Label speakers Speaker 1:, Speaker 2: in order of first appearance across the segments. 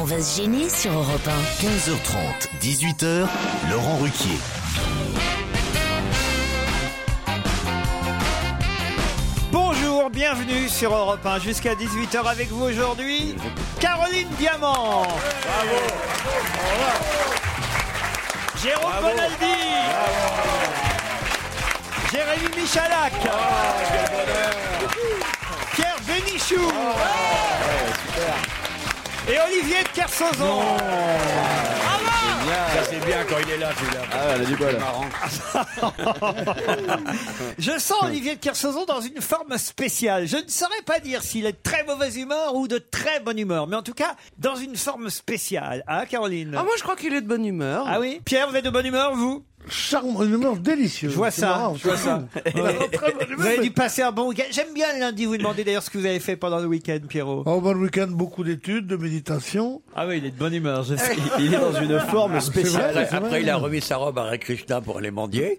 Speaker 1: On va se gêner sur Europe
Speaker 2: 15h30, 18h, Laurent Ruquier.
Speaker 3: Bonjour, bienvenue sur Europe 1 jusqu'à 18h avec vous aujourd'hui, Caroline Diamant. Jérôme Bonaldi. Jérémy Michalak. Pierre Bénichou. Et Olivier de Kersauzon.
Speaker 4: Ça c'est bien quand il est là, celui-là. Ah, du bol.
Speaker 3: Je sens Olivier de Kersauzon dans une forme spéciale. Je ne saurais pas dire s'il est de très mauvaise humeur ou de très bonne humeur, mais en tout cas, dans une forme spéciale. Ah, Caroline
Speaker 5: moi, je crois qu'il est de bonne humeur.
Speaker 3: Ah oui Pierre, vous êtes de bonne humeur, vous
Speaker 6: Charme, une humeur délicieuse.
Speaker 3: Je vois
Speaker 6: C'est
Speaker 3: ça,
Speaker 6: marrant,
Speaker 3: je vois
Speaker 6: c'est
Speaker 3: ça.
Speaker 6: cool.
Speaker 3: Et-
Speaker 6: Alors, très bonne humeur,
Speaker 3: Vous avez
Speaker 6: mais-
Speaker 3: dû passer un bon week-end. J'aime bien le lundi vous demander d'ailleurs ce que vous avez fait pendant le week-end, Pierrot.
Speaker 6: Oh, bon week-end, beaucoup d'études, de méditation.
Speaker 3: Ah oui, il est de bonne humeur, je sais.
Speaker 4: Il est dans une forme
Speaker 6: spéciale.
Speaker 4: spéciale.
Speaker 6: vrai, c'est
Speaker 4: Après,
Speaker 6: vrai.
Speaker 4: il a remis sa robe à Hare Krishna pour aller mendier.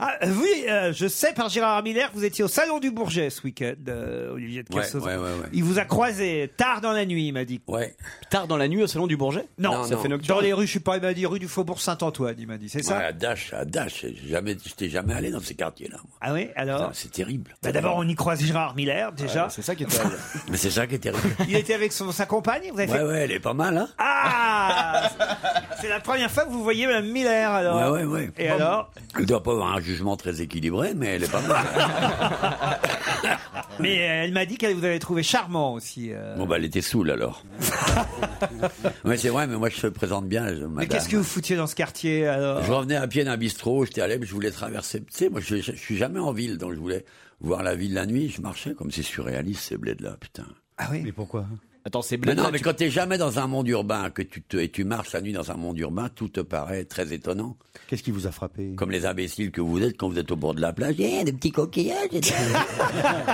Speaker 3: Ah, oui, euh, je sais par Gérard Miller que vous étiez au Salon du Bourget ce week-end, euh, Olivier de
Speaker 4: Ouais,
Speaker 3: Kersauzon.
Speaker 4: ouais, ouais, ouais.
Speaker 3: Il vous a croisé tard dans la nuit, il m'a dit.
Speaker 4: Ouais.
Speaker 7: Tard dans la nuit au salon du Bourget
Speaker 3: Non,
Speaker 4: Non, Ça non. fait
Speaker 3: dans les rues, je suis pas, il m'a dit rue du Faubourg Saint-Antoine, il m'a dit, c'est ça
Speaker 4: Ouais, à Dash, à Dash. J'ai Jamais, j'étais jamais allé dans ces quartiers-là. moi.
Speaker 3: Ah oui, alors
Speaker 4: Putain, C'est terrible.
Speaker 3: Bah, D'abord, on y croise Gérard Miller, déjà.
Speaker 7: C'est ça qui est terrible.
Speaker 4: Mais c'est ça qui est terrible.
Speaker 3: il était avec son, sa compagne, vous avez
Speaker 4: Ouais,
Speaker 3: fait...
Speaker 4: ouais, elle est pas mal, hein.
Speaker 3: Ah C'est la première fois que vous voyez Mme Miller, alors.
Speaker 4: Ouais, ouais, ouais.
Speaker 3: Et alors
Speaker 4: Elle doit pas avoir un jugement très équilibré, mais elle est pas mal.
Speaker 3: Mais elle m'a dit qu'elle vous avait trouvé charmant aussi. euh.
Speaker 4: Bon, bah, elle était saoule, alors. ouais, c'est vrai, mais moi, je te présente bien, je-
Speaker 3: Mais
Speaker 4: madame.
Speaker 3: qu'est-ce que vous foutiez dans ce quartier, alors
Speaker 4: Je revenais à pied d'un bistrot, j'étais à l'Eb, je voulais traverser. Tu sais, moi, je, je- je suis jamais en ville, donc je voulais voir la ville la nuit. Je marchais comme c'est surréaliste ces bleds-là, putain.
Speaker 3: Ah oui
Speaker 7: Attends, c'est blé.
Speaker 4: Mais non, mais quand t'es jamais dans un monde urbain, que tu te et tu marches la nuit dans un monde urbain, tout te paraît très étonnant.
Speaker 5: Qu'est-ce qui vous a frappé
Speaker 4: Comme les imbéciles que vous êtes quand vous êtes au bord de la plage, Eh, des petits coquillages. et tout.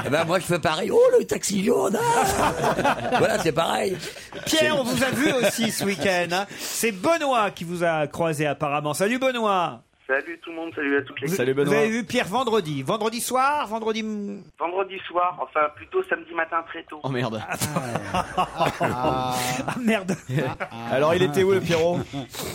Speaker 4: Eh ben moi, je fais pareil. Oh, le taxi jaune. ah voilà, c'est pareil.
Speaker 3: Pierre, on vous a vu aussi ce week-end. hein. C'est Benoît qui vous a croisé apparemment. Salut Benoît
Speaker 8: Salut tout le monde, salut à toute
Speaker 3: Vous-
Speaker 8: l'équipe.
Speaker 7: Salut, Benoît.
Speaker 3: Vous avez vu Pierre vendredi. Vendredi soir, vendredi... m-
Speaker 8: Vendredi soir, enfin plutôt samedi matin très tôt.
Speaker 7: Oh merde.
Speaker 3: Ah merde
Speaker 7: Alors, il était où le Pierrot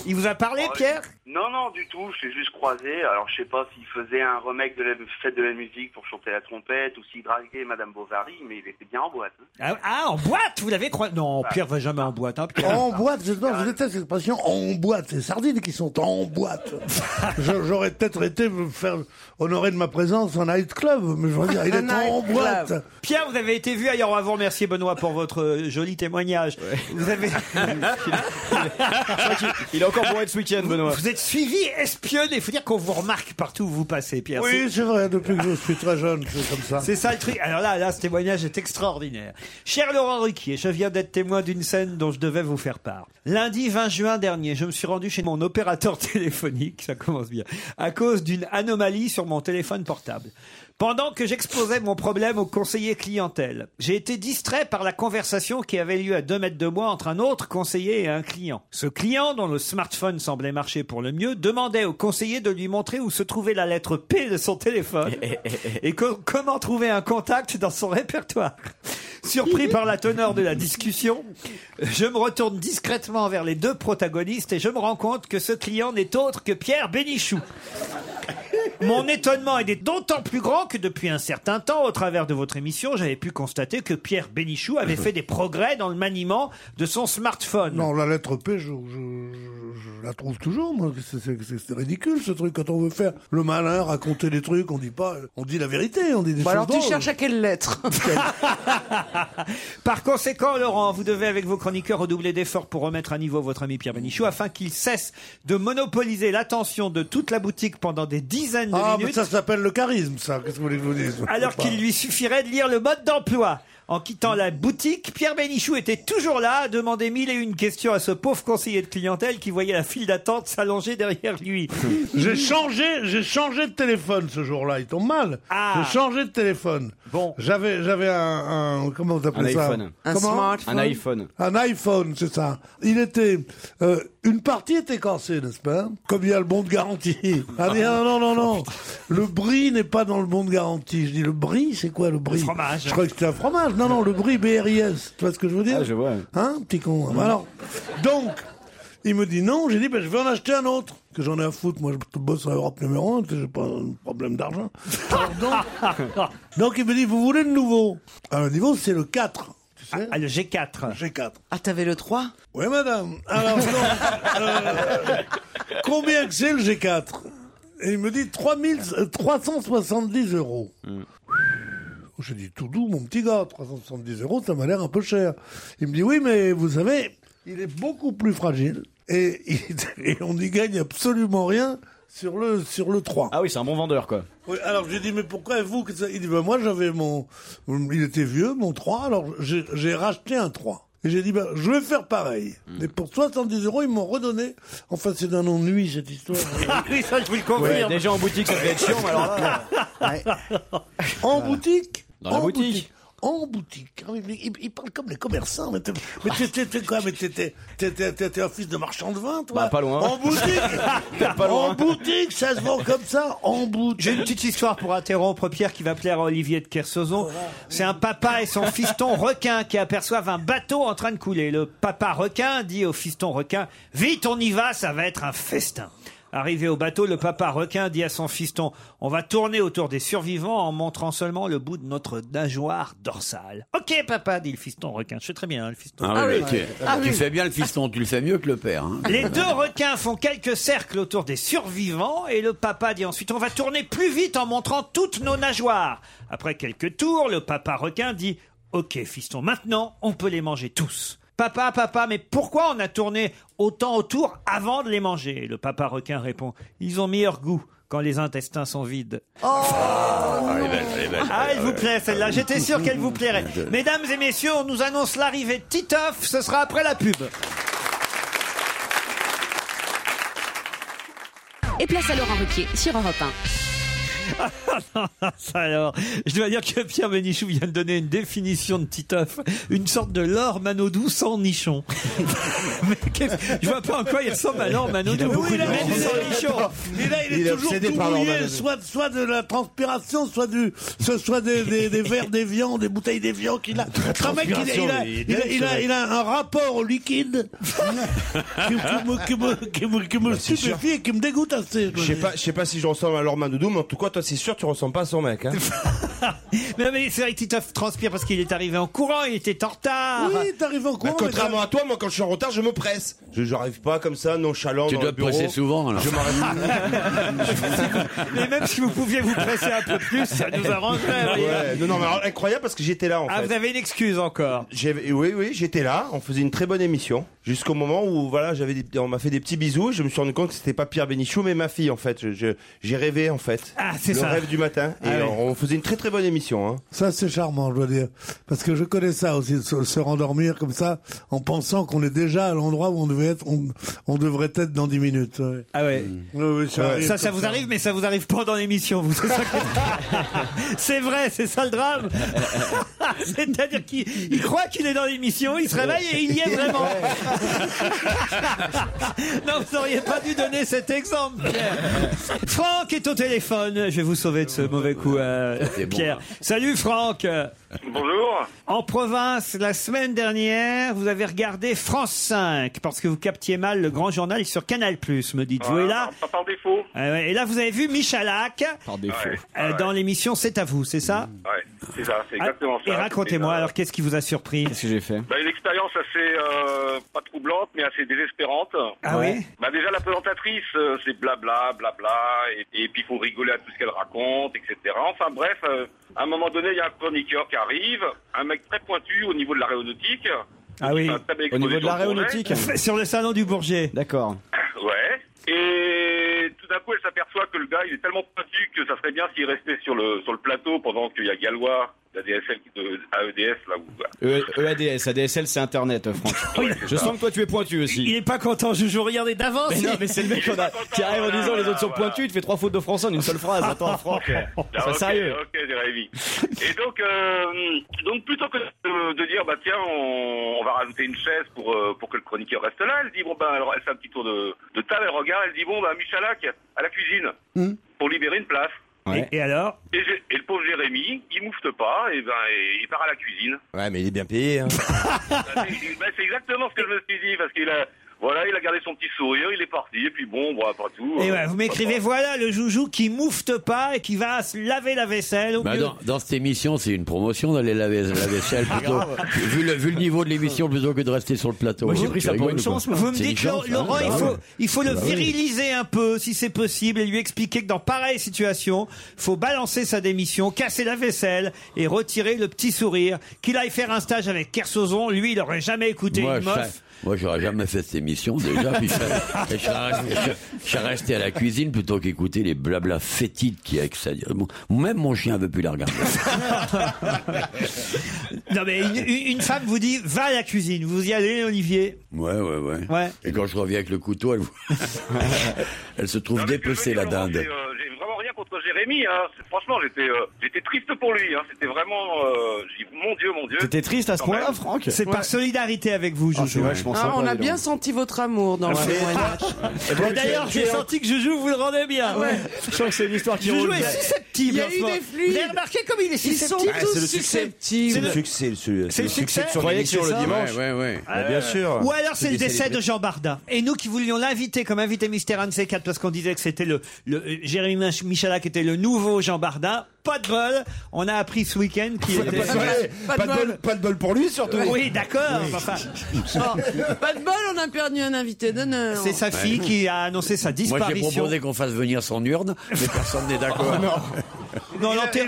Speaker 3: Il vous a parlé,
Speaker 8: Oh,
Speaker 3: Pierre
Speaker 8: Non, non, du tout, je l'ai juste croisé. Alors je sais pas s'il faisait un remake de la fête de la musique pour chanter la trompette ou s'il draguait Madame Bovary, mais il était bien en boîte. hein.
Speaker 3: Ah, ah, en boîte, vous l'avez croisé Non, Pierre va jamais en boîte. Hein, Pierre.
Speaker 6: En boîte, je, non, je déteste cette passion. En boîte, c'est sardines qui sont en boîte. Je- J'aurais peut-être été me faire honorer de ma présence en nightclub, mais je veux dire, il
Speaker 7: Ah,
Speaker 6: est en boîte.
Speaker 3: Pierre, vous avez été vu ailleurs. On va vous remercier, Benoît, pour votre euh, joli témoignage. Vous avez,
Speaker 7: Il est encore bourré de ce week-end, Benoît.
Speaker 3: vous êtes suivi, espionné. Il faut dire qu'on vous remarque partout où vous passez, Pierre.
Speaker 6: Oui, c'est vrai, depuis que je suis très jeune, c'est comme ça.
Speaker 3: C'est- C'est ça le truc. Alors là, là, ce témoignage est extraordinaire. Cher Laurent Ruquier, je viens d'être témoin d'une scène dont je devais vous faire part. Lundi 20 juin dernier, je me suis rendu chez mon opérateur téléphonique, ça commence bien, à cause d'une anomalie sur mon téléphone portable. Pendant que j'exposais mon problème au conseiller clientèle, j'ai été distrait par la conversation qui avait lieu à deux mètres de moi entre un autre conseiller et un client. Ce client, dont le smartphone semblait marcher pour le mieux, demandait au conseiller de lui montrer où se trouvait la lettre P de son téléphone et co- comment trouver un contact dans son répertoire. Surpris par la teneur de la discussion, je me retourne discrètement vers les deux protagonistes et je me rends compte que ce client n'est autre que Pierre Bénichou. Mon étonnement est d'autant plus grand que depuis un certain temps, au travers de votre émission, j'avais pu constater que Pierre Bénichou avait fait des progrès dans le maniement de son smartphone.
Speaker 6: Non, la lettre P, je, je- je- je la trouve toujours. moi. C'est- c'est- C'est c'est ridicule ce truc. Quand on veut faire le malin, raconter des trucs, on dit pas, on dit la vérité, on dit des
Speaker 8: Bah,
Speaker 4: Bon,
Speaker 6: choses
Speaker 4: alors tu
Speaker 6: drôles.
Speaker 3: euh.
Speaker 4: cherches à quelle lettre
Speaker 3: Par conséquent, Laurent, vous devez avec vos chroniqueurs redoubler d'efforts pour remettre à niveau votre ami Pierre Bénichou afin qu'il cesse de monopoliser l'attention de toute la boutique pendant des dizaines de
Speaker 6: Ah, mais
Speaker 3: minutes.
Speaker 6: ça s'appelle le charisme, ça. Qu'est-ce que vous voulez que je vous dise
Speaker 8: Ah,
Speaker 3: Alors qu'il lui suffirait de lire le mode d'emploi. En quittant la boutique, Pierre Bénichou était toujours là à demander mille et une questions à ce pauvre conseiller de clientèle qui voyait la file d'attente s'allonger derrière lui.
Speaker 6: J'ai changé, j'ai changé de téléphone ce jour-là. Il tombe mal. J'ai changé de téléphone. Bon. J'avais, j'avais un, un- comment vous appelez
Speaker 8: Un
Speaker 6: ça
Speaker 8: iPhone. Un
Speaker 6: Comment
Speaker 8: smartphone. Un iPhone.
Speaker 6: Un iPhone, c'est ça. Il était, euh, une partie était cassée, n'est-ce pas Comme il y a le bon de garantie. Ah, mais non, non, non, non. Le brie n'est pas dans le bon de garantie. Je dis le brie, c'est quoi le brie
Speaker 3: fromage.
Speaker 6: Je crois que c'était un fromage. Non, non, le brie BRIS. Tu vois ce que je veux dire Ah, je vois. Hein, petit con. Ah, bah Alors, donc. Il me dit non, j'ai dit ben, je vais en acheter un autre. Que j'en ai à foutre, moi je bosse en Europe numéro 1, j'ai pas un problème d'argent. Alors donc, donc, il me dit vous voulez le nouveau Alors, Le nouveau c'est le 4. Tu sais
Speaker 3: ah, le G4.
Speaker 6: G4.
Speaker 4: Ah, t'avais le 3
Speaker 6: Oui madame. Alors donc, euh, combien que c'est le G4 Et il me dit 3000, euh, 370 euros. J'ai dit tout doux, mon petit gars, 370 euros, ça m'a l'air un peu cher. Il me dit oui, mais vous savez, il est beaucoup plus fragile et, il- et on n'y gagne absolument rien sur le, sur le 3.
Speaker 8: Ah oui, c'est un bon vendeur, quoi.
Speaker 6: Oui, alors j'ai dit mais pourquoi vous que ça- Il dit bah, moi j'avais mon il était vieux mon 3 alors j'ai j'ai racheté un 3. Et j'ai dit bah, je vais faire pareil. Et pour 70 euros ils m'ont redonné. Enfin c'est d'un ennui cette histoire.
Speaker 3: oui, ça je vous le
Speaker 8: Ouais, déjà en boutique, ça devait être chiant, mais alors là.
Speaker 6: En boutique
Speaker 8: Dans la
Speaker 6: En
Speaker 8: boutique.
Speaker 6: En boutique. Ah oui, mais il, il parle comme les commerçants. Mais t'es- mais t'es- t'es t'es quoi Mais t'es- t'es- t'es t'es- t'es- t'es un fils de marchand de vin, toi
Speaker 8: Bah, pas loin.
Speaker 6: En boutique
Speaker 8: Pas loin.
Speaker 6: En boutique, ça se vend comme ça, en boutique.
Speaker 3: J'ai une petite histoire pour interrompre Pierre qui va plaire à Olivier de Kersauzon. C'est un papa et son fiston requin qui aperçoivent un bateau en train de couler. Le papa requin dit au fiston requin Vite, on y va, ça va être un festin. Arrivé au bateau, le papa requin dit à son fiston On va tourner autour des survivants en montrant seulement le bout de notre nageoire dorsale. Ok, papa, dit le fiston requin. Je fais très bien, hein, le fiston.
Speaker 9: Ah, oui, tu, tu fais bien le fiston, tu le fais mieux que le père. hein.
Speaker 3: Les deux requins font quelques cercles autour des survivants et le papa dit ensuite on va tourner plus vite en montrant toutes nos nageoires. Après quelques tours, le papa requin dit OK fiston, maintenant on peut les manger tous. Papa, papa, mais pourquoi on a tourné autant autour avant de les manger Le papa requin répond Ils ont meilleur goût quand les intestins sont vides.
Speaker 9: Ah, elle est belle, elle est belle.
Speaker 3: Ah, elle vous plaît celle-là, j'étais sûr qu'elle vous plairait. Mesdames et messieurs, on nous annonce l'arrivée de Titoff, ce sera après la pub.
Speaker 10: Et place à Laurent Ruquier sur Europe 1.
Speaker 3: Ça alors, je dois dire que Pierre Bénichou vient de donner une définition de Titoff, une sorte de l'or Manodou sans nichon. Mais qu'est-ce- je vois pas en quoi il ressemble à l'or Manodou.
Speaker 6: Oui, là,
Speaker 3: Mais
Speaker 6: mais
Speaker 3: sans nichon.
Speaker 6: il est- il est- il est toujours tout mouillé, soit, soit de la transpiration, soit, du, soit, soit des, des, des verres d'évian, des bouteilles d'évian qu'il a. C'est un mec, il, a- il a,
Speaker 11: transpiration,
Speaker 6: il, a, il, a,
Speaker 11: oui.
Speaker 6: il a un rapport au liquide qui, qui me, qui me, qui me, qui
Speaker 8: Bah,
Speaker 6: me stupéfie et qui me dégoûte assez.
Speaker 11: Bah, Je sais pas, je sais pas si je ressemble à Lorman Doudou, mais en tout cas, toi, c'est sûr, tu ressembles pas à son mec. Hein.
Speaker 3: Non, mais c'est vrai que Titoff transpire parce qu'il est arrivé en courant, il était en retard.
Speaker 6: Oui, t'es arrivé en
Speaker 11: Bah, contrairement à toi, moi, quand je suis en retard, je me presse. Je j'arrive pas comme ça, nonchalant.
Speaker 9: Tu
Speaker 11: dans
Speaker 9: dois
Speaker 11: le
Speaker 9: te presser
Speaker 11: bureau.
Speaker 9: souvent, alors.
Speaker 11: Je
Speaker 3: mais même si vous pouviez vous presser un peu plus, ça nous arrangerait. vous voyez.
Speaker 11: Ouais, Non, non, mais alors, incroyable parce que j'étais là en
Speaker 3: Ah,
Speaker 11: fait.
Speaker 3: vous avez une excuse encore.
Speaker 11: J'avais- Oui, oui, j'étais là. On faisait une très bonne émission jusqu'au moment où voilà, j'avais des- on m'a fait des petits bisous. Je me suis rendu compte que c'était pas Pierre Bénichou, mais ma fille en fait. Je- je- J'ai rêvé en fait.
Speaker 3: Ah, c'est
Speaker 11: Le
Speaker 3: ça.
Speaker 11: rêve du matin.
Speaker 3: Ah
Speaker 11: et
Speaker 3: ouais.
Speaker 11: on, on faisait une très très bonne émission. Hein.
Speaker 6: Ça, c'est charmant, je dois dire. Parce que je connais ça aussi, se, se rendormir comme ça, en pensant qu'on est déjà à l'endroit où on, devait être, on, on devrait être dans 10 minutes. ouais.
Speaker 3: Ah ouais.
Speaker 6: Oui, oui, ça arrive
Speaker 3: ça, ça
Speaker 6: comme
Speaker 3: vous
Speaker 6: ça.
Speaker 3: arrive, mais ça vous arrive pendant l'émission. vous. C'est ça que- C'est vrai, c'est ça le drame. C'est-à-dire qu'il il croit qu'il est dans l'émission, il se réveille et il y est vraiment. non, vous n'auriez pas dû donner cet exemple, Pierre. Franck est au téléphone. Je vais vous sauver de ce mauvais coup, euh,
Speaker 9: C'est bon,
Speaker 3: Pierre. Salut Franck.
Speaker 12: Bonjour.
Speaker 3: En province, la semaine dernière, vous avez regardé France 5 parce que vous captiez mal le grand journal sur Canal+, me dites-vous. Et là,
Speaker 12: Ah, Pas par défaut.
Speaker 3: euh, et là, vous avez vu Michalak
Speaker 12: Par défaut. Ouais.
Speaker 3: euh, dans l'émission C'est à vous, c'est ça
Speaker 12: Ouais, c'est ça, c'est exactement ça.
Speaker 3: Ah, Et racontez-moi,
Speaker 12: C'est, euh,
Speaker 3: alors qu'est-ce qui vous a surpris Qu'est-ce que j'ai fait
Speaker 12: bah, une expérience assez euh, pas troublante mais assez désespérante.
Speaker 3: Ah oui
Speaker 12: Bah déjà la présentatrice euh, c'est blabla blabla et, et puis faut rigoler à tout ce qu'elle raconte etc. Enfin bref, euh, à un moment donné il y a un chroniqueur qui arrive, un mec très pointu au niveau de l'aéronautique.
Speaker 3: Ah oui,
Speaker 12: Enfin, très bien exposé sur le congrès.
Speaker 3: Sur le salon du Bourget. D'accord.
Speaker 12: Ouais. Et tout d'un coup, elle s'aperçoit que le gars, il est tellement pointu que ça serait bien s'il restait sur le, sur le plateau pendant qu'il y a Galois, la DSL qui- de AEDS, là où.
Speaker 8: E- EADS, ADSL, c'est Internet, euh, Franck. Je sens que toi, tu es pointu aussi.
Speaker 3: Il est pas content, je joue regarder d'avance.
Speaker 8: Mais non, mais c'est le mec qu'on a- qui arrive en disant les autres sont pointus, il te fait trois fautes de français en une seule phrase. Attends, Franck, euh,
Speaker 12: Ah,
Speaker 8: sois
Speaker 12: ok,
Speaker 8: sérieux.
Speaker 12: Ok, j'ai ravi. Et donc, euh, donc plutôt que de, de dire, bah tiens, on, on va rajouter une chaise pour, euh, pour que le chroniqueur reste là, elle dit, bon, bah, alors elle fait un petit tour de, de table, elle regarde, elle dit, bon, bah, Michalak, à la cuisine,
Speaker 3: Hmm.
Speaker 12: pour libérer une place.
Speaker 3: Et, et alors
Speaker 12: Et, j'ai- et le pauvre Jérémy, il moufte pas, et ben et il part à la cuisine.
Speaker 11: Ouais, mais il est bien payé. Hein.
Speaker 12: Bah, c'est bah, c'est exactement ce que je me suis dit, parce qu'il a, voilà, il a gardé son petit sourire, il est parti, et puis bon, bon, après tout.
Speaker 3: Et
Speaker 12: euh,
Speaker 3: Eh ouais, vous m'écrivez, voilà le joujou qui moufte pas et qui va se laver la vaisselle au
Speaker 4: Bah,
Speaker 3: mieux.
Speaker 4: dans, dans cette émission, c'est une promotion d'aller laver la vaisselle plutôt.
Speaker 3: Ah,
Speaker 4: vu, le, vu le niveau de l'émission, plutôt que de rester sur le plateau.
Speaker 8: Moi, j'ai
Speaker 4: Tu
Speaker 8: pris ça pour
Speaker 4: rigoles
Speaker 8: une
Speaker 4: ou quoi
Speaker 8: chance, moi.
Speaker 3: Vous me
Speaker 4: C'est une
Speaker 3: dites, Laurent,
Speaker 4: chance,
Speaker 3: Laurent,
Speaker 4: hein,
Speaker 3: il
Speaker 4: bah
Speaker 3: faut,
Speaker 4: oui.
Speaker 3: il faut le
Speaker 4: Bah oui.
Speaker 3: viriliser un peu, si c'est possible, et lui expliquer que dans pareille situation, faut balancer sa démission, casser la vaisselle et retirer le petit sourire. Qu'il aille faire un stage avec Kersozon, lui, il aurait jamais écouté
Speaker 4: Moi,
Speaker 3: une
Speaker 4: je serais-
Speaker 3: meuf.
Speaker 4: moi, j'aurais jamais fait cette émission déjà. puis je serais- je serais resté- je- je serais resté à la cuisine plutôt qu'écouter les blabla fétides qui avec ça. Bon, Même mon chien veut plus la regarder.
Speaker 3: Non, mais une, une- une femme vous dit, va à la cuisine. Vous y allez, Olivier?
Speaker 4: Ouais, ouais, ouais,
Speaker 3: Ouais.
Speaker 4: Et quand je reviens avec le couteau, elle, elle se trouve dépecée la dinde.
Speaker 12: euh, j'ai vraiment rien contre Jérémy, hein. C'est- franchement, j'étais, euh, j'étais triste pour lui, hein. C'était vraiment, euh, j'ai dit, mon Dieu, mon Dieu. Quand même.
Speaker 3: C'est par solidarité avec vous,
Speaker 8: c'est
Speaker 3: Joujou.
Speaker 8: vachement
Speaker 13: Ah, on a bien senti votre amour
Speaker 3: Ah,
Speaker 13: dans le
Speaker 8: Ouais.
Speaker 13: témoignage.
Speaker 3: Et d'ailleurs, j'ai senti que Joujou vous le rendait bien.
Speaker 13: Ouais.
Speaker 8: Je sens que c'est une histoire qui
Speaker 3: Joujou
Speaker 8: roule.
Speaker 3: est susceptible.
Speaker 13: Il y a
Speaker 3: en ce
Speaker 13: eu
Speaker 3: moment.
Speaker 13: des flux.
Speaker 3: Vous avez remarqué comme il est
Speaker 13: Ils sont
Speaker 3: susceptible.
Speaker 13: tous
Speaker 11: C'est le
Speaker 3: C'est le-
Speaker 11: succès, le, su-
Speaker 3: C'est le succès
Speaker 11: de son émission le dimanche.
Speaker 4: Ouais, ouais, ouais.
Speaker 11: Bah, bien sûr.
Speaker 3: Euh, Ou alors c'est le décès de Jean Barda. Et nous qui voulions l'inviter comme invité mystère un de ces quatre parce qu'on disait que c'était le, le euh, Jérémy Mich- Michalak était le nouveau Jean Barda. Pas de bol. On a appris ce week-end qu'il
Speaker 11: Pas de
Speaker 3: était.
Speaker 11: bol. Pas de bol- pas de bol pour lui, surtout.
Speaker 3: Oui, d'accord. mais enfin,
Speaker 13: Bon, Oh, pas de bol, on a perdu un invité d'honneur.
Speaker 3: c'est sa fille
Speaker 4: Ouais.
Speaker 3: qui a annoncé sa
Speaker 4: Moi, j'ai
Speaker 3: disparition. Ah
Speaker 4: proposé qu'on fasse venir son urne, mais personne n'est d'accord.
Speaker 3: non, l'enterre-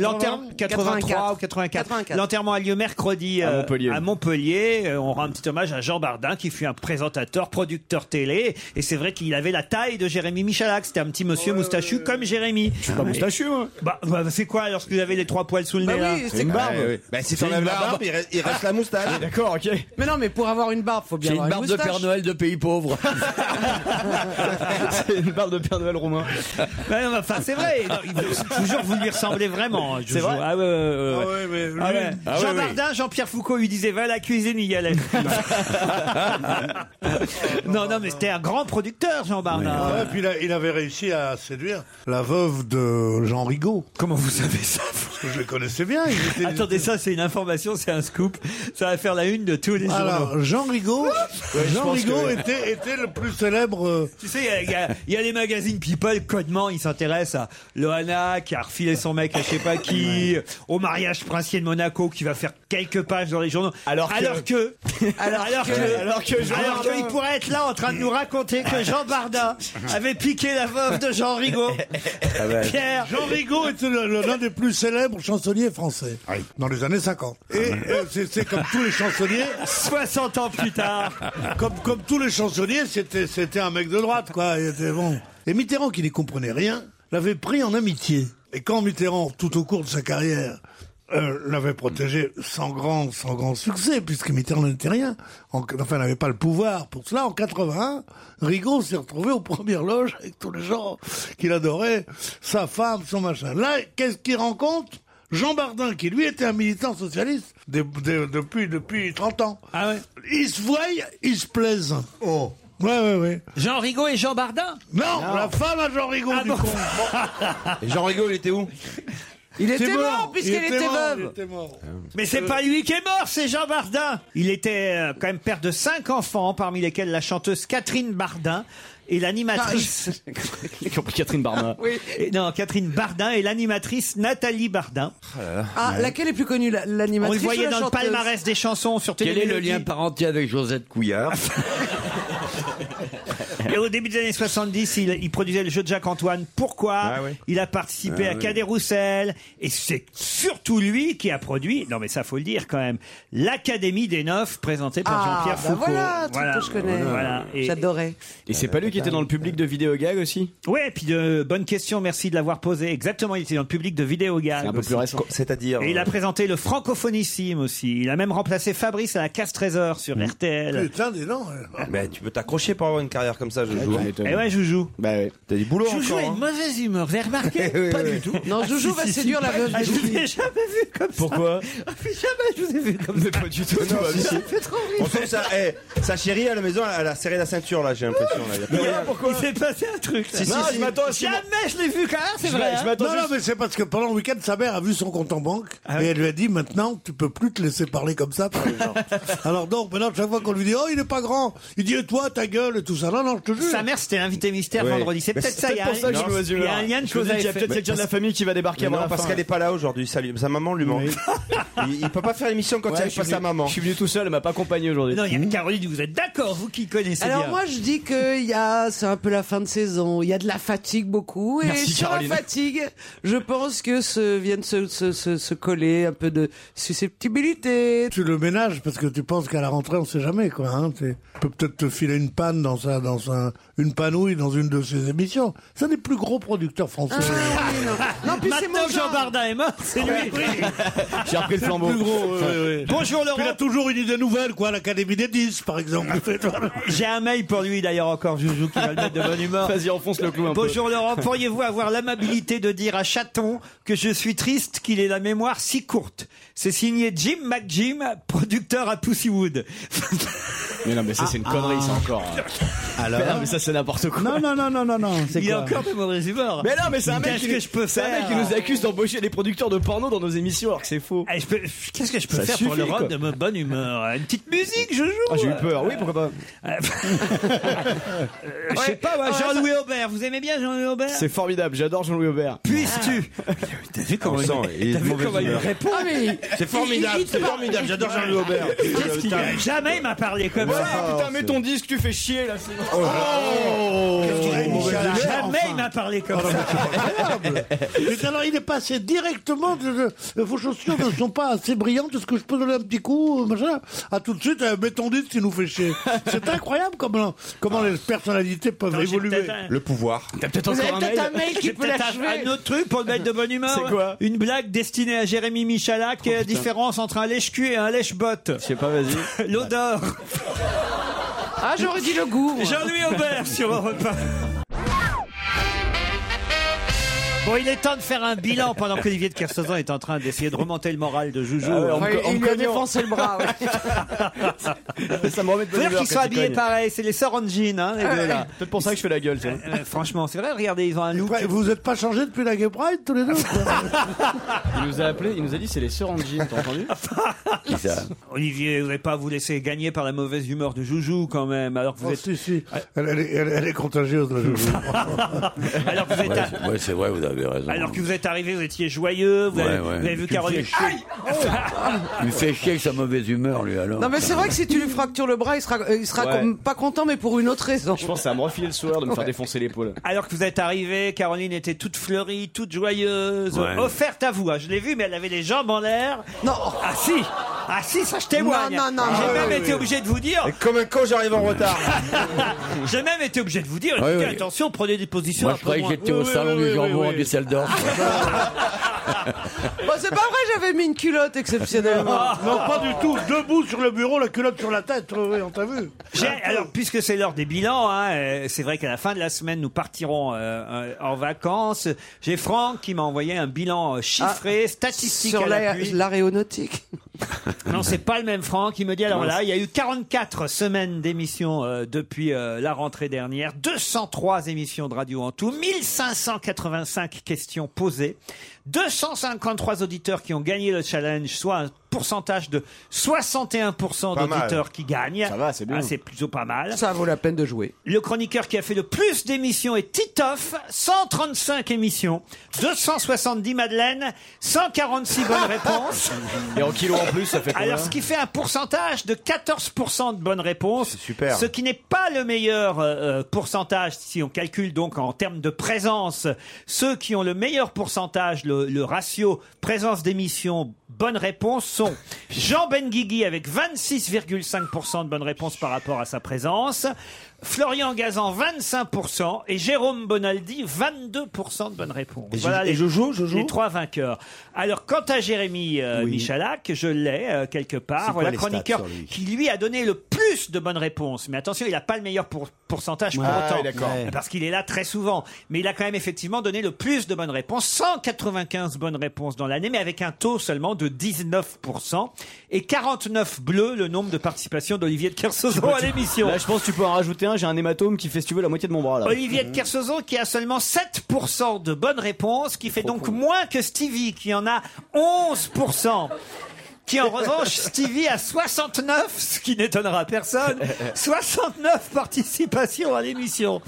Speaker 3: l'enterre- 83 ou 84. L'enterrement a lieu mercredi
Speaker 8: À
Speaker 3: euh,
Speaker 8: Montpellier.
Speaker 3: à Montpellier. Euh, On rend un petit hommage à Jean Bardin, qui fut un présentateur, producteur télé. Et c'est vrai qu'il avait la taille de Jérémy Michalak. C'était un petit monsieur moustachu comme Jérémy. Je suis
Speaker 8: pas moustachu,
Speaker 3: Bah, bah, c'est quoi alors que vous avez les trois poils sous le
Speaker 13: Bah
Speaker 3: nez
Speaker 13: oui,
Speaker 3: là
Speaker 13: c'est Une barbe.
Speaker 11: Ouais, ouais. Bah, si t'enlèves la barbe, il reste- il reste la moustache.
Speaker 3: Ah,
Speaker 8: D'accord, ok.
Speaker 13: Mais non, mais pour avoir une barbe, faut bien
Speaker 4: C'est
Speaker 13: avoir
Speaker 4: une barbe de
Speaker 13: moustache.
Speaker 4: Père Noël de pays pauvre.
Speaker 8: C'est une barbe de Père Noël roumain.
Speaker 3: Ouais, non, mais enfin, c'est vrai. Non, Ah, il- je vous jure, vous lui ressemblez vraiment. hein,
Speaker 8: C'est
Speaker 3: Joujou.
Speaker 8: vrai
Speaker 3: Ah ouais, ouais, ouais, ouais.
Speaker 8: Ah ouais, mais lui-
Speaker 3: Ah ouais.
Speaker 8: Ah ouais,
Speaker 3: Jean
Speaker 8: oui.
Speaker 3: Bardin, Jean-Pierre Foucault lui disait va à la cuisine, il y allait. non, non, mais c'était un grand producteur, Jean Bardin.
Speaker 6: Ouais, puis il, a- il avait réussi à séduire la veuve de Jean Rigaud.
Speaker 3: Comment vous savez ça
Speaker 6: Parce que je le connaissais bien. il était-
Speaker 3: Attendez, ça, c'est une information, c'est un scoop. Ça va faire la une de tous les jours.
Speaker 6: Alors, Jean Rigaud, Jean
Speaker 3: pense
Speaker 6: Rigaud
Speaker 3: que-
Speaker 6: était, était le plus célèbre. euh,
Speaker 3: Tu sais, il y a- il y, a- il y a les magazines People, Codement, ils s'intéressent à Loana qui a refilé son mec à je sais pas qui, au mariage princier de Monaco qui va faire quelques pages dans les journaux. Alors que. Alors que. Alors, que. Alors que.
Speaker 8: Jean Bardin-
Speaker 3: il pourrait être là en train de nous raconter que Jean Bardin avait piqué la veuve de Jean Rigaud.
Speaker 14: hein
Speaker 3: Pierre.
Speaker 6: Jean Rigaud était le- le- l'un des plus célèbres chansonniers français dans les années 50.
Speaker 14: Ah
Speaker 6: Et euh, c'est c'est comme tous les chansonniers.
Speaker 3: 60 ans plus tard.
Speaker 6: Comme, comme tous les chansonniers, c'était c'était un mec de droite, quoi. Il était bon. Et Mitterrand, qui n'y comprenait rien, l'avait pris en amitié. Et quand Mitterrand, tout au cours de sa carrière, euh, l'avait protégé sans grand, sans grand succès, puisque Mitterrand n'était rien, en- enfin, n'avait pas le pouvoir pour cela, en 81, Rigaud s'est retrouvé aux premières loges avec tous les gens qu'il adorait, sa femme, son machin. Là, qu'est-ce qu'il rencontre Jean Bardin, qui lui était un militant socialiste de- de- depuis, depuis 30 ans.
Speaker 3: Ah ouais
Speaker 6: Ils se voient, ils se plaisent. Oh. Ouais, ouais, ouais.
Speaker 3: Jean Rigaud et Jean Bardin Ah
Speaker 6: Non, la femme à Jean Rigaud, du con.
Speaker 11: Et Jean Rigaud, il était où
Speaker 3: Il
Speaker 13: était mort, puisqu'il
Speaker 6: il
Speaker 13: était
Speaker 6: mort,
Speaker 13: veuve.
Speaker 6: il était
Speaker 11: Ah
Speaker 6: mort.
Speaker 3: Mais c'est pas lui qui est mort, c'est Jean Bardin. Il était euh, quand même père de cinq enfants, parmi lesquels la chanteuse Catherine Bardin et l'animatrice. Catherine Bardin.
Speaker 13: Oui.
Speaker 3: non, Catherine Bardin et l'animatrice Nathalie Bardin.
Speaker 13: Ah, laquelle est plus connue, la-
Speaker 3: On
Speaker 13: l'animatrice
Speaker 3: le voyait
Speaker 13: ou la
Speaker 3: dans le
Speaker 13: chanteuse
Speaker 3: palmarès des chansons sur
Speaker 4: Quel est le lien
Speaker 3: Télémélodie.
Speaker 4: par entier avec Josette Couillard
Speaker 3: Et au début des années 70, il, il produisait le jeu de Jacques-Antoine. Pourquoi
Speaker 8: Ah
Speaker 3: Il a participé
Speaker 4: Ah
Speaker 3: à
Speaker 4: oui.
Speaker 3: Cadet Roussel. Et c'est surtout lui qui a produit, non mais ça faut le dire quand même, l'Académie des Neufs présentée par
Speaker 13: Ah,
Speaker 3: Jean-Pierre
Speaker 13: bah
Speaker 3: Foucault.
Speaker 13: voilà, un truc que je connais. J'adorais.
Speaker 8: Et c'est pas lui qui était dans le public de Vidéogag aussi
Speaker 3: Ouais, et puis de bonne question, merci de l'avoir posée. Exactement, il était dans le public de Vidéogag.
Speaker 8: C'est un peu
Speaker 3: aussi.
Speaker 8: plus récent. C'est-à-dire,
Speaker 3: Et il a
Speaker 8: euh,
Speaker 3: présenté le francophonissime aussi. Il a même remplacé Fabrice à la casse trésor
Speaker 8: Mm.
Speaker 3: sur RTL.
Speaker 6: Putain, des noms.
Speaker 11: Ah, Mais tu peux t'accrocher pour avoir une carrière comme ça, Joujou.
Speaker 3: Eh ouais, Joujou.
Speaker 11: Bah T'as du boulot
Speaker 3: Joujou
Speaker 11: encore.
Speaker 3: a
Speaker 11: hein.
Speaker 3: une mauvaise humeur, vous avez remarqué
Speaker 11: Oui,
Speaker 3: Pas
Speaker 11: oui,
Speaker 3: du
Speaker 11: oui.
Speaker 3: tout.
Speaker 11: Non, Joujou va séduire la veuve
Speaker 3: Ah,
Speaker 11: de
Speaker 3: Je vous
Speaker 11: Joujou.
Speaker 3: ai jamais vu comme ça.
Speaker 11: Pourquoi
Speaker 3: Ah, puis Jamais je vous ai vu comme ça.
Speaker 8: Pas du tout.
Speaker 11: Non, bah, si, si.
Speaker 3: Ça fait trop
Speaker 11: On
Speaker 3: rire.
Speaker 11: sent que ça, eh, sa chérie à la maison, elle a serré la ceinture là, j'ai l'impression. là. Y a plus rien.
Speaker 3: Il s'est passé un truc. là.
Speaker 11: Si, si, Non, si. je m'attends à ce qu'il
Speaker 3: Jamais je l'ai vu quand même, c'est vrai. hein.
Speaker 6: non, non, mais c'est parce que pendant le week-end, sa mère a vu son compte en banque
Speaker 3: Ah
Speaker 6: et elle lui a dit maintenant, tu peux plus te laisser parler comme ça par les gens. Alors donc, maintenant, chaque fois qu'on lui dit oh, il est pas grand, il dit Et toi, ta gueule et tout ça. Non, non, je te jure.
Speaker 3: Sa mère, c'était l'invité mystère
Speaker 6: Oui.
Speaker 3: vendredi. C'est
Speaker 6: Mais
Speaker 3: peut-être
Speaker 6: c'est
Speaker 3: ça. il y a
Speaker 6: peut-être
Speaker 3: un-
Speaker 6: pour ça que je suis de mauvaise
Speaker 3: Il y a un
Speaker 6: humeur.
Speaker 3: lien de
Speaker 6: Je me
Speaker 3: cause
Speaker 6: dis
Speaker 3: à
Speaker 6: qu'il y a
Speaker 3: effet.
Speaker 8: peut-être quelqu'un de la famille qui va débarquer
Speaker 11: Mais
Speaker 8: avant
Speaker 11: non,
Speaker 8: la
Speaker 11: parce
Speaker 8: fin,
Speaker 11: qu'elle
Speaker 8: ouais.
Speaker 11: est pas là aujourd'hui. ça lui- Sa maman lui manque. il, il peut pas faire l'émission quand
Speaker 8: Ouais,
Speaker 11: il n'y
Speaker 8: je suis
Speaker 11: a pas sa
Speaker 8: venu-
Speaker 11: maman.
Speaker 8: Je suis venu tout seul, elle m'a pas accompagné aujourd'hui.
Speaker 3: Non, il y a Caroline, vous êtes d'accord, vous qui connaissez
Speaker 13: Alors
Speaker 8: bien.
Speaker 13: moi je dis que il y a, c'est un peu la fin de saison, il y a de la fatigue beaucoup et
Speaker 8: Merci,
Speaker 13: sur
Speaker 8: Caroline.
Speaker 13: la fatigue, je pense que se viennent se, se, se, se coller un peu de susceptibilité.
Speaker 6: Tu le ménages parce que tu penses qu'à la rentrée, on sait jamais, quoi. Hein. Tu tu peux peut-être te filer une panne dans sa, dans sa, une panouille dans une de ses émissions. C'est un des plus gros producteurs français.
Speaker 3: Ah.
Speaker 13: Non, puis c'est
Speaker 3: Maintenant
Speaker 13: mon
Speaker 3: que Jean
Speaker 13: genre.
Speaker 3: Bardin est mort, c'est lui.
Speaker 6: J'ai repris le flambeau.
Speaker 3: Bonjour Laurent.
Speaker 6: Il a toujours une idée nouvelle, quoi, l'Académie des 10, par exemple.
Speaker 8: Ah,
Speaker 3: J'ai un mail pour lui d'ailleurs encore, Joujou, qui va le mettre de bonne humeur.
Speaker 8: Vas-y, enfonce le clou un peu.
Speaker 3: Bonjour Laurent, pourriez-vous avoir l'amabilité de dire à Chaton que je suis triste qu'il ait la mémoire si courte C'est signé Jim McJim, producteur à Pussywood.
Speaker 8: Mais non, mais ça, c'est une
Speaker 3: Ah,
Speaker 8: connerie,
Speaker 3: ah.
Speaker 8: ça encore. hein. Alors mais ça, c'est n'importe quoi.
Speaker 3: Non,
Speaker 6: non, non, non, non.
Speaker 3: Il a encore de mauvaise humeur.
Speaker 8: Mais non, mais c'est un mec
Speaker 3: Qu'est-ce
Speaker 8: qui-
Speaker 3: que je peux
Speaker 8: c'est un
Speaker 3: faire
Speaker 8: mec qui nous accuse d'embaucher des producteurs de porno dans nos émissions alors que c'est faux.
Speaker 3: Qu'est-ce que Eh, je peux
Speaker 8: Ça
Speaker 3: faire pour
Speaker 8: suffit,
Speaker 3: le rendre
Speaker 8: quoi.
Speaker 3: de ma bonne humeur Une petite musique, je joue.
Speaker 8: Ah, j'ai eu peur, oui, pourquoi pas.
Speaker 3: Je sais pas, moi, Jean-Louis Aubert. Vous aimez bien Jean-Louis Aubert
Speaker 8: Ah, C'est formidable, j'adore Jean-Louis Aubert. Ah.
Speaker 3: Puisses-tu T'as vu comment il, t'as vu comment il répond
Speaker 13: Ah, mais-
Speaker 11: C'est formidable, c'est formidable, j'adore Jean-Louis Aubert.
Speaker 3: Qu'est-ce qu'il a Jamais il m'a parlé comme
Speaker 8: Voilà,
Speaker 3: ça.
Speaker 8: putain, mets ton disque, tu fais chier là. c'est-
Speaker 3: Oh. Jamais il m'a parlé comme ça.
Speaker 6: Mais alors, il est passé directement de, de- vos chaussures ne sont pas assez brillantes, est-ce que je peux donner un petit coup, euh, machin À tout de suite, euh, mets ton disque, il nous fait chier. C'est incroyable comment, comment les personnalités peuvent
Speaker 3: Attends, Ah. j'ai
Speaker 6: évoluer.
Speaker 3: peut-être un-
Speaker 11: Le pouvoir.
Speaker 8: T'as peut-être
Speaker 3: Vous
Speaker 8: encore
Speaker 3: avez
Speaker 8: un
Speaker 3: peut-être
Speaker 8: mail
Speaker 3: un mail qui peut l'achever. Un autre truc pour le mettre de bonne humeur.
Speaker 8: C'est quoi
Speaker 3: Une blague destinée à Jérémy Michalak. euh, différence entre un lèche-cul et un lèche-botte.
Speaker 8: Je sais pas, vas-y.
Speaker 3: L'odeur.
Speaker 13: Ah, j'aurais dit le goût. moi.
Speaker 3: Jean-Louis Aubert sur Europe 1. Bon, il est temps de faire un bilan pendant qu'Olivier de Kersauzon est en train d'essayer de remonter le moral de Joujou.
Speaker 8: Ah ouais, on
Speaker 13: Enfin,
Speaker 8: me co- on
Speaker 13: il
Speaker 8: me
Speaker 13: lui a
Speaker 8: cognant.
Speaker 13: défoncé le bras. ouais.
Speaker 8: Ça me remet de
Speaker 3: C'est-à-dire
Speaker 8: bonne humeur
Speaker 3: qu'ils
Speaker 8: quand
Speaker 3: sont
Speaker 8: tu
Speaker 3: habillés
Speaker 8: cognes.
Speaker 3: pareil, c'est les sœurs en jean, hein, les deux, là.
Speaker 8: Ah, Peut-être pour ça que je fais la gueule, tiens.
Speaker 3: Euh, franchement, c'est vrai, regardez, ils ont un look.
Speaker 6: Ouais, Vous n'êtes pas changé depuis la Gay Pride, tous les deux quoi
Speaker 8: Il nous a appelé, il nous a dit c'est les sœurs en jean, t'as entendu
Speaker 3: Ah, Euh, Olivier, vous n'allez pas vous laisser gagner par la mauvaise humeur de Joujou quand même, alors que vous
Speaker 6: Oh,
Speaker 3: êtes,
Speaker 6: si, si.
Speaker 8: Ah.
Speaker 6: Elle, elle est- elle- elle est contagieuse, la joujou.
Speaker 3: alors que vous êtes, à-
Speaker 4: Ouais, c'est vrai, vous avez raison.
Speaker 3: alors que vous êtes arrivé, vous étiez joyeux, vous,
Speaker 4: Ouais,
Speaker 3: avez,
Speaker 4: ouais.
Speaker 3: vous avez vu
Speaker 4: Tu
Speaker 3: Caroline.
Speaker 4: fais chier.
Speaker 3: Aïe
Speaker 4: Il me fait chier avec sa mauvaise humeur, lui, alors.
Speaker 13: Ah. Non mais c'est vrai que si tu lui fractures le bras, il sera, euh, il sera
Speaker 8: Ouais.
Speaker 13: comme pas content, mais pour une autre raison.
Speaker 8: Je pense que ça va me refiler le soir de me faire défoncer l'épaule.
Speaker 3: Alors que vous êtes arrivé, Caroline était toute fleurie, toute joyeuse,
Speaker 4: Ouais.
Speaker 3: offerte à vous. hein. Je l'ai vue, mais elle avait les jambes en l'air.
Speaker 13: Non.
Speaker 3: Ah si Ah si, ça je témoigne
Speaker 13: Non, non, non.
Speaker 3: J'ai
Speaker 13: Ah,
Speaker 3: même
Speaker 13: oui,
Speaker 3: été obligé de vous dire,
Speaker 11: Et comme un con, j'arrive en retard.
Speaker 3: j'ai même été obligé de vous dire,
Speaker 4: Ouais,
Speaker 3: écoutez,
Speaker 4: ouais.
Speaker 3: attention, prenez des positions
Speaker 4: Moi,
Speaker 3: un
Speaker 4: je
Speaker 3: peu
Speaker 4: croyais que
Speaker 3: moins-
Speaker 4: j'étais au salon du jambon à Düsseldorf.
Speaker 13: Bon, c'est pas vrai, j'avais mis une culotte
Speaker 8: Ah,
Speaker 13: exceptionnellement.
Speaker 6: Non, pas du tout. Debout sur le bureau, la culotte sur la tête. Oui, oui, on t'a vu.
Speaker 3: J'ai- alors, puisque c'est l'heure des bilans, hein, euh, c'est vrai qu'à la fin de la semaine, nous partirons euh, euh, en vacances. J'ai Franck qui m'a envoyé un bilan euh, chiffré, statistique
Speaker 13: Ah, Sur
Speaker 3: à
Speaker 13: la-
Speaker 3: l'appui.
Speaker 13: l'aéronautique.
Speaker 3: Non, c'est pas le même Franck. Il me dit alors là, il y a eu 44 semaines d'émissions euh, depuis euh, la rentrée dernière, 203 émissions de radio en tout, 1585 questions posées, 253 auditeurs qui ont gagné le challenge, soit un pourcentage de 61%
Speaker 13: Pas mal.
Speaker 3: d'auditeurs qui gagnent. Ça va, c'est
Speaker 13: bien.
Speaker 3: c'est plutôt pas mal.
Speaker 13: Ça vaut la peine de jouer.
Speaker 3: Le chroniqueur qui a fait le plus d'émissions est Titoff, 135 émissions, 270 Madeleine, 146 bonnes réponses.
Speaker 8: Et en kilos en plus, ça fait combien
Speaker 3: Alors, ce qui fait un pourcentage de 14% de bonnes réponses.
Speaker 8: super.
Speaker 3: Ce qui n'est pas le meilleur euh, euh, pourcentage, si on calcule donc en termes de présence. Ceux qui ont le meilleur pourcentage, le, le ratio présence d'émission, bonnes réponses sont Jean Benguigui avec 26,5% de bonnes réponses par rapport à sa présence. Florian Gazan, 25%. Et Jérôme Bonaldi, 22% de bonnes réponses.
Speaker 11: Et Jo- et Jojo, Jojo
Speaker 3: les trois vainqueurs. Alors, quant à Jérémy euh, Michalak, je l'ai euh, quelque
Speaker 11: C'est
Speaker 3: part.
Speaker 11: quoi
Speaker 3: Voilà,
Speaker 11: les stats
Speaker 3: chroniqueur
Speaker 11: sur lui
Speaker 3: qui lui a donné le plus de bonnes réponses. Mais attention, il n'a pas le meilleur pour- pourcentage pour
Speaker 11: Ouais,
Speaker 3: autant.
Speaker 11: d'accord. Ouais.
Speaker 3: Parce qu'il est là très souvent. Mais il a quand même effectivement donné le plus de bonnes réponses. 195 bonnes réponses dans l'année, mais avec un taux seulement de 19%. Et 49 bleus, le nombre de participations d'Olivier de Kersozo à l'émission.
Speaker 8: Là, je pense que Bah, tu peux en rajouter un. J'ai un hématome qui fait, si tu veux, la moitié de mon bras. Là. Mhm.
Speaker 3: Olivier de Kersozo qui a seulement 7% de bonnes réponses, qui fait donc moins que Stevie qui en a 11%. Qui en revanche, Stevie a 69, ce qui n'étonnera personne, 69 participations à l'émission.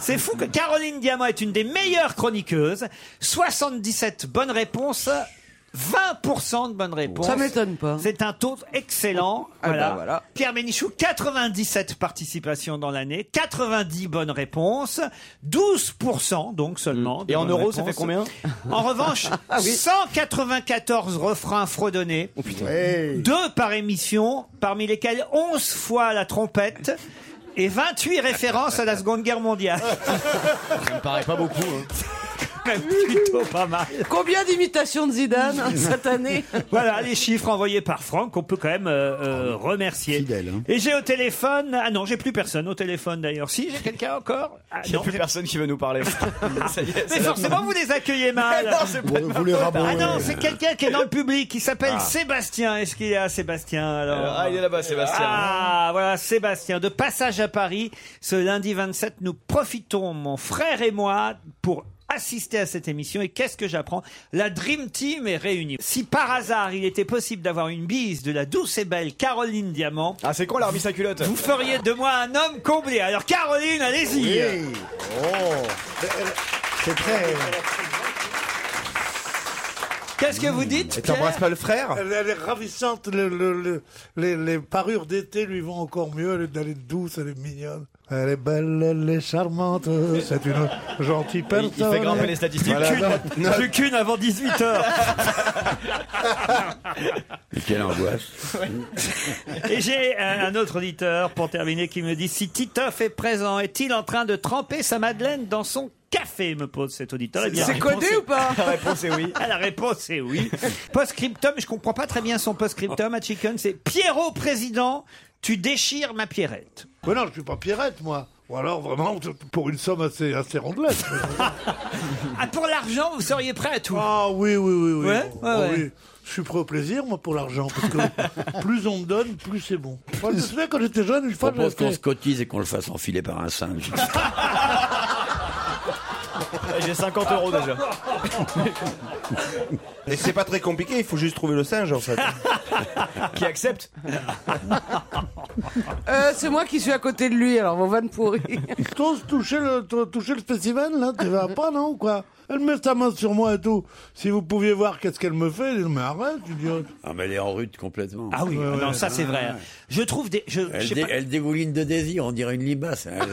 Speaker 3: C'est fou que Caroline Diamant est une des meilleures chroniqueuses, 77 bonnes réponses, 20% de bonnes réponses.
Speaker 13: Ça m'étonne pas.
Speaker 3: C'est un taux excellent.
Speaker 13: Ah
Speaker 3: voilà.
Speaker 8: ben
Speaker 13: bah voilà.
Speaker 3: Pierre Ménichou, 97 participations dans l'année, 90 bonnes réponses, 12% donc seulement. de
Speaker 8: Mm. Et en
Speaker 3: bonnes
Speaker 8: euros, ça
Speaker 3: réponses.
Speaker 8: fait combien
Speaker 3: En revanche,
Speaker 8: Ah oui. Oh
Speaker 3: 194 refrains fredonnés,
Speaker 8: Hey.
Speaker 3: deux par émission, parmi lesquels 11 fois la trompette. Et 28 références à la Seconde Guerre mondiale.
Speaker 8: Ça me paraît pas beaucoup. hein.
Speaker 3: Même plutôt pas mal.
Speaker 13: Combien d'imitations de Zidane hein, cette année
Speaker 3: Voilà les chiffres envoyés par Franck qu'on peut quand même euh,
Speaker 8: Ah
Speaker 3: euh, remercier.
Speaker 8: hein.
Speaker 3: Et j'ai au téléphone. Ah non, j'ai plus personne au téléphone d'ailleurs. Si, j'ai quelqu'un encore. Ah,
Speaker 8: Il n'y a plus personne qui veut nous parler. Ça y est, c'est
Speaker 3: Mais
Speaker 8: la
Speaker 3: forcément,
Speaker 8: fin.
Speaker 3: vous les accueillez mal.
Speaker 8: Mais non, c'est pas Vous- de ma vous les faute. rabrouez.
Speaker 3: Ah non, c'est quelqu'un qui est dans le public. qui s'appelle
Speaker 8: Ah.
Speaker 3: Sébastien. Est-ce qu'il est à Sébastien alors
Speaker 8: Alors, ah, il est là-bas, Sébastien.
Speaker 3: Ah, voilà, Sébastien. De passage à Paris, ce lundi 27, nous profitons, mon frère et moi, pour assister à cette émission. Et qu'est-ce que j'apprends La Dream Team est réunie. Si par hasard, il était possible d'avoir une bise de la douce et belle Caroline Diamant. Ah, c'est con, l'armée sa culotte Vous feriez de moi un homme comblé. Alors, Caroline, allez-y Oh.
Speaker 15: C'est très.
Speaker 3: Qu'est-ce que vous dites
Speaker 11: Et t'embrasses pas le frère
Speaker 6: elle, elle est ravissante. le- le- le- les, les parures d'été lui vont encore mieux. Elle est, elle est douce, elle est mignonne. Elle est belle, elle est charmante. C'est une gentille personne.
Speaker 8: Il fait grimper les statistiques.
Speaker 6: Voilà.
Speaker 8: Plus qu'une-
Speaker 6: Non.
Speaker 8: plus
Speaker 3: qu'une avant 18 heures.
Speaker 4: Mais Quelle angoisse.
Speaker 3: Et j'ai un, un autre auditeur pour terminer qui me dit si Titoff est présent, est-il en train de tremper sa madeleine dans son café me pose cet auditeur. Eh bien,
Speaker 13: C'est
Speaker 3: la
Speaker 13: codé
Speaker 3: réponse
Speaker 13: ou pas
Speaker 3: est- La réponse est oui. La réponse est oui. Post-scriptum, je comprends pas très bien son post-scriptum à Chicken, c'est Pierrot président, tu déchires ma pierrette.
Speaker 6: Mais non, je suis pas Pierrette, moi. Ou alors vraiment t- pour une somme assez, assez rondelette.
Speaker 3: ah, pour l'argent, vous seriez prêt à tout
Speaker 6: Ah oui, oui, oui, oui.
Speaker 3: Ouais
Speaker 6: Ah
Speaker 3: Ouais, ouais.
Speaker 6: oui. Je suis prêt au plaisir, moi, pour l'argent. Parce que plus on me donne, plus c'est bon. Moi, je me souviens quand j'étais jeune, une
Speaker 4: Je
Speaker 6: fois, j'avais
Speaker 4: propose qu'on se
Speaker 6: fait-
Speaker 4: cotise et qu'on le fasse enfiler par un singe.
Speaker 8: J'ai 50 euros déjà.
Speaker 11: Et c'est pas très compliqué, il faut juste trouver le singe en fait.
Speaker 8: qui accepte
Speaker 13: Euh, C'est moi qui suis à côté de lui, alors mon van pourri.
Speaker 6: T'oses toucher le, t- toucher le spécimen, là Tu vas pas, non ou quoi Elle met sa main sur moi et tout. Si vous pouviez voir qu'est-ce qu'elle me fait, elle dit, mais arrête, idiote.
Speaker 4: Ah, mais elle est en rude complètement.
Speaker 3: Ah oui, non, ça c'est vrai. hein. Je trouve des. Je, je
Speaker 4: Elle,
Speaker 3: sais
Speaker 4: dé-
Speaker 3: pas-
Speaker 4: elle dégouline de désir, on dirait une limace. hein.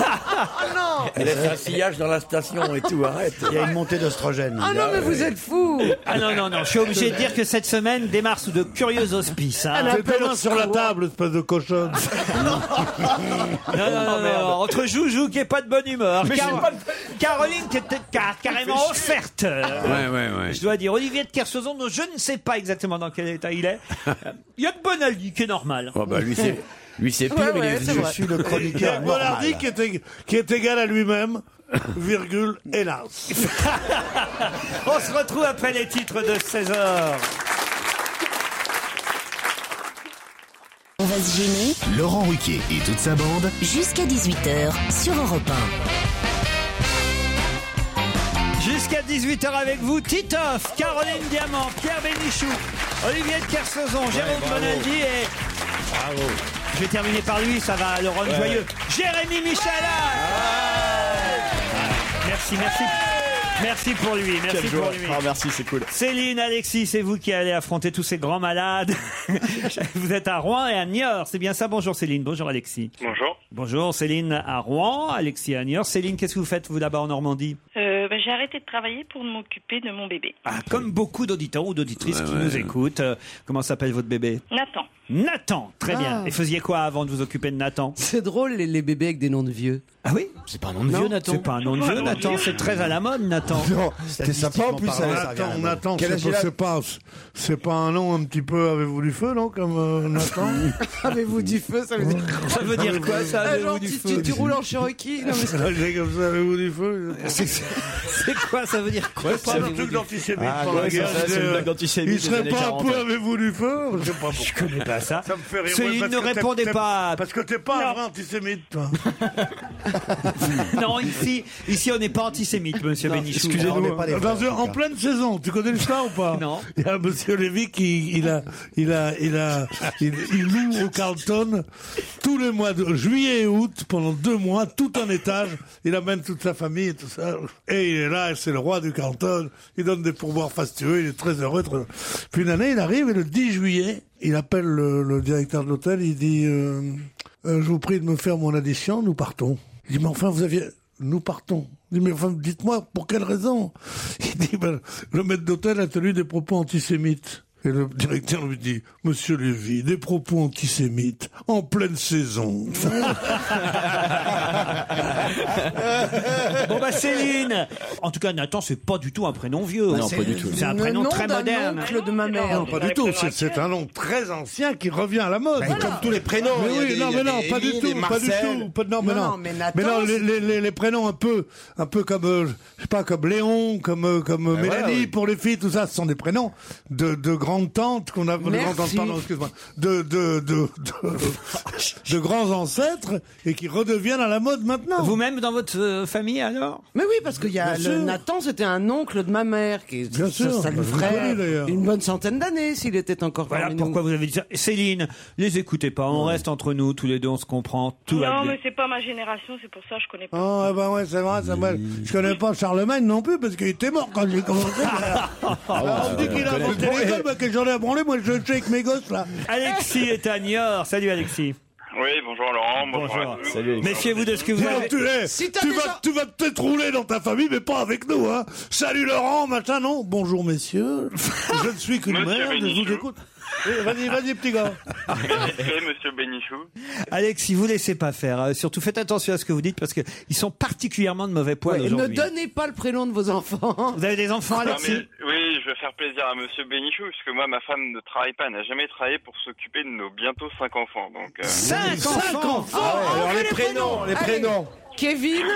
Speaker 3: Ah
Speaker 13: non
Speaker 4: Elle laisse un sillage dans la station et tout, arrête.
Speaker 15: Il y a une montée d'ostrogène.
Speaker 13: Ah non, mais vous êtes fou
Speaker 3: Ah non, non, non, je suis obligé de dire que cette semaine démarre sous de curieux auspices. hein.
Speaker 6: Mets ta main sur la table, espèce de cochonne.
Speaker 3: Non, non, non, non, entre Joujou qui est pas de bonne humeur,
Speaker 6: Mais
Speaker 3: Car-
Speaker 6: j'ai
Speaker 3: Caroline qui est car- carrément
Speaker 6: chier.
Speaker 3: offerte. euh,
Speaker 4: Ouais, ouais, ouais.
Speaker 3: Je dois dire, Olivier de Kersauzon, dont je ne sais pas exactement dans quel état il est. Il y a de Bonaldi qui est normal.
Speaker 4: Oh, bah, lui, c'est. Lui, c'est pire, mais il est-
Speaker 6: Il y a Bonardi qui est, ég- qui est égal à lui-même, virgule, hélas.
Speaker 3: On se retrouve après les titres de 16h.
Speaker 2: On va se gêner
Speaker 16: Laurent Ruquier et toute sa bande.
Speaker 2: jusqu'à 18h sur Europe
Speaker 3: Jusqu'à 18h avec vous, Titoff, Caroline Diamant, Pierre Bénichou, Olivier de Kersauzon, Jérôme
Speaker 8: bravo.
Speaker 3: Bonaldi et. Je vais terminer par lui, ça va, Laurent
Speaker 8: Ouais.
Speaker 3: Joyeux. Jérémy Michalak Merci, merci. Merci pour lui, merci
Speaker 8: Quel
Speaker 3: pour
Speaker 8: joueur.
Speaker 3: lui.
Speaker 8: Ah, merci, c'est cool.
Speaker 3: Céline, Alexis, c'est vous qui allez affronter tous ces grands malades. vous êtes à Rouen et à Niort, c'est bien ça. Bonjour Céline, bonjour Alexis.
Speaker 17: Bonjour.
Speaker 3: Bonjour Céline à Rouen, Alexis à Niort. Céline, qu'est-ce que vous faites vous là-bas en Normandie
Speaker 17: Euh, bah, j'ai arrêté de travailler pour m'occuper de mon bébé.
Speaker 3: Ah, Comme beaucoup d'auditeurs ou d'auditrices qui nous écoutent, euh, comment s'appelle votre bébé
Speaker 17: Nathan.
Speaker 3: Nathan, très
Speaker 13: Ah.
Speaker 3: bien. Et faisiez quoi avant de vous occuper de Nathan
Speaker 13: C'est drôle, les, les bébés avec des noms de vieux.
Speaker 3: Ah oui C'est pas un nom de vieux, Nathan. C'est pas un nom de vieux, Nathan. C'est très à la mode, Nathan.
Speaker 6: Ah, Non, c'était sympa en plus. Nathan, Nathan, c'est pas, c'est pas, c'est pas un nom un petit peu avez-vous du feu, non, comme euh, Nathan
Speaker 13: Avez-vous du feu Ça veut dire,
Speaker 6: Ça veut dire quoi, ça,
Speaker 13: Ah,
Speaker 6: avez-vous
Speaker 13: genre,
Speaker 6: du
Speaker 13: tu,
Speaker 6: feu
Speaker 13: tu, tu roules en Cherokee. Non, mais c'est-
Speaker 6: J'ai comme ça, avez-vous du feu
Speaker 3: C'est quoi, ça veut dire quoi
Speaker 6: C'est
Speaker 3: ça,
Speaker 6: pas un
Speaker 3: avez-vous
Speaker 6: truc
Speaker 3: du-
Speaker 6: d'antisémite.
Speaker 3: Ah,
Speaker 6: pendant la
Speaker 3: ouais,
Speaker 6: guerre,
Speaker 3: ça, c'est
Speaker 6: je-
Speaker 3: une blague d'antisémite
Speaker 6: Il
Speaker 3: des
Speaker 6: serait
Speaker 3: années
Speaker 6: pas un
Speaker 3: 40.
Speaker 6: peu avez-vous du feu Je sais pas pourquoi.
Speaker 3: connais pas Eh ben, ça.
Speaker 6: Ça me fait rire.
Speaker 3: Céline,
Speaker 6: ouais, parce
Speaker 3: ne
Speaker 6: que t'es-
Speaker 3: répondez
Speaker 6: t'es-
Speaker 3: pas.
Speaker 6: Parce que t'es pas un vrai antisémite, toi.
Speaker 3: Non, ici, ici on n'est pas antisémite, monsieur Bénichou.
Speaker 6: Dans un- hein. en pleine saison, tu connais ça ou pas
Speaker 3: Non.
Speaker 6: Il y a un monsieur Lévy qui il a, il a, il a, il, il loue au Carlton tous les mois de juillet et août pendant deux mois, tout un étage. Il amène toute sa famille et tout ça. Et il est là, et c'est le roi du Carlton. Il donne des pourboires fastueux, il est très heureux. très heureux. Puis une année, il arrive et le 10 juillet, il appelle le, le directeur de l'hôtel, il dit euh, Euh, Je vous prie de me faire mon addition, nous partons. Il dit Mais enfin, vous aviez. Nous partons. Il dit Mais enfin, dites-moi, pour quelle raison Il dit Ben, Le maître d'hôtel a tenu des propos antisémites. Et le directeur lui dit Monsieur Lévy, des propos antisémites, en pleine saison.
Speaker 3: Bon bah Céline. En tout cas, Nathan, c'est pas du tout un prénom vieux.
Speaker 6: Non, pas du tout.
Speaker 3: C'est un
Speaker 6: Le
Speaker 3: prénom
Speaker 6: nom
Speaker 3: très
Speaker 6: d'un
Speaker 3: moderne.
Speaker 6: oncle de ma mère. Non, pas du tout, c'est- c'est un nom très ancien qui revient à la mode.
Speaker 15: Bah, comme tous les prénoms,
Speaker 6: Mais
Speaker 15: il y a
Speaker 6: oui,
Speaker 15: des-
Speaker 6: non,
Speaker 15: il y a
Speaker 6: mais non,
Speaker 15: des
Speaker 6: pas du
Speaker 15: Émile,
Speaker 6: tout,
Speaker 15: des
Speaker 6: pas du
Speaker 15: Marcel.
Speaker 6: tout. pas- non, mais
Speaker 15: Non,
Speaker 6: non.
Speaker 15: non, mais Nathan,
Speaker 6: non, les,
Speaker 15: c'est-
Speaker 6: les- les- les prénoms un peu, un peu comme, euh, je sais pas, comme Léon, comme, euh, comme euh,
Speaker 15: Ben voilà,
Speaker 6: Mélanie
Speaker 15: oui.
Speaker 6: pour les filles, tout ça, ce sont des prénoms de, de grandes tantes qu'on a, de
Speaker 15: Merci.
Speaker 6: grandes tantes, pardon, excuse-moi, de, de, de, de- de grands ancêtres et qui redeviennent à la mode maintenant.
Speaker 3: Vous-même dans votre euh, famille alors
Speaker 13: Mais oui, parce qu'il y a
Speaker 6: Bien
Speaker 13: le
Speaker 6: sûr.
Speaker 13: Nathan, c'était un oncle de ma mère. Qui,
Speaker 6: Bien
Speaker 13: ça,
Speaker 6: sûr. bah,
Speaker 13: ça
Speaker 3: Bah,
Speaker 13: lui
Speaker 6: Je le
Speaker 13: ferait
Speaker 6: connais, d'ailleurs.
Speaker 13: une bonne centaine d'années s'il était encore
Speaker 3: Voilà
Speaker 13: parmi nous.
Speaker 3: pourquoi vous avez dit ça. Céline, les écoutez pas, on reste entre nous, tous les deux, on se comprend, tout va
Speaker 17: non,
Speaker 3: bien. Oh,
Speaker 17: mais c'est pas ma génération, c'est pour ça que je connais pas.
Speaker 6: Ah, eh ben ouais, c'est vrai, c'est vrai. Je connais pas Charlemagne non plus, parce qu'il était mort quand j'ai commencé. Alors, Ah, on me dit qu'il a
Speaker 3: Ah, on
Speaker 6: inventé
Speaker 3: connaît.
Speaker 6: l'école, bah, que j'en ai à branler, moi je le check mes gosses là.
Speaker 3: Alexis est à Niort. Salut Alexis.
Speaker 12: Oui, bonjour Laurent. Bonjour.
Speaker 3: Méfiez-vous de ce que vous
Speaker 6: Non,
Speaker 3: avez.
Speaker 6: tu, eh, tu vas, tu vas peut-être rouler dans ta famille, mais pas avec nous. Hein. Salut Laurent, machin, non Bonjour messieurs, je ne suis qu'une
Speaker 12: Monsieur
Speaker 6: merde, je vous
Speaker 12: Bénichou.
Speaker 6: écoute. Oui, Vas-y, vas-y petit gars.
Speaker 12: Respect, monsieur Bénichou.
Speaker 3: Alexis, vous laissez pas faire. Euh, surtout, faites attention à ce que vous dites parce que ils sont particulièrement de mauvais poil
Speaker 13: Ouais, ne
Speaker 3: aujourd'hui.
Speaker 13: donnez pas le prénom de vos enfants.
Speaker 3: Vous avez des enfants,
Speaker 12: Non,
Speaker 3: Alexis
Speaker 12: mais- oui, je vais faire plaisir à monsieur Bénichou, parce que moi, ma femme ne travaille pas, n'a jamais travaillé pour s'occuper de nos bientôt 5 enfants. Donc, euh,
Speaker 3: Cinq
Speaker 13: enfants.
Speaker 15: Ah ouais,
Speaker 13: Ah,
Speaker 15: alors
Speaker 13: que
Speaker 15: les prénoms, les
Speaker 13: Allez,
Speaker 15: prénoms.
Speaker 13: Kevin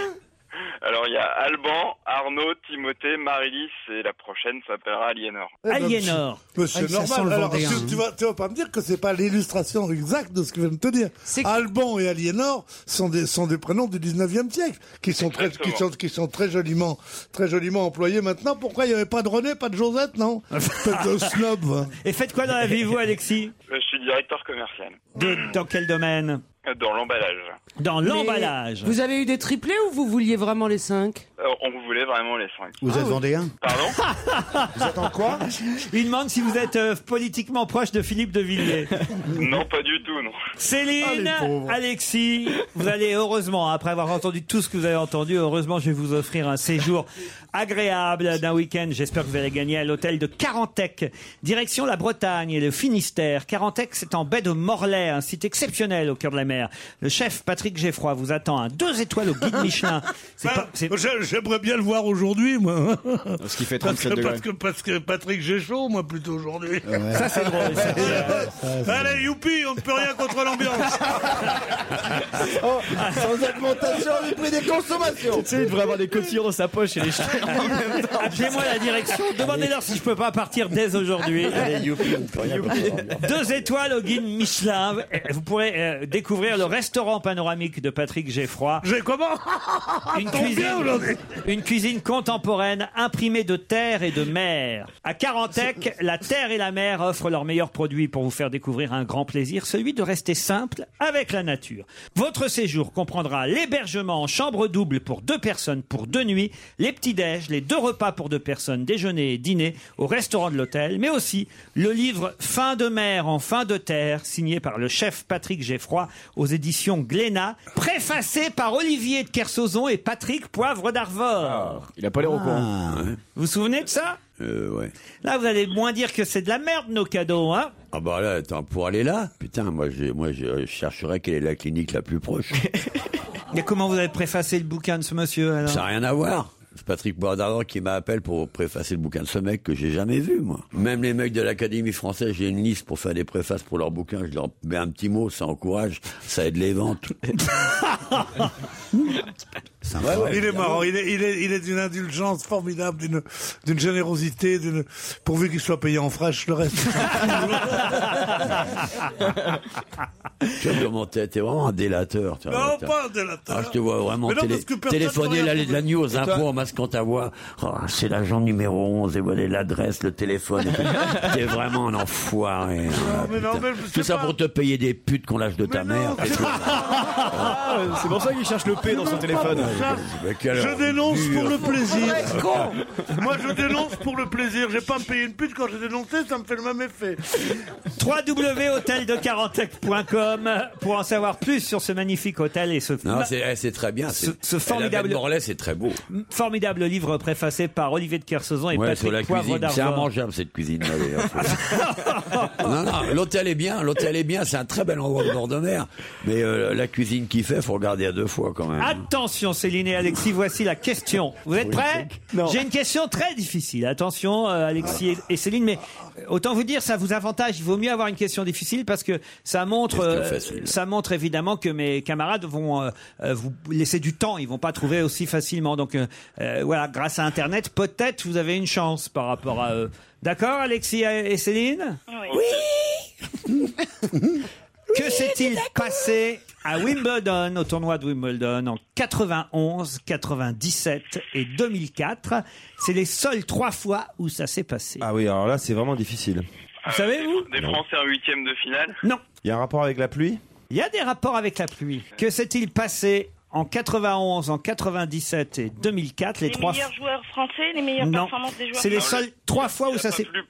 Speaker 12: Alors, il y a Alban, Arnaud, Timothée, Marilis, et la prochaine s'appellera Aliénor.
Speaker 6: Eh ben, monsieur-
Speaker 12: Ah,
Speaker 6: Monsieur,
Speaker 12: ça sent
Speaker 6: normal.
Speaker 12: le
Speaker 6: Alors,
Speaker 12: Vendéen, hein.
Speaker 6: tu, tu vas, tu vas pas me dire que c'est pas l'illustration exacte de ce que je viens de te dire. Alban et Aliénor sont des, sont des prénoms du 19e siècle, qui sont très, qui sont, qui sont très joliment, très joliment employés maintenant. Pourquoi il n'y avait pas de René, pas de Josette, non? Espèce de snob. hein. va.
Speaker 3: Et faites quoi dans la vie, vous, Alexis
Speaker 12: Euh, Je suis directeur commercial.
Speaker 3: De- Dans quel domaine
Speaker 12: Euh, Dans l'emballage.
Speaker 3: Dans
Speaker 13: Mais
Speaker 3: l'emballage.
Speaker 13: Vous avez eu des triplés ou vous vouliez vraiment les cinq
Speaker 12: Euh, on voulait vraiment les 5.
Speaker 13: Vous êtes
Speaker 15: vendéen
Speaker 12: Pardon
Speaker 3: Vous êtes en quoi Il demande si vous êtes euh, politiquement proche de Philippe de Villiers.
Speaker 12: Non, pas du tout, non.
Speaker 3: Céline, Alexis, vous allez heureusement, après avoir entendu tout ce que vous avez entendu, heureusement, je vais vous offrir un séjour agréable d'un week-end. J'espère que vous allez gagner à l'hôtel de Carantec, direction la Bretagne et le Finistère. Carantec, c'est en baie de Morlaix, un site exceptionnel au cœur de la mer. Le chef Patrick Geffroy vous attend à deux étoiles au guide Michelin. C'est
Speaker 12: Bah,
Speaker 3: pas- c'est-
Speaker 6: Je- J'aimerais bien le voir aujourd'hui, moi.
Speaker 8: Ce qui fait
Speaker 6: Parce
Speaker 8: 37
Speaker 6: que,
Speaker 8: degrés.
Speaker 6: parce que, parce que Patrick, j'ai chaud, moi, plutôt aujourd'hui.
Speaker 8: Ça, c'est drôle, ça.
Speaker 6: Allez, youpi, on ne peut rien contre l'ambiance.
Speaker 8: Oh,
Speaker 15: sans augmentation du prix des consommations.
Speaker 8: Tu sais, il devrait avoir des cotillons dans sa poche et les jeter en même temps.
Speaker 3: Appelez-moi la direction, demandez-leur si je peux pas partir dès aujourd'hui.
Speaker 8: Allez, youpi, on peut rien
Speaker 3: Deux étoiles au guide Michelin. Vous pourrez euh, découvrir découvrir le restaurant panoramique de Patrick Geffroy.
Speaker 6: J'ai comment
Speaker 3: Une
Speaker 6: Tant
Speaker 3: cuisine,
Speaker 6: bien aujourd'hui.
Speaker 3: une cuisine contemporaine imprimée de terre et de mer. À Carantec, la terre et la mer offrent leurs meilleurs produits pour vous faire découvrir un grand plaisir, celui de rester simple avec la nature. Votre séjour comprendra l'hébergement en chambre double pour deux personnes pour deux nuits, les petits-déj, les deux repas pour deux personnes, déjeuner et dîner au restaurant de l'hôtel, mais aussi le livre Fin de mer en fin de terre, signé par le chef Patrick Geffroy aux éditions Glénat, préfacé par Olivier de Kersauzon et Patrick Poivre d'Arvor.
Speaker 8: Il a pas l'air au courant.
Speaker 4: Ah, ouais.
Speaker 3: Vous vous souvenez de ça
Speaker 4: Euh, ouais.
Speaker 3: Là, vous allez moins dire que c'est de la merde, nos cadeaux, hein
Speaker 4: Ah bah là, attends, pour aller là, putain, moi, j'ai- moi je chercherais quelle est la clinique la plus proche.
Speaker 3: Mais comment vous avez préfacé le bouquin de ce monsieur, alors
Speaker 4: Ça n'a rien à voir. C'est Patrick Boisdard qui m'appelle pour préfacer le bouquin de ce mec que j'ai jamais vu, moi. Même les mecs de l'Académie française, j'ai une liste pour faire des préfaces pour leurs bouquins. Je leur mets un petit mot, ça encourage, ça aide les ventes. C'est un problème.
Speaker 6: il est marrant, il est, il est, il est d'une indulgence formidable, d'une, d'une générosité, d'une... pourvu qu'il soit payé en fraîche, le reste.
Speaker 4: Tu vois, dans mon tête, t'es vraiment un délateur. tu vois.
Speaker 6: Non,
Speaker 4: T'as-
Speaker 6: pas un délateur.
Speaker 4: Ah, je te vois vraiment
Speaker 6: Mais non,
Speaker 4: télé-
Speaker 6: parce que personne
Speaker 4: téléphoner
Speaker 6: ne
Speaker 4: la,
Speaker 6: regarde.
Speaker 4: la nuit aux
Speaker 6: Et toi
Speaker 4: impôts en masquant ta voix. Oh, c'est l'agent numéro 11, et voilà l'adresse, le téléphone. et tout. T'es vraiment un enfoiré. hein,
Speaker 6: mais non,
Speaker 4: putain.
Speaker 6: mais je
Speaker 4: Tout ça pour te payer des putes qu'on lâche de ta mère. et tout.
Speaker 3: Ah,
Speaker 8: C'est pour ça qu'il cherche le P dans son téléphone.
Speaker 4: Mais quelle
Speaker 6: Ah, Je dénonce
Speaker 4: ordure. Ah,
Speaker 6: pour le plaisir. Moi, je dénonce pour le plaisir. J'ai pas à me payer une pute quand j'ai dénoncé, ça me fait le même effet.
Speaker 3: www.hoteldecarantec.com pour en savoir plus sur ce magnifique hôtel et ce
Speaker 4: Non,
Speaker 3: ma-
Speaker 4: c'est eh, c'est très bien.
Speaker 3: Ce-
Speaker 4: c'est-
Speaker 3: ce
Speaker 4: eh, La
Speaker 3: formidable-
Speaker 4: bête Morlaix, c'est très beau.
Speaker 3: formidable livre préfacé par Olivier de Kersauzon et
Speaker 4: Ouais, sur la
Speaker 3: Patrick Poivre
Speaker 4: cuisine, c'est
Speaker 3: d'Arvor.
Speaker 4: immangeable cette cuisine. là, d'ailleurs. non, non, l'hôtel est bien, l'hôtel est bien, c'est un très bel endroit de bord de mer. Mais euh, la cuisine qu'il fait, faut regarder à deux fois quand
Speaker 6: Ah,
Speaker 4: même.
Speaker 3: Attention Céline et Alexis, voici la question. Vous êtes
Speaker 4: Oui.
Speaker 3: prêts
Speaker 4: Non.
Speaker 3: J'ai une question très difficile. Attention euh, Alexis et, et Céline, mais euh, autant vous dire, ça vous avantage. Il vaut mieux avoir une question difficile parce que ça montre,
Speaker 4: Question
Speaker 3: euh,
Speaker 4: facile.
Speaker 3: ça montre évidemment que mes camarades vont euh, euh, vous laisser du temps. Ils vont pas trouver aussi facilement. Donc euh, euh, voilà, grâce à Internet, peut-être vous avez une chance par rapport à eux. D'accord Alexis et et Céline que s'est-il passé à Wimbledon, au tournoi de Wimbledon en 91, 97 et 2004 C'est les seules trois fois où ça s'est passé.
Speaker 11: Ah oui, alors là, c'est vraiment difficile.
Speaker 3: Vous savez, vous
Speaker 12: Des Français en huitième de finale
Speaker 3: Non.
Speaker 11: Il y a un rapport avec la pluie
Speaker 3: Il y a des rapports avec la pluie. Que s'est-il passé en 91, en 97 et 2004 Les,
Speaker 17: les
Speaker 3: trois.
Speaker 17: meilleurs joueurs français, les meilleures
Speaker 3: Non.
Speaker 17: performances des joueurs
Speaker 3: C'est les
Speaker 17: français.
Speaker 3: seules trois fois où ça s'est.
Speaker 12: Les-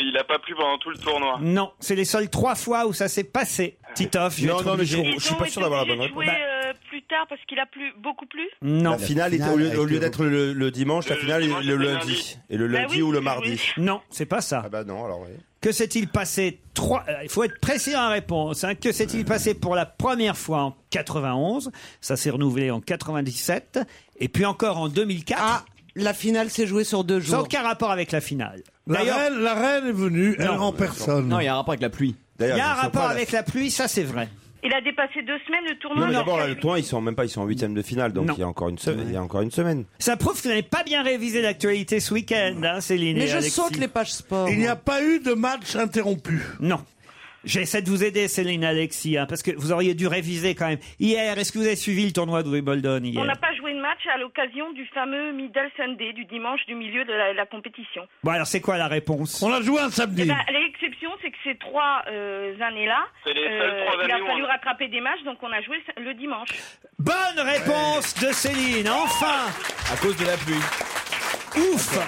Speaker 12: Il a pas plu pendant tout le tournoi.
Speaker 3: Non, c'est les seules trois fois où ça s'est passé. Titoff, je vais
Speaker 11: Non,
Speaker 3: être
Speaker 11: non, mais
Speaker 3: obligé.
Speaker 11: je- je suis pas sûr d'avoir la bonne réponse.
Speaker 3: Bah-
Speaker 17: Jouer, euh, plus tard parce qu'il a plu beaucoup plus
Speaker 3: Non.
Speaker 11: La finale, était, au lieu, au lieu d'être le, le dimanche, la finale est Ah le, lundi. Et le
Speaker 17: Bah
Speaker 11: lundi
Speaker 17: oui,
Speaker 11: ou le
Speaker 17: oui.
Speaker 11: mardi.
Speaker 3: Euh, Non, c'est pas ça.
Speaker 11: Ah bah non, alors oui.
Speaker 3: Que s'est-il passé trois euh, Il faut être précis dans la réponse. hein. Que s'est-il passé pour la première fois en 91 Ça s'est renouvelé en 97 et puis encore en 2004.
Speaker 13: Ah, La finale s'est jouée sur deux
Speaker 3: sans
Speaker 13: jours.
Speaker 3: aucun rapport avec la finale.
Speaker 6: La
Speaker 3: D'ailleurs,
Speaker 6: reine, la reine est venue, elle en personne.
Speaker 8: Non, il y a un rapport avec la pluie.
Speaker 3: il
Speaker 11: D'ailleurs,
Speaker 3: y a un
Speaker 11: je sais
Speaker 3: rapport
Speaker 11: pas, la-
Speaker 3: avec la pluie, ça c'est vrai.
Speaker 17: Il a dépassé deux semaines le tournoi.
Speaker 11: Non, mais
Speaker 17: alors
Speaker 11: d'abord,
Speaker 17: qu'il
Speaker 11: là,
Speaker 17: a
Speaker 11: le
Speaker 17: plu.
Speaker 11: tournoi, ils sont même pas, ils sont en huitième de finale, donc il y a encore une semaine. Il y a encore une semaine.
Speaker 3: Ça prouve que vous n'avez pas bien révisé l'actualité ce week-end, hein, Céline.
Speaker 13: Mais
Speaker 3: et
Speaker 13: je
Speaker 3: Alexis.
Speaker 13: saute les pages sport.
Speaker 6: Il n'y a pas eu de match interrompu.
Speaker 3: Non. J'essaie de vous aider, Céline et Alexis, hein, parce que vous auriez dû réviser quand même. Hier, est-ce que vous avez suivi le tournoi de Wimbledon hier
Speaker 17: On n'a pas joué de match à l'occasion du fameux Middle Sunday, du dimanche du milieu de la, la compétition.
Speaker 3: Bon, alors c'est quoi la réponse
Speaker 6: On a joué un
Speaker 17: Eh
Speaker 6: samedi.
Speaker 17: ben, L'exception, c'est que ces trois euh, années-là, euh,
Speaker 12: C'est les seules trois
Speaker 17: il a
Speaker 12: années où
Speaker 17: fallu
Speaker 12: on-
Speaker 17: rattraper des matchs, donc on a joué le dimanche.
Speaker 3: Bonne réponse de Céline, enfin
Speaker 8: À cause de la pluie.
Speaker 3: Ouf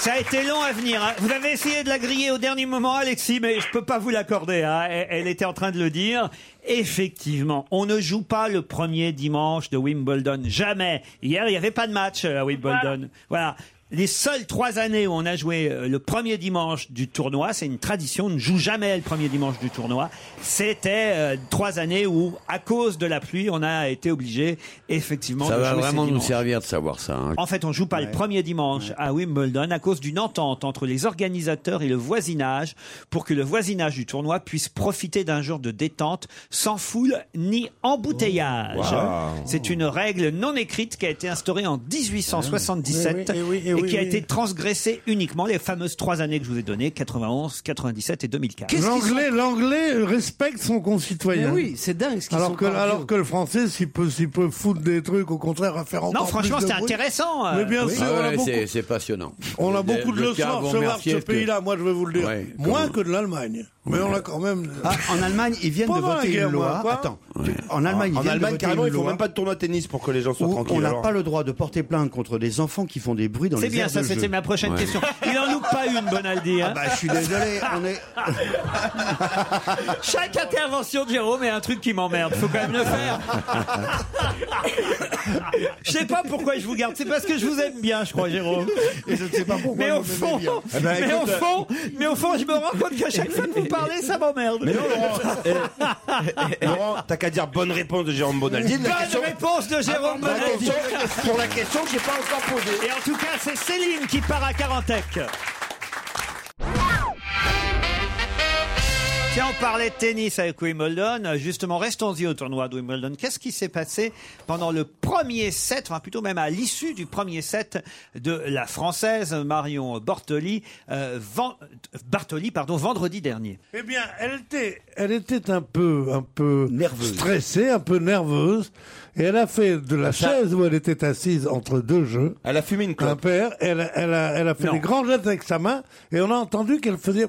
Speaker 3: ça a été long à venir. hein. Vous avez essayé de la griller au dernier moment, Alexis, mais je peux pas vous l'accorder. hein. Elle elle était en train de le dire. Effectivement, on ne joue pas le premier dimanche de Wimbledon. Jamais. Hier, il n'y avait pas de match euh, à Wimbledon. Voilà. Les seules trois années où on a joué euh, le premier dimanche du tournoi, c'est une tradition, on ne joue jamais le premier dimanche du tournoi. C'était euh, trois années où, à cause de la pluie, on a été obligé, effectivement,
Speaker 4: Ça
Speaker 3: de
Speaker 4: va
Speaker 3: jouer ces
Speaker 4: vraiment nous
Speaker 3: dimanches.
Speaker 4: servir de savoir ça. hein.
Speaker 3: En fait, on joue pas le premier dimanche à Wimbledon à cause d'une entente entre les organisateurs et le voisinage pour que le voisinage du tournoi puisse profiter d'un jour de détente sans foule ni embouteillage.
Speaker 6: Oh,
Speaker 11: Wow.
Speaker 3: C'est une règle non écrite qui a été instaurée en 1877
Speaker 6: Eh oui, eh oui, eh
Speaker 3: et
Speaker 6: oui. oui,
Speaker 3: qui a
Speaker 6: oui.
Speaker 3: été transgressé uniquement les fameuses trois années que je vous ai données, 91, 97 et 2004.
Speaker 6: L'anglais, l'anglais respecte son concitoyen.
Speaker 3: Mais oui,
Speaker 6: c'est dingue
Speaker 3: qu'ils
Speaker 6: alors
Speaker 3: sont
Speaker 6: que,
Speaker 3: pas
Speaker 6: alors
Speaker 3: idiots.
Speaker 6: que le français, s'il peut, s'il peut foutre des trucs, au contraire, à faire encore
Speaker 3: Non, franchement,
Speaker 6: plus de
Speaker 3: c'était
Speaker 6: bruit.
Speaker 3: intéressant, euh.
Speaker 6: Mais bien
Speaker 3: Oui.
Speaker 6: sûr,
Speaker 4: Ah
Speaker 6: on a
Speaker 4: ouais,
Speaker 6: beaucoup-
Speaker 4: c'est- C'est passionnant.
Speaker 6: on a
Speaker 4: Le-
Speaker 6: beaucoup de
Speaker 4: le
Speaker 6: leçons
Speaker 4: cas,
Speaker 6: à
Speaker 4: vous
Speaker 6: recevoir de
Speaker 4: remerciez
Speaker 6: ce
Speaker 4: que-
Speaker 6: pays-là, moi je vais vous le dire.
Speaker 4: Ouais,
Speaker 6: Moins
Speaker 4: comme-
Speaker 6: que de l'Allemagne. Mais on a quand même. euh,
Speaker 3: Ah,
Speaker 14: en Allemagne, ils viennent de
Speaker 6: Pendant la
Speaker 14: voter
Speaker 6: guerre,
Speaker 14: une
Speaker 6: moi,
Speaker 14: loi.
Speaker 6: quoi.
Speaker 14: Attends, en Allemagne, ils
Speaker 11: Ah, en
Speaker 14: viennent de
Speaker 11: Allemagne
Speaker 14: voter
Speaker 11: carrément,
Speaker 14: une
Speaker 11: ils font
Speaker 14: loi
Speaker 11: même pas de tournoi de tennis pour que les gens soient
Speaker 14: où
Speaker 11: tranquilles.
Speaker 14: on n'a
Speaker 11: alors.
Speaker 14: pas le droit de porter plainte contre des enfants qui font des bruits dans les
Speaker 3: C'est bien,
Speaker 14: aires
Speaker 3: ça
Speaker 14: de
Speaker 3: c'était
Speaker 14: jeu.
Speaker 3: ma prochaine question. Il en loupe pas une, Bonaldi. hein.
Speaker 14: Ah bah, je suis désolé, on est.
Speaker 3: Chaque intervention de Jérôme est un truc qui m'emmerde. Faut quand même le faire. Je sais pas pourquoi je vous garde. C'est parce que je vous aime bien, je crois, Jérôme. mais au fond,
Speaker 14: Eh ben,
Speaker 3: mais au
Speaker 14: écoute,
Speaker 3: fond, mais au fond, je me rends compte qu'à chaque fois que vous parlez, ça m'emmerde.
Speaker 11: Mais non, Laurent, eh, Laurent, t'as qu'à dire bonne réponse de Jérôme Bonaldi.
Speaker 3: Bonne réponse de Jérôme
Speaker 11: Ah, la
Speaker 3: Bonaldi.
Speaker 11: question- Pour la question que j'ai pas encore posée.
Speaker 3: Et en tout cas, c'est Céline qui part à Carantec. Tiens, on parlait de tennis avec Wimbledon. Justement, restons-y au tournoi de Wimbledon. Qu'est-ce qui s'est passé pendant le premier set, enfin plutôt même à l'issue du premier set de la Française Marion Bortoli, euh, ven- Bartoli, pardon, vendredi dernier
Speaker 6: Eh bien, elle était, elle était un peu, un peu stressée, un peu nerveuse, et elle a fait de la chaise où elle était assise entre deux jeux.
Speaker 11: Elle a fumé une
Speaker 6: Un
Speaker 11: clope.
Speaker 6: père, elle, a- elle a, elle a fait
Speaker 11: Non.
Speaker 6: des grands gestes avec sa main, et on a entendu qu'elle faisait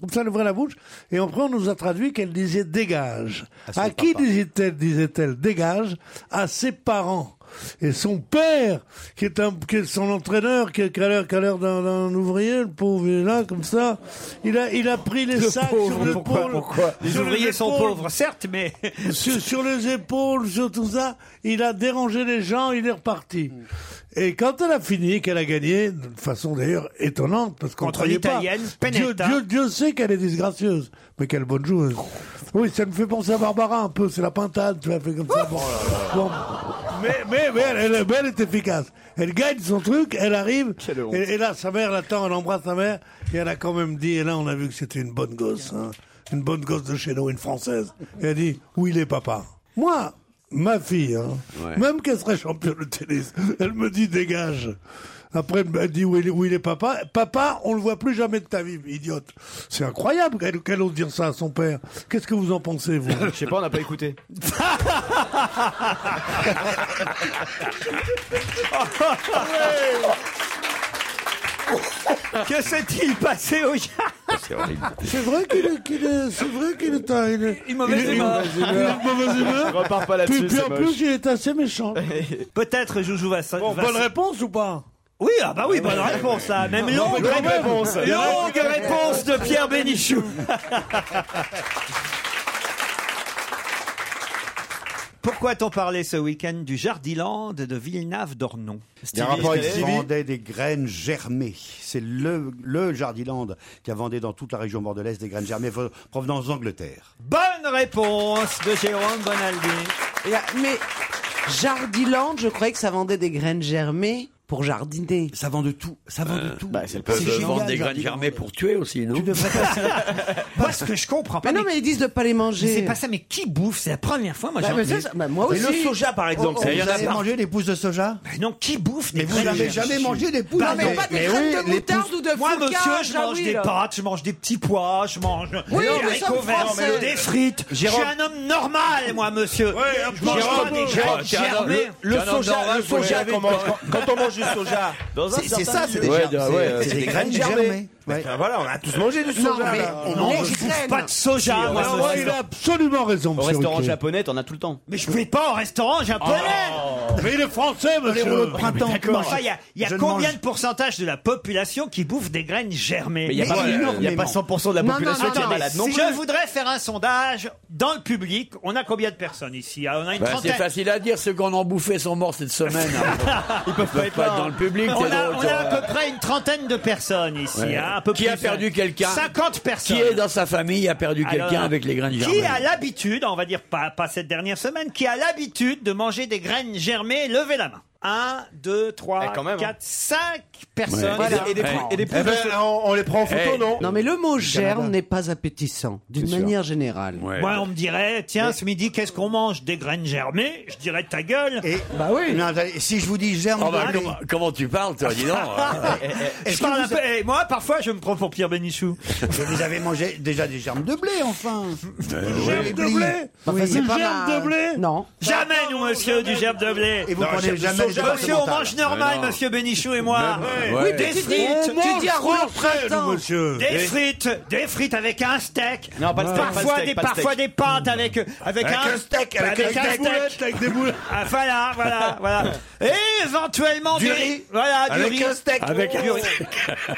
Speaker 6: comme ça, elle ouvrait la bouche, et après on nous a traduit qu'elle disait dégage.
Speaker 3: Ah,
Speaker 6: À qui disait-elle, disait-elle dégage À ses parents. Et son père, qui est, un, qui est son entraîneur, qui a qui a l'air qui a l'air d'un d'un ouvrier, le pauvre, il est là, comme ça. Il a, il a pris les
Speaker 3: Le
Speaker 6: sacs
Speaker 3: pauvre,
Speaker 6: sur l'épaule.
Speaker 3: pourquoi, pourquoi Les
Speaker 6: sur
Speaker 3: ouvriers sont
Speaker 6: l'épaule.
Speaker 3: pauvres, certes, mais
Speaker 6: sur, sur les épaules, sur tout ça. Il a dérangé les gens, il est reparti.
Speaker 3: Mm.
Speaker 6: Et quand elle a fini, qu'elle a gagné, de façon d'ailleurs étonnante, parce qu'on
Speaker 3: Contre
Speaker 6: croyait pas.
Speaker 3: l'Italienne,
Speaker 6: Dieu,
Speaker 3: Pennetta.
Speaker 6: Dieu, Dieu sait qu'elle est disgracieuse, mais quelle bonne joueuse. Oui, ça me fait penser à Barbara un peu, c'est la pintade, tu l'as fait comme ça.
Speaker 3: Oh
Speaker 6: Bon, bon. Mais, mais, mais elle, elle- mais elle est efficace. Elle gagne son truc, elle arrive,
Speaker 14: honte.
Speaker 6: et, et là, sa mère l'attend, elle embrasse sa mère, et elle a quand même dit, et là, on a vu que c'était une bonne gosse, hein. une bonne gosse de chez nous, une française. Et elle dit, où il est papa Moi, ma fille, hein, même qu'elle serait championne de tennis, elle me dit, dégage. Après, elle me dit où il, est, où il est papa. Papa, on le voit plus jamais de ta vie, idiote. C'est incroyable qu'elle qu'elle ose dire ça à son père. Qu'est-ce que vous en pensez, vous
Speaker 8: Je sais pas, on n'a pas écouté.
Speaker 3: que s'est-il passé au
Speaker 4: C'est horrible.
Speaker 6: C'est vrai qu'il est, qu'il est- c'est vrai qu'il est, un- il est-
Speaker 3: Une mauvaise
Speaker 6: il est-
Speaker 3: humeur.
Speaker 6: il est- il est de mauvaise humeur.
Speaker 3: Je repars pas là-dessus,
Speaker 6: Puis, puis
Speaker 3: c'est
Speaker 6: en
Speaker 3: moche.
Speaker 6: plus, il est assez méchant.
Speaker 3: Peut-être Joujou va
Speaker 6: Bon, bonne réponse ou pas
Speaker 3: Oui, ah bah oui, bonne réponse là. Même
Speaker 6: Non,
Speaker 3: longue
Speaker 6: mais quand même.
Speaker 3: réponse.
Speaker 6: Il y en a
Speaker 3: Longue
Speaker 6: qui-
Speaker 3: réponse de Pierre Bénichou. Pourquoi t'en parlait ce week-end du Jardiland de Villeneuve-d'Ornon
Speaker 14: Stevie, Stevie vendait des graines germées. C'est le, le Jardiland qui a vendé dans toute la région bordelaise des graines germées vo- provenant d'Angleterre.
Speaker 3: Bonne réponse de Jérôme Bonaldi.
Speaker 13: Et là, Mais Jardiland, je croyais que ça vendait des graines germées pour jardiner. Euh,
Speaker 14: Ça vend de tout. Ça vend de
Speaker 3: Bah,
Speaker 14: tout.
Speaker 4: Ils peuvent
Speaker 13: C'est
Speaker 4: vendre
Speaker 13: génial,
Speaker 4: des graines
Speaker 13: Jardiland.
Speaker 4: germées pour tuer aussi, non
Speaker 3: Moi, ce que je comprends pas.
Speaker 13: Mais non, mais ils disent de pas les manger.
Speaker 3: C'est pas ça, mais qui bouffe C'est la première fois, Ah, moi
Speaker 13: Bah,
Speaker 3: j'ai
Speaker 13: mais
Speaker 3: entendu.
Speaker 13: ça, ça- bah, moi Mais aussi. le soja, par exemple,
Speaker 14: Oh,
Speaker 13: ça, il y en
Speaker 14: vous
Speaker 13: a
Speaker 14: avez
Speaker 13: pas.
Speaker 14: mangé des pousses de soja
Speaker 3: Mais non, qui bouffe
Speaker 14: Mais
Speaker 3: des
Speaker 14: vous
Speaker 3: graines
Speaker 14: n'avez
Speaker 3: de
Speaker 14: jamais
Speaker 3: chou
Speaker 14: mangé des pousses
Speaker 3: Bah, mais
Speaker 14: de
Speaker 3: pas des
Speaker 14: Mais
Speaker 3: graines
Speaker 14: oui,
Speaker 3: de
Speaker 14: les
Speaker 3: moutarde
Speaker 14: pousses-
Speaker 3: ou de Moi,
Speaker 13: focaccia,
Speaker 3: monsieur, je
Speaker 13: ah
Speaker 3: mange
Speaker 13: oui,
Speaker 3: des
Speaker 13: là.
Speaker 3: pâtes, je mange des petits pois, je mange
Speaker 13: Oui,
Speaker 3: des
Speaker 13: mais
Speaker 3: haricots
Speaker 13: sommes
Speaker 3: verts,
Speaker 13: français.
Speaker 3: des frites.
Speaker 14: Jérôme-
Speaker 3: Je suis un homme normal, moi, monsieur. je mange
Speaker 11: Jérôme,
Speaker 3: pas des
Speaker 11: Jérôme,
Speaker 3: graines
Speaker 11: Ah, t'es un homme-
Speaker 3: germées.
Speaker 11: le- le T'es un homme soja- normal, le faut soja, aimer qu'on mange- quand- quand on mange du soja, dans un
Speaker 14: C'est- c'est
Speaker 11: certain
Speaker 14: ça, c'est
Speaker 11: lieu.
Speaker 14: des,
Speaker 11: Ouais,
Speaker 14: ger-
Speaker 11: de-
Speaker 14: c'est-
Speaker 11: ouais, euh,
Speaker 14: c'est
Speaker 11: c'est
Speaker 14: des
Speaker 11: des
Speaker 14: graines
Speaker 11: graines
Speaker 14: germées. Ouais.
Speaker 11: Ben voilà, on a tous mangé du soja.
Speaker 14: Non, mais
Speaker 11: là.
Speaker 14: on mange
Speaker 3: Je bouffe
Speaker 14: graines.
Speaker 3: pas de soja,
Speaker 11: Si, au
Speaker 3: moi,
Speaker 11: restaurant,
Speaker 3: monsieur.
Speaker 6: Ah, Il a absolument raison,
Speaker 8: Au
Speaker 6: monsieur
Speaker 8: restaurant
Speaker 6: Ruquier.
Speaker 8: japonais, t'en as tout le temps.
Speaker 3: Mais je vais pas au restaurant japonais
Speaker 6: Oh. Mais il est français, monsieur.
Speaker 3: Les rouleaux de printemps,
Speaker 6: Mais
Speaker 3: Comment
Speaker 6: d'accord.
Speaker 3: ça, il y a, il y a
Speaker 6: Je ne
Speaker 3: combien
Speaker 6: mange-
Speaker 3: de pourcentage de la population qui bouffe des graines germées
Speaker 8: Mais il y a pas- il y a pas 100% de la population qui est malade non
Speaker 3: Si
Speaker 8: plus.
Speaker 3: Je voudrais faire un sondage dans le public. On a combien de personnes ici Ah, On a une
Speaker 4: Bah, c'est
Speaker 3: trentaine.
Speaker 4: facile à dire, ceux qu'on en bouffait sont morts cette semaine. hein. Ils peuvent pas être
Speaker 3: là,
Speaker 4: dans
Speaker 3: hein.
Speaker 4: le public.
Speaker 3: On
Speaker 4: c'est
Speaker 3: a,
Speaker 4: drôle,
Speaker 3: on
Speaker 4: ça.
Speaker 3: a à peu près une trentaine de personnes ici.
Speaker 4: Ouais.
Speaker 3: hein, un peu
Speaker 4: Qui a
Speaker 3: plus, hein.
Speaker 4: perdu quelqu'un
Speaker 3: 50 personnes.
Speaker 4: Qui est dans sa famille a perdu
Speaker 3: Alors,
Speaker 4: quelqu'un avec les graines germées
Speaker 3: Qui a l'habitude, on va dire pas, pas cette dernière semaine, qui a l'habitude de manger des graines germées Levez la main. 1, 2, 3, 4, 5 personnes.
Speaker 13: Voilà.
Speaker 11: Eh ben, on, on les prend en photo, non
Speaker 13: Non, mais le mot
Speaker 11: Du
Speaker 13: germe
Speaker 11: Canada.
Speaker 13: n'est pas appétissant, d'une
Speaker 3: Eh, C'est sûr.
Speaker 13: manière générale.
Speaker 3: Moi, on me dirait, tiens, ce midi, qu'est-ce qu'on mange Des graines germées Je dirais ta gueule. Ah,
Speaker 14: Et,
Speaker 3: bah oui.
Speaker 14: si je vous dis germe,
Speaker 4: Oh, bah, comment, comment tu parles, toi, dis donc hein.
Speaker 3: je parle un peu- eh, moi, parfois, je me prends pour Pierre Bénichou.
Speaker 14: vous avez mangé déjà des germes de blé, enfin.
Speaker 3: Germe
Speaker 14: oui.
Speaker 3: de
Speaker 14: Oui.
Speaker 3: blé
Speaker 14: Enfin, c'est pas mal.
Speaker 13: Non.
Speaker 3: Jamais, nous, monsieur, du germe de blé.
Speaker 14: Et vous Non, prenez germe- jamais le
Speaker 3: Monsieur, on
Speaker 14: départemental.
Speaker 3: mange normal,
Speaker 14: Mais non.
Speaker 3: monsieur Bénichou et moi.
Speaker 14: Mais ouais. Oui,
Speaker 3: Des
Speaker 14: mais tu dis-
Speaker 3: frites.
Speaker 14: on mange français, nous, monsieur.
Speaker 3: Des
Speaker 14: Oui.
Speaker 3: frites. Des frites avec un steak.
Speaker 8: Non, pas de steak, pas de
Speaker 3: Parfois,
Speaker 8: steak,
Speaker 3: des,
Speaker 8: pas de steak.
Speaker 3: parfois des pâtes avec, avec,
Speaker 8: Avec un steak, avec
Speaker 3: Avec,
Speaker 8: des
Speaker 3: un steak.
Speaker 8: boulettes,
Speaker 6: avec des boulettes.
Speaker 3: Ah, voilà, voilà, voilà. Et éventuellement
Speaker 8: Du
Speaker 3: des-
Speaker 8: riz.
Speaker 3: Voilà, du
Speaker 8: Avec
Speaker 3: riz.
Speaker 8: un steak. Avec
Speaker 3: du
Speaker 8: un
Speaker 3: riz.
Speaker 8: steak.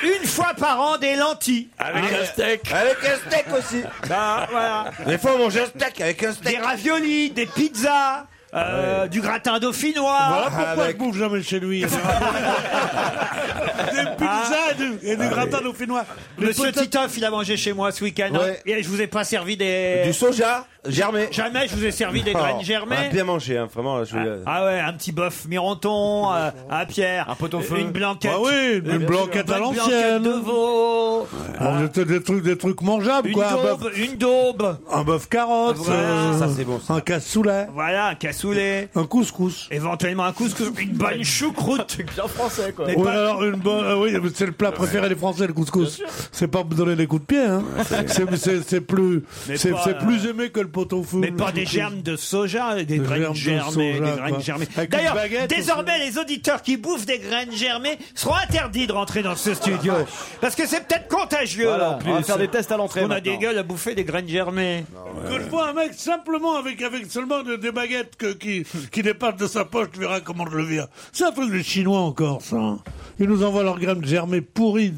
Speaker 3: Une fois par an, des lentilles.
Speaker 8: Avec un steak.
Speaker 3: Avec un steak aussi. Ah, voilà.
Speaker 8: Des fois, on mange un
Speaker 3: steak avec un steak. Des raviolis, des pizzas, euh, du gratin dauphinois.
Speaker 11: Ah,
Speaker 6: Voilà pourquoi je bouffe jamais chez lui. des pizzas et du-
Speaker 11: Ah,
Speaker 6: et du gratin dauphinois. Les
Speaker 3: Monsieur
Speaker 6: potes-
Speaker 3: Titoff, il a mangé chez moi ce week-end.
Speaker 11: Ouais.
Speaker 3: Et je vous ai pas servi des.
Speaker 11: Du soja germé.
Speaker 3: Jamais je vous ai servi des
Speaker 11: Oh,
Speaker 3: graines
Speaker 11: On a
Speaker 3: germées.
Speaker 11: bien mangé, hein, vraiment. Je...
Speaker 3: Ah ouais, un petit bœuf mironton, euh, à Pierre, un
Speaker 11: pot-au-feu.
Speaker 3: une blanquette.
Speaker 6: Ah oui, une
Speaker 3: Euh,
Speaker 6: blanquette à
Speaker 3: bonne blanquette
Speaker 6: l'ancienne.
Speaker 3: de veau.
Speaker 6: Bon, des, des trucs, des trucs
Speaker 11: Ah,
Speaker 6: mangeables,
Speaker 3: Une
Speaker 6: quoi.
Speaker 3: daube, une daube.
Speaker 6: Un bœuf carotte. euh, Un cassoulet.
Speaker 3: Voilà, un cassoulet.
Speaker 6: Un couscous.
Speaker 3: Éventuellement un couscous, une bonne choucroute.
Speaker 8: Bien français, quoi.
Speaker 3: Mais
Speaker 6: Ou
Speaker 3: pas-
Speaker 6: alors une bonne. euh, oui, c'est le plat préféré des Français, le couscous. C'est pas me donner des coups de pied, hein. C'est- c'est- C'est plus,
Speaker 3: Mais
Speaker 6: c'est
Speaker 3: pas,
Speaker 6: c'est
Speaker 3: euh,
Speaker 6: plus aimé que le pot au feu.
Speaker 3: Mais pas des germes de soja, des
Speaker 6: Des
Speaker 3: graines
Speaker 6: germes de
Speaker 3: germées,
Speaker 6: soja,
Speaker 3: des graines
Speaker 6: quoi.
Speaker 3: germées.
Speaker 6: Avec une
Speaker 3: D'ailleurs,
Speaker 6: baguette,
Speaker 3: désormais, les auditeurs qui bouffent des graines germées seront interdits de rentrer dans ce
Speaker 6: Ah,
Speaker 3: studio. Parce que c'est peut-être contagieux,
Speaker 8: Voilà,
Speaker 3: en plus.
Speaker 8: on va faire des tests à l'entrée,
Speaker 3: On a
Speaker 8: maintenant.
Speaker 3: des gueules à bouffer des graines germées.
Speaker 6: Que je vois un mec simplement avec, avec seulement de- des baguettes que- qui, qui dépassent de sa poche, tu verras comment je le vire. C'est un truc des Chinois encore, ça. hein. Ils nous envoient leurs graines germées pourries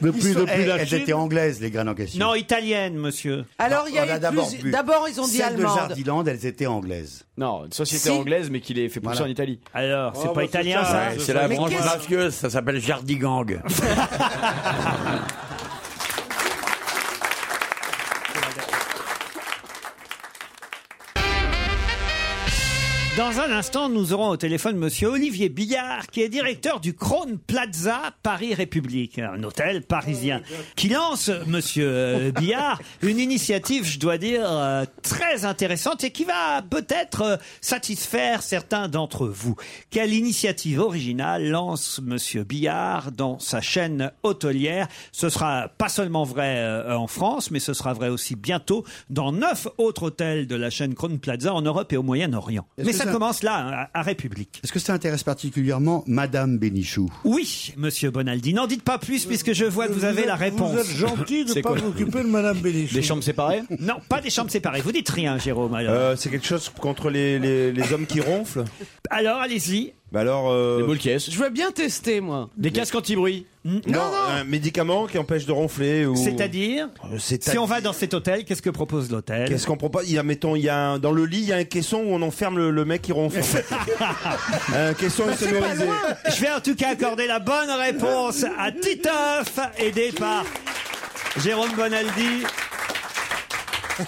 Speaker 6: depuis,
Speaker 14: Ils sont-
Speaker 6: depuis
Speaker 14: eh,
Speaker 6: la
Speaker 14: elles
Speaker 6: Chine.
Speaker 14: étaient anglaises, les graines en question.
Speaker 3: Non, italienne, monsieur.
Speaker 14: On
Speaker 13: Alors, il y
Speaker 14: en
Speaker 13: a eu
Speaker 14: d'abord
Speaker 13: plus-
Speaker 14: bu.
Speaker 13: D'abord, ils ont dit
Speaker 14: Celles de
Speaker 13: allemande.
Speaker 14: Jardiland, elles étaient anglaises.
Speaker 8: Non, une société
Speaker 13: Si.
Speaker 8: anglaise, mais qui les fait pousser
Speaker 14: Voilà.
Speaker 8: en Italie.
Speaker 3: Alors,
Speaker 6: Ah,
Speaker 14: c'est
Speaker 6: bah,
Speaker 14: pas italien,
Speaker 4: Ouais, Oh, bah, c'est la
Speaker 8: Mais
Speaker 4: branche
Speaker 8: qu'est-ce-
Speaker 4: mafieuse, ça s'appelle Jardigang.
Speaker 3: Dans un instant, nous aurons au téléphone Monsieur Olivier Billard, qui est directeur du Crown Plaza Paris République, un hôtel parisien, qui lance, Monsieur euh, Billard, une initiative, je dois dire, euh, très intéressante et qui va peut-être euh, satisfaire certains d'entre vous. Quelle initiative originale lance Monsieur Billard dans sa chaîne hôtelière Ce sera pas seulement vrai euh, en France, mais ce sera vrai aussi bientôt dans neuf autres hôtels de la chaîne Crown Plaza en Europe et au Moyen-Orient.
Speaker 14: Est-ce
Speaker 3: Mais
Speaker 14: que
Speaker 3: ça
Speaker 14: ça-
Speaker 3: commence là, hein, à, à République.
Speaker 14: Est-ce que ça intéresse particulièrement Madame Bénichou
Speaker 3: Oui, monsieur Bonaldi, n'en dites pas plus puisque je vois que vous avez
Speaker 6: êtes-
Speaker 3: la réponse.
Speaker 6: Euh, Vous êtes gentil de
Speaker 3: C'est
Speaker 6: ne pas
Speaker 3: quoi
Speaker 6: vous occuper de Madame Bénichou.
Speaker 8: Des chambres séparées
Speaker 3: Non, pas des chambres séparées. Vous dites rien, Jérôme. Alors,
Speaker 11: Euh, c'est quelque chose contre les, les, les hommes qui ronflent
Speaker 3: alors allez-y.
Speaker 11: Bah alors. euh,
Speaker 8: Des boules qui est-
Speaker 13: Je veux bien tester, moi.
Speaker 8: Des casques anti-bruit.
Speaker 11: Non, un médicament qui empêche de ronfler ou.
Speaker 3: C'est-à-dire,
Speaker 11: Euh, c'est-à-dire-
Speaker 3: si on va dans cet hôtel, qu'est-ce que propose l'hôtel
Speaker 11: Qu'est-ce qu'on propose Il y a, mettons, il y a un- dans le lit, il y a un caisson où on enferme le, le mec qui ronfle. en fait. un
Speaker 13: Bah,
Speaker 11: caisson insonorisé.
Speaker 3: Je vais en tout cas accorder la bonne réponse à Titoff, aidé par Jérôme Bonaldi.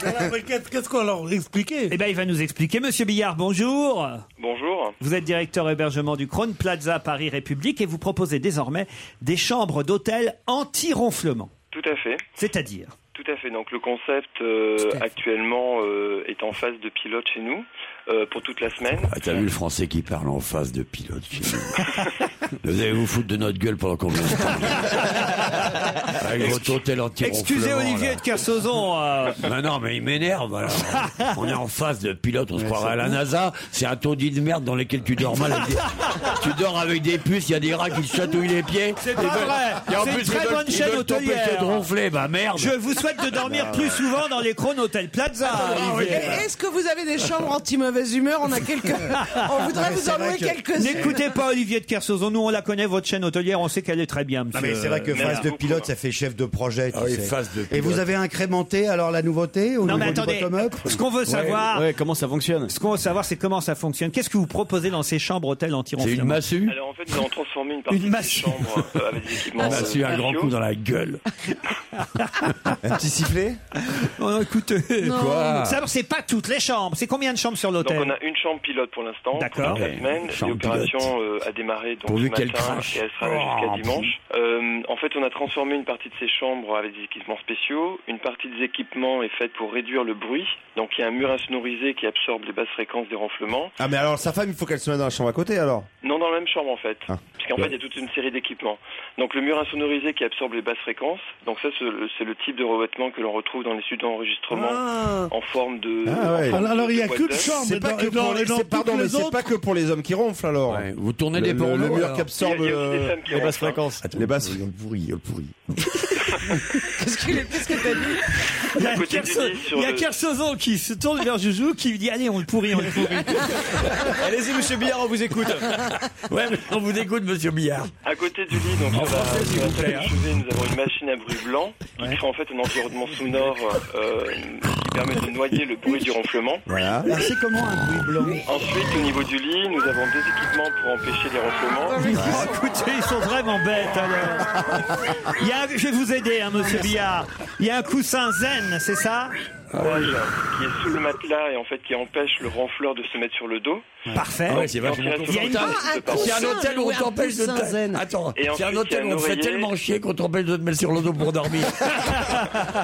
Speaker 6: Alors, mais qu'est- Qu'est-ce qu'on leur expliquait
Speaker 3: Eh bien, il va nous expliquer. Monsieur Billard, bonjour.
Speaker 12: Bonjour.
Speaker 3: Vous êtes directeur hébergement du Crown Plaza Paris République et vous proposez désormais des chambres d'hôtel anti-ronflement.
Speaker 12: Tout à fait.
Speaker 3: C'est-à-dire
Speaker 12: Tout à fait. Donc le concept euh, actuellement euh, est en phase de pilote chez nous euh, pour toute la semaine.
Speaker 4: Ah, T'as vu le français qui parle en face de pilote chez nous. Vous allez vous foutre de notre gueule pendant qu'on vous parle. Avec votre hôtel anti
Speaker 3: Excusez Olivier de Kersauzon. euh,
Speaker 4: Non, non, mais il m'énerve. alors. On est en face de pilote, on se croirait à la NASA. C'est un taudis de merde dans lequel tu dors mal. avec des- Tu dors avec des puces, il y a des rats qui te chatouillent les pieds.
Speaker 3: C'est
Speaker 4: Ils
Speaker 3: pas
Speaker 4: veulent-
Speaker 3: vrai.
Speaker 4: Et en
Speaker 3: C'est
Speaker 4: plus,
Speaker 3: une très
Speaker 4: ils veulent-
Speaker 3: bonne
Speaker 4: ils
Speaker 3: chaîne
Speaker 4: veulent t'empêcher
Speaker 3: hôtelière.
Speaker 4: de ronfler, bah merde.
Speaker 3: euh, je vous souhaite de dormir plus souvent dans les Crown Hôtel Plaza.
Speaker 11: Ah,
Speaker 13: Ah, Et
Speaker 3: Olivier.
Speaker 13: Est-ce que vous avez des chambres anti-mauvaise humeur On a quelques. On
Speaker 11: Ah,
Speaker 13: voudrait vous en louer quelques-unes.
Speaker 3: N'écoutez pas Olivier de Kersauzon. Nous, on la connaît, votre chaîne hôtelière. On sait qu'elle est très bien, monsieur.
Speaker 14: Non, mais c'est vrai que
Speaker 3: Billard.
Speaker 14: phrase de pilote, ça fait chefs de projet. tu
Speaker 4: Ah oui,
Speaker 14: sais.
Speaker 4: phase de
Speaker 14: Et
Speaker 4: pilote.
Speaker 14: vous avez incrémenté alors la nouveauté au
Speaker 3: Non,
Speaker 14: niveau
Speaker 3: mais
Speaker 14: du
Speaker 3: attendez,
Speaker 14: bottom-up
Speaker 3: ce qu'on veut
Speaker 14: Ouais.
Speaker 3: savoir.
Speaker 8: ouais, comment ça fonctionne
Speaker 3: Ce qu'on veut savoir, c'est comment ça fonctionne. Qu'est-ce que vous proposez dans ces chambres hôtels anti
Speaker 8: C'est une massue
Speaker 18: Alors en fait, nous avons transformé une partie des chambres euh, avec des équipements.
Speaker 4: On a
Speaker 18: euh,
Speaker 4: su un grand
Speaker 18: spéciaux.
Speaker 4: coup dans la gueule.
Speaker 3: Un petit sifflet
Speaker 4: Oh,
Speaker 3: Non, écoute.
Speaker 18: Non. Quoi
Speaker 3: Ça, c'est pas toutes les chambres. C'est combien de chambres sur
Speaker 18: Donc
Speaker 3: l'hôtel
Speaker 18: on a une chambre pilote pour l'instant.
Speaker 3: D'accord.
Speaker 18: Pour la
Speaker 3: Ouais,
Speaker 18: semaine.
Speaker 3: chambre
Speaker 18: L'opération euh, a démarré donc
Speaker 3: Pourvu
Speaker 18: ce matin
Speaker 3: qu'elle crache.
Speaker 18: et elle sera là
Speaker 3: Oh,
Speaker 18: jusqu'à
Speaker 3: pff.
Speaker 18: dimanche. Euh, en fait, on a transformé une partie de ces chambres avec des équipements spéciaux. Une partie des équipements est faite pour réduire le bruit. Donc il y a un mur insonorisé qui absorbe les basses fréquences des ronflements.
Speaker 11: Ah, mais alors sa femme, il faut qu'elle se mette dans la chambre à côté alors
Speaker 18: Non, dans la même chambre en fait.
Speaker 11: Ah.
Speaker 18: Parce qu'en fait, il y a toute une série d'équipements. Donc le mur insonorisé qui absorbe les basses fréquences. Donc ça, c'est le- c'est le type de revêtement que l'on retrouve dans les studios d'enregistrement
Speaker 6: Ah.
Speaker 18: en forme de.
Speaker 11: Ah ouais.
Speaker 18: en forme
Speaker 6: Alors, alors,
Speaker 18: de
Speaker 6: il y a
Speaker 18: boîte
Speaker 6: qu'une
Speaker 18: d'œufs.
Speaker 6: chambre
Speaker 11: C'est pas, que pour les- c'est- pardon, mais c'est pas que pour les hommes qui ronflent alors.
Speaker 4: Vous tournez
Speaker 11: le,
Speaker 4: des
Speaker 11: le-
Speaker 4: pornos,
Speaker 11: Le mur
Speaker 4: alors.
Speaker 11: qui absorbe
Speaker 4: Il y a aussi des
Speaker 11: euh, Ah,
Speaker 4: femmes qui
Speaker 11: les basses
Speaker 4: ronflent, hein.
Speaker 11: fréquences.
Speaker 4: Attends,
Speaker 11: les basses.
Speaker 4: Le pourri, le pourri.
Speaker 13: Qu'est-ce que t'as dit
Speaker 3: Il y a,
Speaker 18: À côté
Speaker 3: Kerso-
Speaker 18: du lit, sur
Speaker 3: il y a
Speaker 18: le-
Speaker 3: Kersauzon qui se tourne vers Joujou qui lui dit Allez, on le pourrit, on le pourrit.
Speaker 8: Allez-y, monsieur Billard, on vous écoute.
Speaker 4: Ouais, mais on vous dégoûte, monsieur Billard.
Speaker 18: À côté du lit,
Speaker 11: Ah,
Speaker 18: donc sur
Speaker 11: bah,
Speaker 18: la,
Speaker 4: français, s'il
Speaker 18: sur la
Speaker 4: vous plaît,
Speaker 11: hein.
Speaker 18: salle de chevet, nous avons une machine à bruit blanc qui crée en fait un environnement sonore euh, qui permet de noyer le bruit du ronflement.
Speaker 11: Voilà.
Speaker 6: Ah,
Speaker 14: Alors, Ah, bah, c'est comment un bruit blanc
Speaker 18: Ensuite, au niveau du lit, nous avons deux équipements pour empêcher les
Speaker 6: Ah,
Speaker 18: ronflements.
Speaker 3: Oh, écoutez, ils sont vraiment bêtes alors. Il y a, je vais vous aider, hein, monsieur Billard. Il y a un coussin zen, c'est ça
Speaker 18: Page, qui est sous le matelas et en fait qui empêche le ronfleur de se mettre sur le dos.
Speaker 3: Parfait.
Speaker 4: Ah ouais, c'est vachement
Speaker 18: Quand il
Speaker 4: confortable.
Speaker 18: reste sur le
Speaker 4: C'est
Speaker 18: dos,
Speaker 4: un hôtel où on
Speaker 18: oui, un
Speaker 4: t'empêche de
Speaker 18: coussin
Speaker 4: te-
Speaker 18: zen.
Speaker 4: Attends,
Speaker 18: Et
Speaker 4: c'est
Speaker 18: ensuite,
Speaker 4: un
Speaker 18: il y a
Speaker 4: hôtel
Speaker 18: un
Speaker 4: où on te fait
Speaker 18: oreiller.
Speaker 4: tellement chier qu'on t'empêche de te mettre sur le dos pour dormir.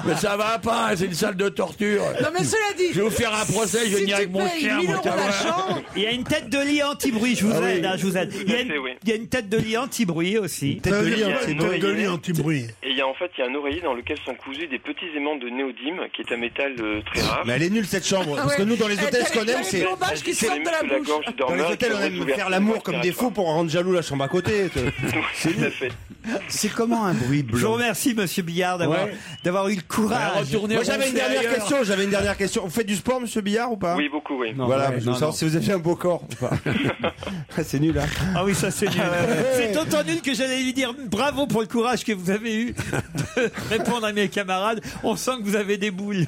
Speaker 4: mais ça va pas, c'est une salle de torture.
Speaker 13: Non, mais cela dit,
Speaker 4: Je vais vous faire un procès, je vais
Speaker 13: si
Speaker 4: venir
Speaker 13: tu
Speaker 4: avec mon
Speaker 13: payes
Speaker 4: chien.
Speaker 13: 1000
Speaker 4: moi,
Speaker 13: euros
Speaker 4: t'as
Speaker 13: la
Speaker 4: voir.
Speaker 13: chambre,
Speaker 3: Il y a une tête de lit anti-bruit, je vous
Speaker 4: Ah oui.
Speaker 3: aide, hein, je vous aide. Il y a une,
Speaker 18: Tout à fait, oui.
Speaker 3: il y a une tête de lit anti-bruit aussi.
Speaker 18: Tête de lit anti-
Speaker 6: C'est
Speaker 18: Il y a un
Speaker 6: un gueulier
Speaker 18: oreiller.
Speaker 11: hein,
Speaker 6: anti-bruit.
Speaker 18: Et il y a en fait il y a un oreiller dans lequel sont cousus des petits aimants de néodyme qui est un métal euh, très rare.
Speaker 11: Mais elle est nulle cette chambre. Parce que nous, dans les
Speaker 13: Ah
Speaker 11: hôtels,
Speaker 13: ouais.
Speaker 11: ce qu'on
Speaker 13: Il y a
Speaker 11: aime,
Speaker 13: les
Speaker 11: c'est.
Speaker 13: plombages qui sortent de la
Speaker 18: que la
Speaker 13: bouche.
Speaker 18: gorge du
Speaker 11: Dans les
Speaker 18: dormeur
Speaker 11: hôtels, on
Speaker 18: serait
Speaker 11: aime
Speaker 18: ouverte
Speaker 11: faire
Speaker 18: sur
Speaker 11: l'amour
Speaker 18: le
Speaker 11: comme des
Speaker 18: respiratoire.
Speaker 11: fous pour rendre jaloux la chambre à côté.
Speaker 18: Tout à fait.
Speaker 14: C'est comment un bruit
Speaker 3: Je vous
Speaker 14: blanc
Speaker 3: remercie, monsieur Billard, d'avoir
Speaker 11: Ouais.
Speaker 3: d'avoir eu le courage.
Speaker 4: Ouais, retournez
Speaker 11: Moi, j'avais une dernière
Speaker 4: ailleurs.
Speaker 11: question. J'avais une dernière question. Vous faites du sport, monsieur Billard, ou pas
Speaker 18: Oui, beaucoup, oui.
Speaker 11: Voilà,
Speaker 3: ouais,
Speaker 11: je veux
Speaker 3: non,
Speaker 11: savoir
Speaker 3: non.
Speaker 11: si vous avez un beau corps ou pas. c'est nul, hein.
Speaker 3: Ah oui, ça c'est nul. Euh, C'est d'autant nul que j'allais lui dire bravo pour le courage que vous avez eu de répondre à mes camarades. On sent que vous avez des boules.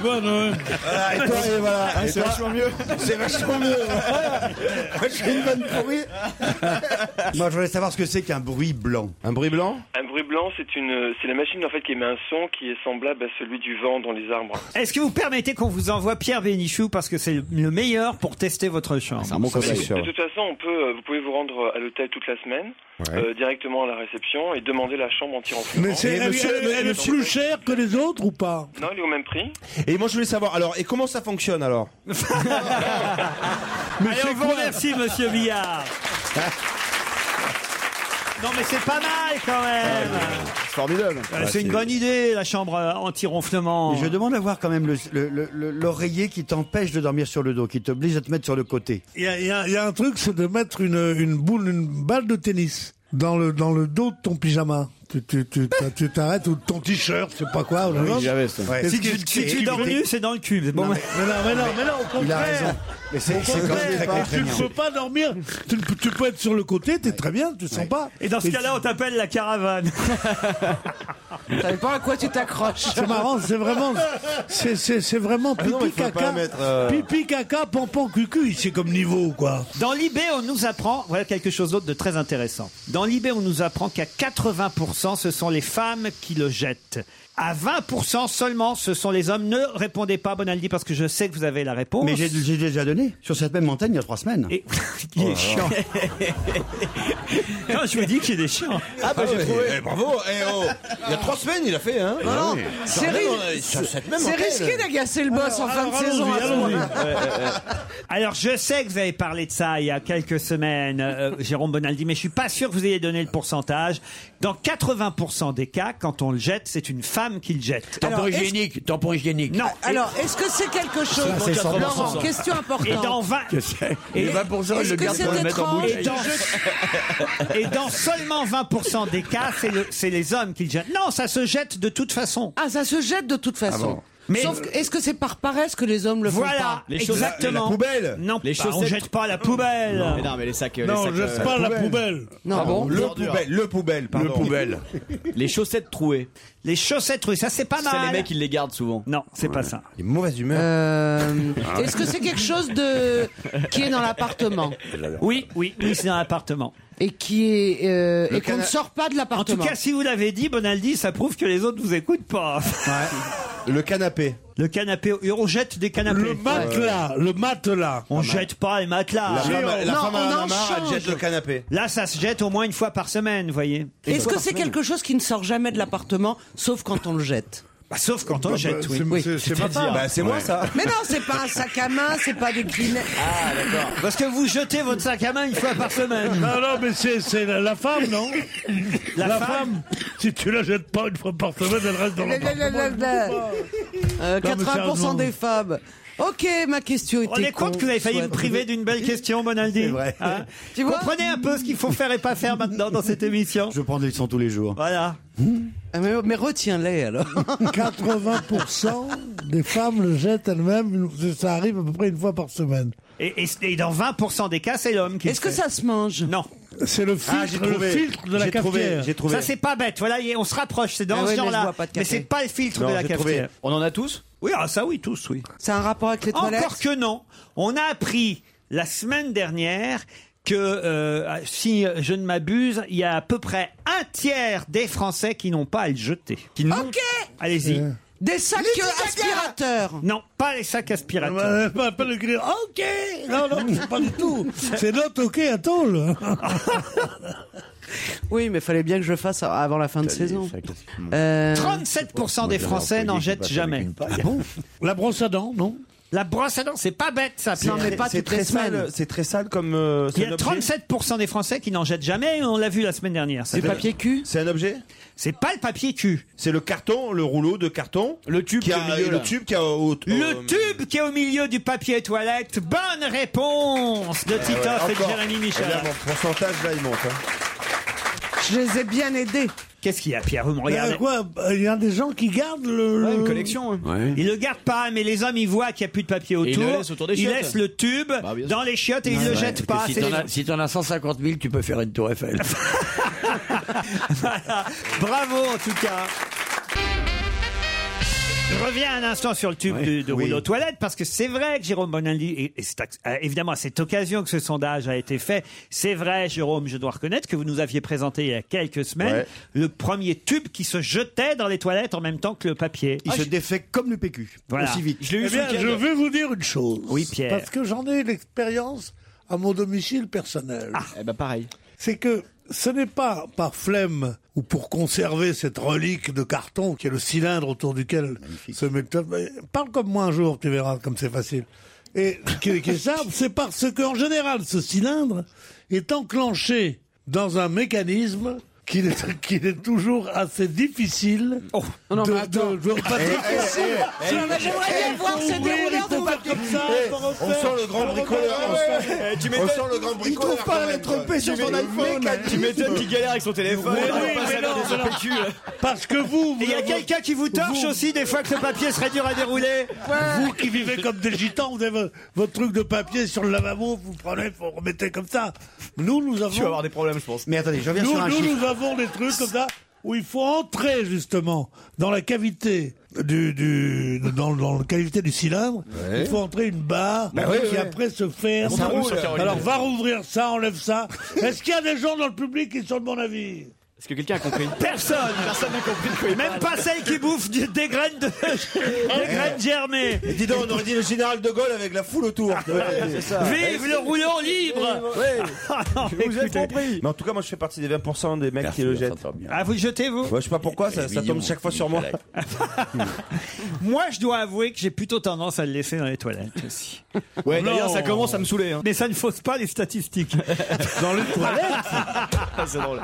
Speaker 11: Voilà, et toi, et voilà. hein,
Speaker 3: Ah,
Speaker 11: c'est vachement mieux. C'est vachement mieux. Voilà. Moi, je suis une bonne pourrie.
Speaker 14: Moi, je voulais savoir ce que c'est qu'un bruit blanc.
Speaker 11: Un bruit blanc
Speaker 18: Un bruit blanc, c'est une, c'est la machine en fait qui émet un son qui est semblable à celui du vent dans les arbres.
Speaker 3: Est-ce que vous permettez qu'on vous envoie Pierre Bénichou parce que c'est le meilleur pour tester votre chambre
Speaker 11: bon conseil.
Speaker 18: De toute façon, on peut, euh, vous pouvez vous rendre à l'hôtel toute la semaine, euh, directement à la réception et demander la chambre anti-renflement.
Speaker 6: Mais c'est
Speaker 11: Et
Speaker 6: elle,
Speaker 11: Eh, monsieur-
Speaker 6: elle- elle est plus chère que les autres ou pas
Speaker 18: Non, elle est au même prix.
Speaker 11: Et moi, je voulais savoir, alors, et comment ça fonctionne alors
Speaker 3: Allez, on vous remercie, monsieur Billard. Non mais c'est pas mal quand même.
Speaker 11: C'est formidable.
Speaker 3: Euh, C'est une bonne idée la chambre euh, anti-ronflement.
Speaker 14: Mais je demande à voir quand même le- le- le- le- l'oreiller qui t'empêche de dormir sur le dos, qui t'oblige à te mettre sur le côté.
Speaker 6: Il y a, il y a- il y a un truc, c'est de mettre une, une boule, une balle de tennis dans le, dans le dos de ton pyjama. Tu tu- tu- tu t'arrêtes ou de ton t-shirt, je sais pas quoi. ou le-
Speaker 11: ça.
Speaker 14: Ouais.
Speaker 3: Si tu, si tu dors nu, c'est dans le cul. Bon,
Speaker 14: mais-
Speaker 6: Mais non, mais non, mais non, au
Speaker 14: Il a
Speaker 6: contraire.
Speaker 14: raison. Mais c'est c'est quand même très
Speaker 6: Tu ne
Speaker 14: contraignant.
Speaker 6: peux pas dormir. Tu, ne peux- tu peux être sur le côté, t'es très bien, tu sens pas.
Speaker 3: Et dans ce cas-là, on t'appelle la caravane.
Speaker 13: tu savais pas à quoi tu t'accroches.
Speaker 6: C'est marrant, c'est vraiment, c'est, c'est, c'est vraiment
Speaker 11: Ah non, mais
Speaker 6: pipi
Speaker 11: faut pas
Speaker 6: caca,
Speaker 11: mettre, euh,
Speaker 6: pipi caca, pompon cucu, c'est comme niveau quoi.
Speaker 3: Dans l'IB, on nous apprend, voilà quelque chose d'autre de très intéressant. Dans l'IB, on nous apprend qu'à 80%, ce sont les femmes qui le jettent. À 20% seulement, ce sont les hommes. Ne répondez pas, Bonaldi, parce que je sais que vous avez la réponse.
Speaker 14: Mais j'ai j'ai déjà donné sur cette même montagne il y a trois semaines.
Speaker 3: Et- Il est chiant. non, je vous dis qu'il est chiant.
Speaker 11: Ah, bah, j'ai trouvé. bravo. Eh, oh. Il y a trois semaines, il a fait, hein.
Speaker 13: Non, non, c'est
Speaker 11: Pardon, euh,
Speaker 13: ri-
Speaker 11: sur cette même
Speaker 13: c'est
Speaker 11: antenne.
Speaker 13: risqué d'agacer le boss en fin de
Speaker 6: alors,
Speaker 13: saison. à
Speaker 6: allons-y,
Speaker 13: ce moment-là.
Speaker 3: Alors, je sais que vous avez parlé de ça il y a quelques semaines, euh, Jérôme Bonaldi, mais je suis pas sûr que vous ayez donné le pourcentage. Dans 80% des cas, quand on le jette, c'est une femme qui le jette.
Speaker 13: Alors,
Speaker 4: Tampon
Speaker 13: est-ce-
Speaker 4: hygiénique, tampon hygiénique.
Speaker 3: Non.
Speaker 13: Alors, est-ce que c'est quelque chose
Speaker 4: c'est 100%.
Speaker 13: Laurent, question
Speaker 3: Et dans
Speaker 13: importante.
Speaker 3: 20,
Speaker 4: Et 20%, il
Speaker 13: Est-ce
Speaker 4: le
Speaker 13: que
Speaker 4: garde
Speaker 13: c'est
Speaker 4: pour le mettre en
Speaker 13: étrange
Speaker 4: bouche.
Speaker 3: et dans, et dans seulement 20% des cas, c'est le- c'est les hommes qui le jettent. Non, ça se jette de toute façon.
Speaker 13: Ah, ça se jette de toute façon. Sauf que- est-ce que c'est par paresse que les hommes le font
Speaker 3: Voilà,
Speaker 13: pas
Speaker 8: Les choses-
Speaker 3: exactement.
Speaker 8: la- la poubelle.
Speaker 3: Non,
Speaker 8: Les
Speaker 3: bah, on
Speaker 8: chaussettes-
Speaker 3: jette pas la poubelle.
Speaker 8: Non, mais non, mais les sacs, euh, les sacs, euh,
Speaker 3: Non,
Speaker 8: Ah bon
Speaker 3: le
Speaker 8: Le poubelle, le poubelle, pardon. les chaussettes trouées.
Speaker 3: Les chaussettes trouées, ça c'est pas
Speaker 8: Ça,
Speaker 3: mal.
Speaker 8: les mecs, ils les gardent souvent.
Speaker 3: Non, c'est pas ça.
Speaker 8: Les mauvaises humeurs.
Speaker 13: Euh,
Speaker 11: Ah.
Speaker 13: Est-ce que c'est quelque chose de qui est dans l'appartement
Speaker 3: Oui, oui, oui, c'est dans l'appartement.
Speaker 13: et qui est euh,
Speaker 3: Le
Speaker 13: et qu'on ne
Speaker 3: cana-
Speaker 13: sort pas de
Speaker 3: En tout
Speaker 13: l'appartement
Speaker 3: cas, si vous l'avez dit, Bonaldi, ça prouve que les autres vous écoutent pas. Le canapé. Le canapé. Et on jette des canapés.
Speaker 6: Le matelas,
Speaker 3: Le matelas. On jette pas les matelas.
Speaker 11: Ah, bah. La femme, la femme à un amarre, elle jette
Speaker 3: change.
Speaker 11: le canapé.
Speaker 3: Là, ça se jette au moins une fois par semaine, vous voyez.
Speaker 13: Est-ce que c'est quelque chose qui ne sort jamais de l'appartement, sauf quand on le jette
Speaker 3: Bah, sauf quand on
Speaker 13: Bah,
Speaker 3: le jette,
Speaker 13: bah,
Speaker 3: oui.
Speaker 13: c'est-
Speaker 3: Oui.
Speaker 13: c'est- c'est ma
Speaker 3: C'est-à-dire-
Speaker 13: part. Bah, c'est moi, ça. Mais non, c'est pas un sac à main, c'est pas des Euh, Kleenex.
Speaker 6: Ah, d'accord.
Speaker 3: Parce que vous jetez votre sac à main une fois par semaine.
Speaker 6: Non, non, mais c'est c'est la, la femme, non
Speaker 3: La
Speaker 6: femme, si tu la jettes pas une fois par semaine, elle reste dans l'appartement.
Speaker 13: Euh,
Speaker 6: Non, mais
Speaker 13: 80%
Speaker 6: sérieusement.
Speaker 13: des femmes. Ok, ma question était
Speaker 3: On est compte
Speaker 13: con,
Speaker 3: que vous avez failli me
Speaker 13: soit-
Speaker 3: priver d'une belle question, Bonaldi.
Speaker 14: vrai.
Speaker 3: Hein
Speaker 13: Tu vois
Speaker 3: Comprenez un peu ce qu'il faut faire et pas faire maintenant dans cette émission.
Speaker 14: Je prends des leçons tous les jours.
Speaker 3: Voilà.
Speaker 13: Mais, mais retiens-les alors.
Speaker 6: 80% des femmes le jettent elles-mêmes, ça arrive à peu près une fois par semaine.
Speaker 3: Et, et- et dans 20% des cas, c'est l'homme qui.
Speaker 6: Est-ce que
Speaker 13: ça se mange
Speaker 3: Non. Ah,
Speaker 6: C'est le filtre, le filtre de la cafetière.
Speaker 3: Ça, c'est pas bête. Voilà, et on se rapproche. C'est dans
Speaker 13: Ah oui,
Speaker 3: ce
Speaker 13: mais je
Speaker 3: genre-là.
Speaker 13: bois pas de
Speaker 3: Mais
Speaker 13: café.
Speaker 3: c'est pas le filtre
Speaker 13: Non,
Speaker 3: de la
Speaker 13: j'ai trouvé.
Speaker 3: cafetière. On en a tous Oui, ah, ça, oui, tous, oui.
Speaker 13: C'est un rapport avec les toilettes
Speaker 3: Encore que non. On a appris la semaine dernière que, euh, si je ne m'abuse, il y a à peu près un tiers des Français qui n'ont pas à le jeter. Qui n'ont-
Speaker 13: Ok.
Speaker 3: Allez-y.
Speaker 6: Euh.
Speaker 13: Des sacs
Speaker 3: Les
Speaker 13: euh, aspirateurs.
Speaker 3: Non, pas les sacs aspirateurs.
Speaker 6: pas le gré. Ok Non, non, c'est pas du tout. C'est notre ok à tôle.
Speaker 13: Oui, mais fallait bien que je fasse avant la fin de saison. Euh,
Speaker 3: 37% des Français n'en jettent jamais.
Speaker 6: Ah La brosse à dents, non
Speaker 3: La brosse à dents, c'est pas bête ça. Pierre.
Speaker 11: C'est très sale, C'est très sale comme.
Speaker 3: Il
Speaker 11: euh,
Speaker 3: y
Speaker 11: c'est un
Speaker 3: a
Speaker 11: objet
Speaker 3: 37% des Français qui n'en jettent jamais, et on l'a vu la semaine dernière.
Speaker 11: Du papier
Speaker 13: cul
Speaker 11: C'est un objet
Speaker 3: C'est pas le papier cul.
Speaker 11: C'est le carton, le rouleau de carton. Le tube qui
Speaker 3: qui est au
Speaker 11: a,
Speaker 3: milieu, là.
Speaker 11: Le tube qui a au.
Speaker 3: Le tube qui est au milieu du papier toilette. Bonne réponse
Speaker 11: Ah
Speaker 3: de Titoff et de Jérémy Michel.
Speaker 11: Là, Eh mon pourcentage, là, il monte. hein.
Speaker 13: Je les ai bien aidés. Euh,
Speaker 3: Qu'est-ce qu'il y a, Pierre Vous me
Speaker 6: Il y
Speaker 3: regardez
Speaker 6: a quoi Il y a des gens qui gardent le. le-
Speaker 3: hein. Ils le gardent pas, mais les hommes, ils voient qu'il n'y a plus de papier autour.
Speaker 9: Et ils le laissent autour des
Speaker 3: Ils
Speaker 9: chiottes. Bah,
Speaker 3: laissent le tube dans les chiottes et ils ne le jettent pas.
Speaker 9: Si
Speaker 3: C'est
Speaker 9: t'en
Speaker 3: les-
Speaker 9: as- si t'en as 150 000, tu peux faire une tour Eiffel.
Speaker 3: Bravo en tout cas. Je reviens un instant sur le tube de, de rouleau toilette parce que c'est vrai que Jérôme Bonaldi, et, et c'est ac- euh, évidemment à cette occasion que ce sondage a été fait, c'est vrai Jérôme, je dois reconnaître que vous nous aviez présenté il y a quelques semaines
Speaker 14: Ouais.
Speaker 3: le premier tube qui se jetait dans les toilettes en même temps que le papier. Ah,
Speaker 14: Il se défait comme le PQ,
Speaker 3: Voilà.
Speaker 14: aussi vite.
Speaker 3: Je l'ai eu
Speaker 6: Eh
Speaker 3: ce
Speaker 6: bien,
Speaker 3: week-end.
Speaker 6: je veux vous dire une chose.
Speaker 3: Oui, Pierre.
Speaker 6: Parce que j'en ai l'expérience à mon domicile personnel.
Speaker 3: Ah.
Speaker 8: Eh ben pareil.
Speaker 6: C'est que ce n'est pas par flemme ou pour conserver cette relique de carton qui est le cylindre autour duquel se met le top. Mais Parle comme moi un jour, tu verras comme c'est facile. Et qui qui est simple, c'est parce qu'en général, ce cylindre est enclenché dans un mécanisme qu'il est, qu'il est toujours assez difficile
Speaker 3: Oh.
Speaker 6: de, de, de- Patrick,
Speaker 15: Eh, eh,
Speaker 6: c'est-
Speaker 15: eh, eh,
Speaker 6: c'est un
Speaker 15: eh,
Speaker 6: laboratoire,
Speaker 15: eh,
Speaker 6: il faut ouvrir, il faut faire comme ça,
Speaker 15: Eh,
Speaker 6: il faut
Speaker 15: on
Speaker 6: refaire.
Speaker 15: sent le grand bricoleur, on sent- Eh, tu m'étonnes. Il trouve pas à l'être trompé sur son iPhone.
Speaker 8: Tu m'étonnes qu'il galère avec son téléphone.
Speaker 15: Mais
Speaker 8: Il
Speaker 15: oui,
Speaker 8: passe
Speaker 15: mais
Speaker 8: à la
Speaker 15: non,
Speaker 8: maison
Speaker 15: mais non.
Speaker 8: PQ.
Speaker 6: Parce que vous,
Speaker 3: Et il y a quelqu'un qui vous torche
Speaker 6: Vous-
Speaker 3: aussi des fois que le papier serait dur à dérouler.
Speaker 6: Vous qui vivez comme des gitans, vous avez vo- votre truc de papier sur le lavabo, vous prenez, vous remettez comme ça. Nous, nous avons.
Speaker 8: Tu vas avoir des problèmes, je pense.
Speaker 14: Mais attendez, je reviens
Speaker 6: Nous,
Speaker 14: sur un
Speaker 6: nous,
Speaker 14: chiffre.
Speaker 6: nous avons des trucs comme ça où il faut entrer justement dans la cavité du, du dans, dans la cavité du cylindre.
Speaker 15: Ouais.
Speaker 6: Il faut entrer une barre
Speaker 15: Bah ouais,
Speaker 6: qui
Speaker 15: ouais.
Speaker 6: après se ferme.
Speaker 15: Ça roule, Caroline.
Speaker 6: Alors va rouvrir ça, enlève ça. Est-ce qu'il y a des gens dans le public qui sont de mon avis
Speaker 8: Est-ce que quelqu'un a compris
Speaker 3: Personne
Speaker 8: Personne n'a compris de quoi il
Speaker 3: Même
Speaker 8: parle.
Speaker 3: pas celle qui bouffe du- des graines de, des graines germées.
Speaker 11: Et dis donc, on aurait dit le général de Gaulle avec la foule autour.
Speaker 3: Vive le rouleau libre
Speaker 11: Vous avez compris. Mais en tout cas, moi, je fais partie des 20% des mecs qui le jettent.
Speaker 3: Ah, vous le jetez, vous
Speaker 11: Moi, je sais pas pourquoi, ça, ça tombe chaque fois sur moi.
Speaker 3: Moi, je dois avouer que j'ai plutôt tendance à le laisser dans les toilettes aussi.
Speaker 8: Ouais, d'ailleurs, ça commence à me saouler.
Speaker 3: Mais ça ne fausse pas les statistiques.
Speaker 8: Dans les toilettes C'est drôle.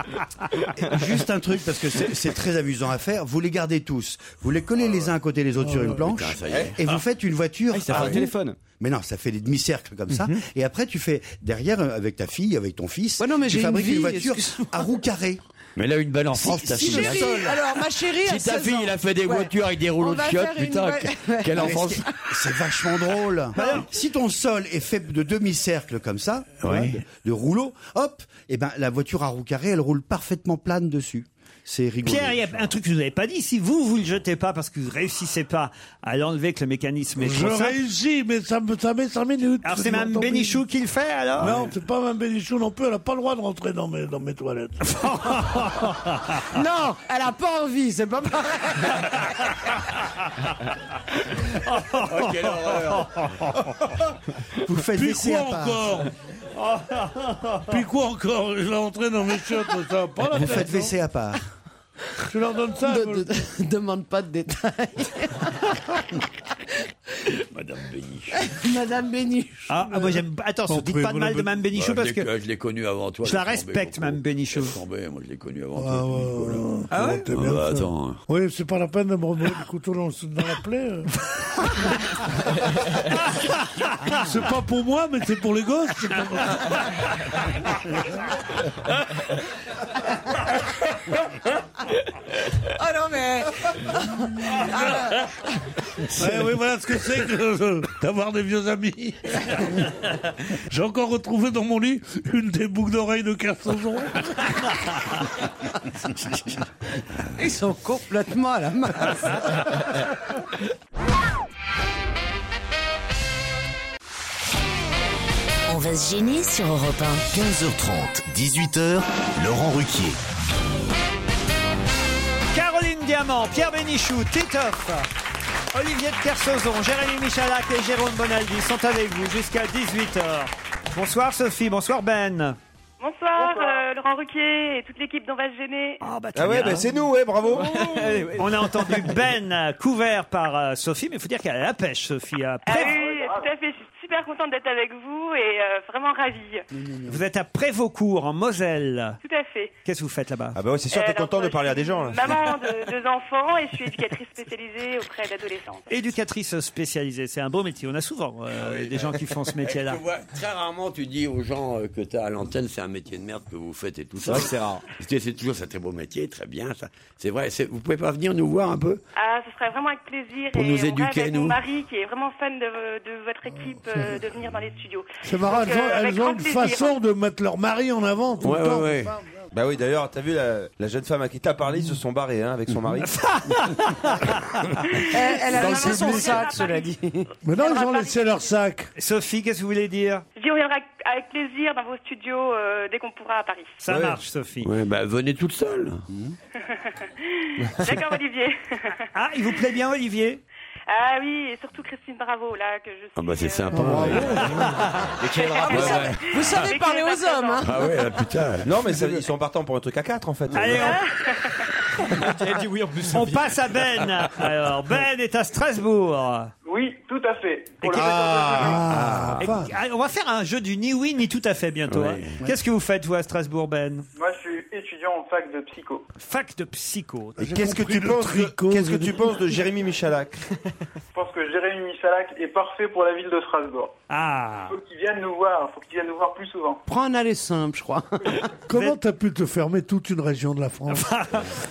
Speaker 14: Juste un truc, parce que c'est c'est très amusant à faire. Vous les gardez tous. Vous les collez les uns à côté des autres sur une planche.
Speaker 9: Oh, Putain, ça y est.
Speaker 14: Et vous faites une voiture.
Speaker 9: Ah, ça fait
Speaker 14: à
Speaker 9: un
Speaker 14: roues.
Speaker 9: téléphone. Mhm.
Speaker 14: Mais non, ça fait des demi-cercles comme ça. Et après, tu fais derrière, euh, avec ta fille, avec ton fils,
Speaker 13: non, mais
Speaker 14: tu
Speaker 13: j'ai une
Speaker 14: fabriques
Speaker 13: vie,
Speaker 14: voiture
Speaker 13: excuse-moi.
Speaker 14: à roues carrées.
Speaker 4: Mais là, une belle enfance, t'as
Speaker 13: si
Speaker 4: fini.
Speaker 13: chérie, alors, ma chérie a
Speaker 4: Si ta
Speaker 13: 16
Speaker 4: fille,
Speaker 13: ans.
Speaker 4: il a fait des
Speaker 13: Ouais.
Speaker 4: voitures avec des
Speaker 13: On
Speaker 4: rouleaux de
Speaker 13: va
Speaker 4: chiottes,
Speaker 13: faire une
Speaker 4: putain,
Speaker 13: belle-
Speaker 4: que- quelle
Speaker 14: Mais
Speaker 4: enfance.
Speaker 14: ce qui- C'est vachement drôle.
Speaker 13: Bah
Speaker 14: si ton sol est fait de demi-cercle comme ça, tu vois,
Speaker 4: Ouais.
Speaker 14: de, de rouleau, hop, et ben la voiture à roue carrée, elle roule parfaitement plane dessus. C'est rigolo.
Speaker 3: Pierre, il y a un truc que je vous avais pas dit. Si vous, vous le jetez pas parce que vous réussissez pas à l'enlever que le mécanisme est
Speaker 6: Je
Speaker 3: trop simple.
Speaker 6: réussis, mais ça me ça met 5 minutes.
Speaker 3: Alors, c'est Mme
Speaker 6: Tant pis.
Speaker 3: Bénichou qui le fait, alors
Speaker 6: Non, c'est pas Mme Bénichou non plus, elle n'a pas le droit de rentrer dans mes, dans mes toilettes.
Speaker 13: Non, elle a pas envie, c'est pas pareil.
Speaker 4: Oh, quelle horreur.
Speaker 6: Vous
Speaker 14: faites
Speaker 6: Puis
Speaker 14: laisser
Speaker 6: quoi
Speaker 14: à part.
Speaker 6: encore Puis quoi encore Je l'ai entré dans mes chiottes, ça va pas la hein.
Speaker 14: Vous
Speaker 6: peine,
Speaker 14: faites
Speaker 6: non
Speaker 14: WC à part.
Speaker 6: Tu leur donnes ça
Speaker 13: De- de- demande pas de détails.
Speaker 4: Madame Bénichou.
Speaker 13: Madame Bénichou.
Speaker 3: Ah, ah, moi j'aime. Attention, dites pas de mal de Mme Bénichou
Speaker 4: Bah,
Speaker 3: parce
Speaker 4: je l'ai-
Speaker 3: que.
Speaker 4: Je l'ai connue avant toi.
Speaker 3: Je la
Speaker 4: laisse tomber,
Speaker 3: respecte,
Speaker 4: Coco.
Speaker 3: Mme Bénichou.
Speaker 4: Laisse tomber, moi je l'ai connue avant
Speaker 6: Ah,
Speaker 4: toi.
Speaker 6: ouais, ouais, ouais.
Speaker 4: Ah ouais
Speaker 6: T'es
Speaker 4: Ah
Speaker 6: bien
Speaker 4: bah,
Speaker 6: fait.
Speaker 4: attends.
Speaker 6: Oui, c'est pas la peine de me remettre le couteau dans, le- dans la plaie. euh. c'est pas pour moi, mais c'est pour les gosses. c'est pas-
Speaker 13: Oh non, mais. Ah.
Speaker 6: Ouais, oui, voilà ce que c'est que d'avoir des vieux amis. J'ai encore retrouvé dans mon lit une des boucles d'oreilles de Kersozon.
Speaker 13: Ils sont complètement à la masse.
Speaker 2: On va se gêner sur Europe 1.
Speaker 16: 15h30, 18h, Laurent Ruquier.
Speaker 3: Caroline Diamant, Pierre Bénichou, Titoff, Olivier de Kersauzon, Jérémy Michalak et Jérôme Bonaldi sont avec vous jusqu'à 18h. Bonsoir Sophie, bonsoir Ben.
Speaker 17: Bonsoir, euh, Laurent Ruquier et toute l'équipe d'On va se gêner.
Speaker 3: Ah ouais, bah, c'est
Speaker 11: nous, ouais, bravo.
Speaker 3: On a entendu Ben euh, couvert par euh, Sophie, mais il faut dire qu'elle a la pêche, Sophie. a
Speaker 17: Ah
Speaker 3: pré-
Speaker 17: oui, tout à fait. Je suis super contente d'être avec vous et euh, vraiment ravie.
Speaker 3: Vous êtes à Prévaucourt, en Moselle.
Speaker 17: Tout à fait.
Speaker 3: Qu'est-ce que vous faites là-bas
Speaker 11: Ah bah ouais, c'est sûr,
Speaker 17: Euh,
Speaker 11: t'es
Speaker 17: alors,
Speaker 11: content de
Speaker 17: moi,
Speaker 11: parler à des gens
Speaker 3: Oh,
Speaker 11: là.
Speaker 17: Maman de deux enfants et je suis éducatrice spécialisée auprès d'adolescents.
Speaker 3: Éducatrice spécialisée, c'est un beau métier. On a souvent
Speaker 11: Ah
Speaker 3: euh, des gens qui font ce métier-là.
Speaker 4: Eh, Tu vois, très rarement tu dis aux gens euh, que tu as à l'antenne, c'est un métier de merde que vous faites et tout ça.
Speaker 8: vrai que c'est rare.
Speaker 4: Parce que C'est toujours c'est un très beau métier, très bien. ça. C'est vrai, c'est- vous pouvez pas venir nous voir un peu
Speaker 17: Ah, ce serait vraiment avec plaisir.
Speaker 4: Pour
Speaker 17: et
Speaker 4: nous
Speaker 17: on
Speaker 4: éduquer,
Speaker 17: rêve avec
Speaker 4: nous.
Speaker 17: Mon mari qui est vraiment fan de, de votre équipe euh, de venir dans les studios.
Speaker 6: C'est marrant,
Speaker 17: Donc,
Speaker 6: elles ont,
Speaker 17: euh, avec
Speaker 6: elles ont
Speaker 17: grand
Speaker 6: une
Speaker 17: plaisir.
Speaker 6: façon de mettre leur mari en avant tout
Speaker 11: Ouais,
Speaker 6: le temps.
Speaker 11: ouais, ouais. Bah oui, d'ailleurs, t'as vu la, la jeune femme à qui t'as parlé, ils se sont barrés hein, avec son mari.
Speaker 3: Ah,
Speaker 13: Elle, elle a
Speaker 6: Dans le
Speaker 13: laissé son
Speaker 6: public.
Speaker 13: sac, cela dit.
Speaker 6: Mais non, ils ont laissé leur sac.
Speaker 3: Sophie, qu'est-ce que vous voulez dire
Speaker 17: Je dis, on viendra avec- avec plaisir dans vos studios euh, dès qu'on pourra à Paris.
Speaker 3: Ça marche, Sophie. Mhm.
Speaker 4: Ouais, bah venez toute seule.
Speaker 17: D'accord, Olivier.
Speaker 3: Ah, il vous plaît bien, Olivier
Speaker 17: Ah oui, et surtout Christine Bravo, là, que je suis.
Speaker 4: Ah bah c'est sympa. ouais.
Speaker 11: Et quel rapport
Speaker 4: Vous savez-
Speaker 13: Ah, Vous savez parler aux hommes, hein
Speaker 4: Ah ouais, là, putain.
Speaker 11: Non, mais ça- ils sont partants pour un truc à 4 en fait. Euh,
Speaker 3: Allez, on passe à Ben. Alors, Ben est à Strasbourg.
Speaker 19: Oui, tout à fait. Pour le
Speaker 3: Ah. Et- ah, on va faire un jeu du ni oui ni tout à fait bientôt.
Speaker 19: Ouais.
Speaker 3: hein. Qu'est-ce que vous faites, vous, à Strasbourg, Ben
Speaker 19: Moi, je suis étudiant en fac de psycho.
Speaker 3: Fac de psycho.
Speaker 11: Et qu'est-ce que tu penses de- Qu'est-ce que tu penses de Jérémy Michalak
Speaker 19: Je pense que Jérémy Michalak est parfait pour la ville de Strasbourg.
Speaker 3: Ah
Speaker 19: Faut qu'il vienne nous voir, faut qu'il vienne nous voir plus souvent.
Speaker 13: Prends un aller simple, je crois.
Speaker 6: Comment t'as pu te fermer toute une région de la France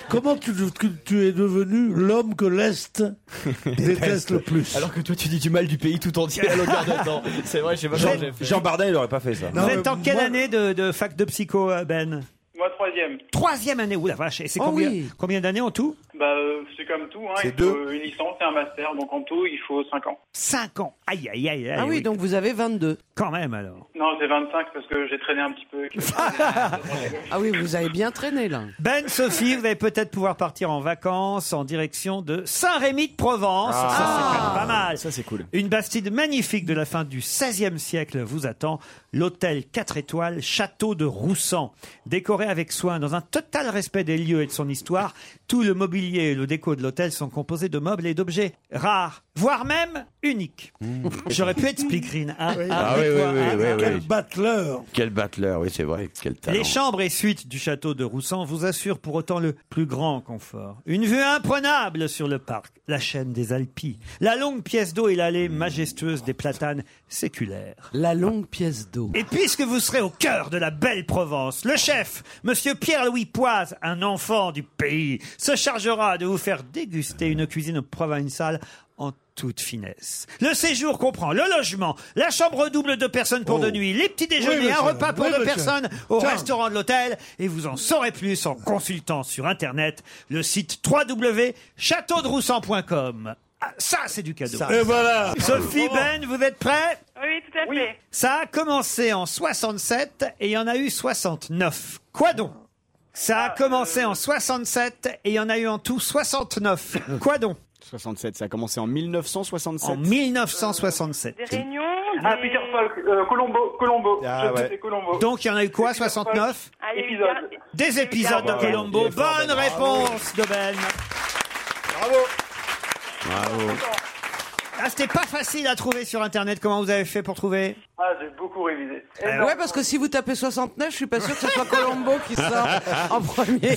Speaker 6: Comment tu, tu- tu es devenu l'homme que l'Est
Speaker 3: Ah
Speaker 6: déteste le plus
Speaker 8: Alors que toi, tu dis du mal du pays tout entier à longueur de temps. C'est vrai, je sais pas comment j'ai fait.
Speaker 11: Jean Bardin, il aurait pas fait ça.
Speaker 3: Vous êtes en quelle année de, de fac de psycho, euh, Ben
Speaker 19: Moi, troisième.
Speaker 3: Troisième année. Ouh la vache. Et c'est
Speaker 19: Oh
Speaker 3: combien,
Speaker 19: oui.
Speaker 3: combien d'années en tout
Speaker 19: Bah, euh, c'est comme tout, hein.
Speaker 3: C'est
Speaker 19: il faut une licence et un master, donc en tout, il faut 5 ans.
Speaker 3: Cinq ans. Aïe, aïe, aïe, aïe.
Speaker 13: Ah oui, donc vous avez 22.
Speaker 3: Quand même, alors.
Speaker 19: Non, c'est 25 parce que j'ai traîné un petit peu.
Speaker 13: Ah oui, vous avez bien traîné, là.
Speaker 3: Ben, Sophie, vous allez peut-être pouvoir partir en vacances en direction de Saint-Rémy-de-Provence.
Speaker 4: Ah.
Speaker 3: Ça, c'est quand même pas mal.
Speaker 8: Ça, c'est cool.
Speaker 3: Une bastide magnifique de la fin du XVIe siècle vous attend, l'hôtel 4 étoiles Château de Roussan. Décoré avec soin, dans un total respect des lieux et de son histoire, tout le mobilier et le déco de l'hôtel sont composés de meubles et d'objets rares, voire même uniques. J'aurais pu être speakerine. hein.
Speaker 4: Hmm. Ah
Speaker 3: à toi.
Speaker 4: oui, oui,
Speaker 3: Ah,
Speaker 4: oui,
Speaker 3: ah,
Speaker 4: oui.
Speaker 3: quel
Speaker 4: oui.
Speaker 6: battleur
Speaker 4: Quel battleur, oui, c'est vrai. Quel talent.
Speaker 3: Les chambres et suites du château de Roussan vous assurent pour autant le plus grand confort. Une vue imprenable sur le parc, la chaîne des Alpilles, la longue pièce d'eau et l'allée majestueuse des platanes séculaires.
Speaker 13: Mmh. La longue pièce d'eau.
Speaker 3: Et puisque vous serez au cœur de la belle Provence, le chef, monsieur Pierre-Louis Poise, un enfant du pays, se chargera de vous faire déguster une cuisine provençale en toute finesse. Le séjour comprend le logement, la chambre double de personnes pour
Speaker 4: Oh.
Speaker 3: deux nuits, les petits déjeuners,
Speaker 8: Oui,
Speaker 3: un
Speaker 8: monsieur.
Speaker 3: repas pour
Speaker 8: Oui,
Speaker 3: deux
Speaker 8: monsieur.
Speaker 3: personnes au
Speaker 8: Tiens.
Speaker 3: restaurant de l'hôtel et vous en saurez plus en consultant sur internet le site www.châteauderoussan.com. Ah, ça, c'est du cadeau.
Speaker 6: Et voilà.
Speaker 3: Sophie
Speaker 6: Oh.
Speaker 3: Ben, vous êtes prêts
Speaker 17: Oui, tout à fait.
Speaker 3: ça a commencé en 67 et il y en a eu 69. Quoi donc Ça a commencé en 67 et il y en a eu en tout 69. Quoi donc
Speaker 8: 67, ça a commencé en 1967.
Speaker 3: En 1967.
Speaker 17: Des réunions des-
Speaker 19: Ah, Peter Falk, euh, Colombo, Colombo.
Speaker 8: Ah,
Speaker 19: je
Speaker 8: ouais.
Speaker 19: sais, Colombo.
Speaker 3: Donc il y en a eu quoi 69
Speaker 17: Ah, il y a eu
Speaker 19: Épisode.
Speaker 17: gar-
Speaker 3: Des épisodes de Colombo. Bonne réponse de Ben.
Speaker 19: Bravo.
Speaker 4: Bravo.
Speaker 3: Ah, c'était pas facile à trouver sur internet. Comment vous avez fait pour trouver
Speaker 19: Ah, j'ai beaucoup révisé.
Speaker 3: Eh ben,
Speaker 13: ouais, parce que si vous tapez 69, je suis pas sûr que ce soit Colombo qui sort en premier.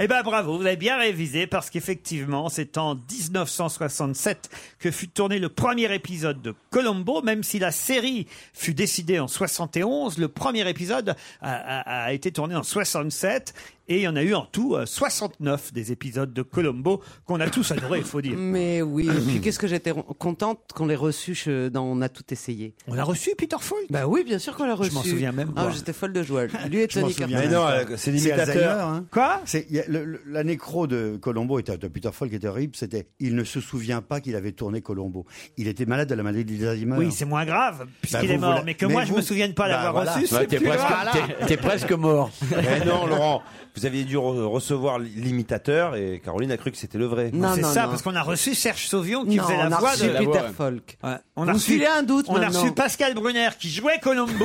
Speaker 3: Eh ben bravo, vous avez bien révisé parce qu'effectivement, c'est en 1967 que fut tourné le premier épisode de Colombo, même si la série fut décidée en 71, le premier épisode a, a- a été tourné en 67 et il y en a eu en tout euh, 69 des épisodes de Colombo qu'on a tous adoré, il faut dire.
Speaker 13: Mais oui, et puis qu'est-ce que j'étais ron- contente qu'on l'ait reçu che- dans On a tout essayé.
Speaker 3: On l'a reçu, Peter Falk
Speaker 13: Bah oui, bien sûr qu'on l'a reçu.
Speaker 3: m'en souviens même
Speaker 13: Ah,
Speaker 3: pas.
Speaker 13: j'étais folle de joie. Lui et
Speaker 14: Je m'en
Speaker 13: Tony
Speaker 14: souviens
Speaker 13: Carter.
Speaker 14: même
Speaker 3: euh,
Speaker 14: pas. Alzheimer, hein.
Speaker 3: Quoi
Speaker 14: C'est- il y a le- le- La nécro de Colombo, était, de Peter Falk, était horrible. C'était il ne se souvient pas qu'il avait tourné Colombo. Il était malade de la maladie d'Alzheimer.
Speaker 3: Oui, c'est moins grave puisqu'il
Speaker 14: Bah,
Speaker 3: est
Speaker 14: vous
Speaker 3: mort,
Speaker 14: voulez-
Speaker 3: mais que
Speaker 14: mais
Speaker 3: moi je
Speaker 14: vous-
Speaker 3: me souvienne pas
Speaker 14: bah,
Speaker 3: l'avoir
Speaker 14: voilà.
Speaker 3: reçu.
Speaker 4: Ouais,
Speaker 3: c'est
Speaker 4: t'es
Speaker 3: plus
Speaker 4: presque,
Speaker 3: grave.
Speaker 4: t'es- t'es presque mort.
Speaker 11: Mais non, Laurent, vous aviez dû re- recevoir l'imitateur et Caroline a cru que c'était le vrai.
Speaker 13: Non,
Speaker 3: C'est
Speaker 13: non,
Speaker 3: ça,
Speaker 13: non.
Speaker 3: parce qu'on a reçu Serge Sauvion qui
Speaker 13: Non,
Speaker 3: faisait la
Speaker 13: on a
Speaker 3: voix
Speaker 13: reçu
Speaker 3: de
Speaker 13: Peter
Speaker 3: Ouais.
Speaker 13: Falk. Bah,
Speaker 3: Ouais.
Speaker 13: Vous filez un doute,
Speaker 3: On a
Speaker 13: maintenant.
Speaker 3: reçu Pascal Brunner qui jouait Colombo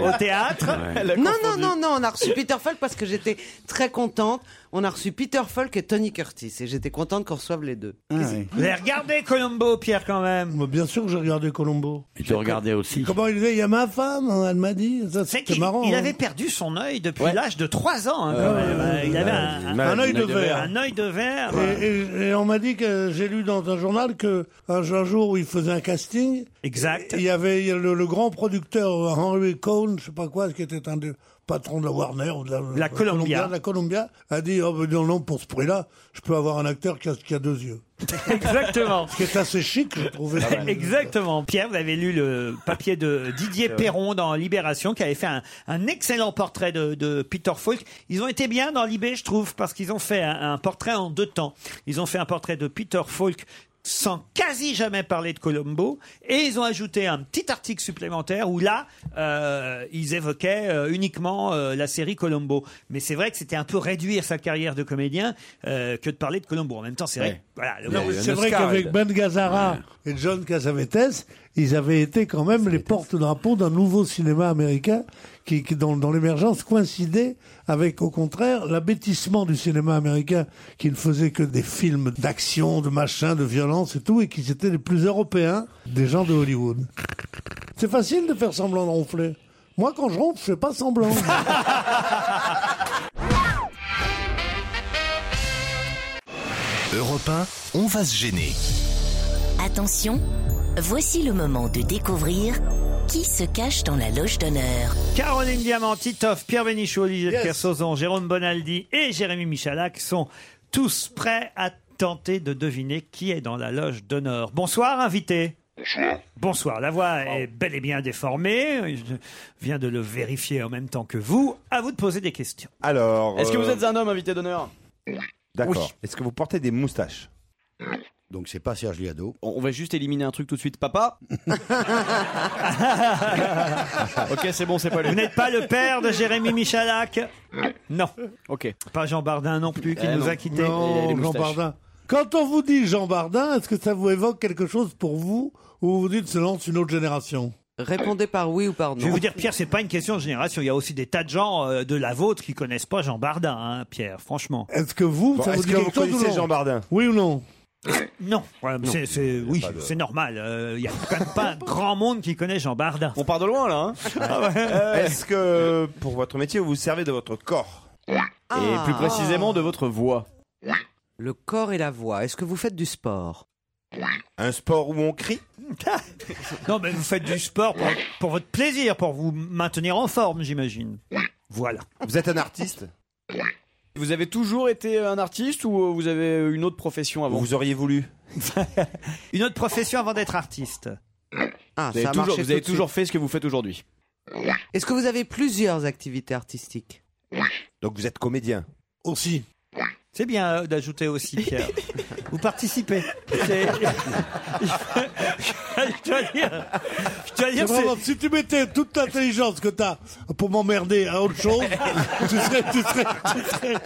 Speaker 3: au théâtre.
Speaker 13: Non, non, non, non, on a reçu Peter Falk parce que j'étais très contente. On a reçu Peter Falk et Tony Curtis et j'étais contente qu'on reçoive les deux.
Speaker 3: Vous avez regardé Colombo, Pierre, quand même
Speaker 6: Bien sûr que j'ai regardé Colombo.
Speaker 4: Et tu regardais aussi.
Speaker 6: Comment il disait Il y a ma femme, hein, elle m'a dit. Ça,
Speaker 3: C'est
Speaker 6: C'était
Speaker 3: qu'il
Speaker 6: marrant.
Speaker 3: il
Speaker 6: hein.
Speaker 3: avait perdu son œil depuis l'âge de 3 ans. hein, quand même.
Speaker 6: Ah ouais,
Speaker 3: il
Speaker 6: ouais,
Speaker 3: avait
Speaker 6: ouais,
Speaker 3: un,
Speaker 6: ouais, un œil de verre.
Speaker 3: Un œil de hein. verre. euh.
Speaker 6: Et, et- et on m'a dit que j'ai lu dans un journal que un, un jour où il faisait un casting,
Speaker 3: Exact.
Speaker 6: il y avait le, le grand producteur Henry Cohn, je sais pas quoi, qui était un des patrons de la Warner ou de la,
Speaker 3: La Columbia.
Speaker 6: la Columbia, a dit oh ben non non pour ce prix-là, je peux avoir un acteur qui a, qui a deux yeux.
Speaker 3: Exactement. Ah
Speaker 6: Ce qui est assez chic, je trouvais.
Speaker 3: Exactement. Pierre, vous avez lu le papier de Didier Perron dans Libération qui avait fait un, un excellent portrait de, de Peter Falk. Ils ont été bien dans Libé, je trouve, parce qu'ils ont fait un, un portrait en deux temps. Ils ont fait un portrait de Peter Falk sans quasi jamais parler de Colombo, et ils ont ajouté un petit article supplémentaire où là, euh, ils évoquaient euh, uniquement euh, la série Colombo. Mais c'est vrai que c'était un peu réduire sa carrière de comédien euh, que de parler de Colombo. En même temps, c'est vrai. que, Voilà, le-
Speaker 6: Non, mais c'est vrai qu'avec Ben Gazzara et John Cassavetes, ils avaient été quand même les porte-drapeaux d'un nouveau cinéma américain qui, qui, dans, dans l'émergence, coïncidait avec, au contraire, l'abêtissement du cinéma américain qui ne faisait que des films d'action, de machin, de violence et tout, et qui étaient les plus européens des gens de Hollywood. C'est facile de faire semblant de ronfler. Moi, quand je ronfle, je fais pas semblant.
Speaker 16: Europe 1, on va se gêner.
Speaker 2: Attention, voici le moment de découvrir qui se cache dans la loge d'honneur.
Speaker 3: Caroline Diamant, Titoff, Pierre Bénichou, Olivier de Kersauzon, Jérôme Bonaldi et Jérémy Michalak sont tous prêts à tenter de deviner qui est dans la loge d'honneur. Bonsoir, invité. Bonsoir. Bonsoir, la voix est bel et bien déformée. Je viens de le vérifier en même temps que vous. À vous de poser des questions.
Speaker 11: Alors.
Speaker 8: Est-ce que vous
Speaker 11: euh,
Speaker 8: êtes un homme invité d'honneur
Speaker 11: D'accord. Est-ce que vous portez des moustaches
Speaker 14: Donc c'est pas Serge Liado.
Speaker 8: On on va juste éliminer un truc tout de suite, papa. ok, c'est bon, c'est pas lui.
Speaker 3: Vous n'êtes pas le père de Jérémy Michalak Non.
Speaker 8: Ok.
Speaker 3: Pas Jean Bardin non plus qui
Speaker 8: Eh
Speaker 3: nous
Speaker 8: non.
Speaker 3: a quittés.
Speaker 8: Il a des
Speaker 6: Non, Oh, Jean
Speaker 8: moustaches.
Speaker 6: Bardin. Quand on vous dit Jean Bardin, est-ce que ça vous évoque quelque chose pour vous ou vous dites se lance une autre génération
Speaker 13: Répondez par oui ou par non.
Speaker 3: Je vais vous dire, Pierre, c'est pas une question de génération. Il y a aussi des tas de gens euh, de la vôtre qui connaissent pas Jean Bardin, hein, Pierre. Franchement.
Speaker 6: Est-ce que vous,
Speaker 11: Bon,
Speaker 6: ça vous
Speaker 11: Est-ce
Speaker 6: dit
Speaker 11: que vous
Speaker 6: quelque chose ou
Speaker 11: connaissez
Speaker 6: non
Speaker 11: Jean Bardin
Speaker 6: Oui ou non
Speaker 3: Non, Ouais, mais c'est c'est- oui, c'est normal. euh, Il n'y a quand même pas grand monde qui connaît Jean Bardin. Ah On part de loin là.
Speaker 11: Euh, Est-ce
Speaker 3: Euh.
Speaker 11: que pour votre métier, vous vous servez de votre corps
Speaker 13: Ah. plus précisément
Speaker 11: de votre voix.
Speaker 13: Le corps et la voix. Est-ce que vous faites du sport
Speaker 11: Un sport où on crie
Speaker 3: Non, mais vous faites du sport pour, pour votre plaisir, pour vous maintenir en forme, j'imagine. Voilà.
Speaker 11: Vous êtes un artiste
Speaker 8: Vous avez toujours été un artiste ou euh, vous avez une autre profession
Speaker 3: Ah
Speaker 8: avant
Speaker 11: Vous auriez voulu
Speaker 3: Une autre profession avant d'être artiste.
Speaker 13: Ah,
Speaker 8: Vous avez
Speaker 13: ça a
Speaker 8: toujours,
Speaker 13: marché
Speaker 8: vous
Speaker 13: tout
Speaker 8: avez
Speaker 13: de
Speaker 8: toujours
Speaker 13: suite.
Speaker 8: fait ce que vous faites aujourd'hui.
Speaker 13: Est-ce que vous avez plusieurs activités artistiques
Speaker 11: Donc vous êtes comédien
Speaker 3: Aussi. C'est bien euh, d'ajouter aussi, Pierre. vous participez. C'est- je dois dire, je dois dire,
Speaker 6: C'est vraiment,
Speaker 3: c'est-
Speaker 6: si tu mettais toute l'intelligence que t'as pour m'emmerder à autre chose, tu serais, tu serais, tu serais,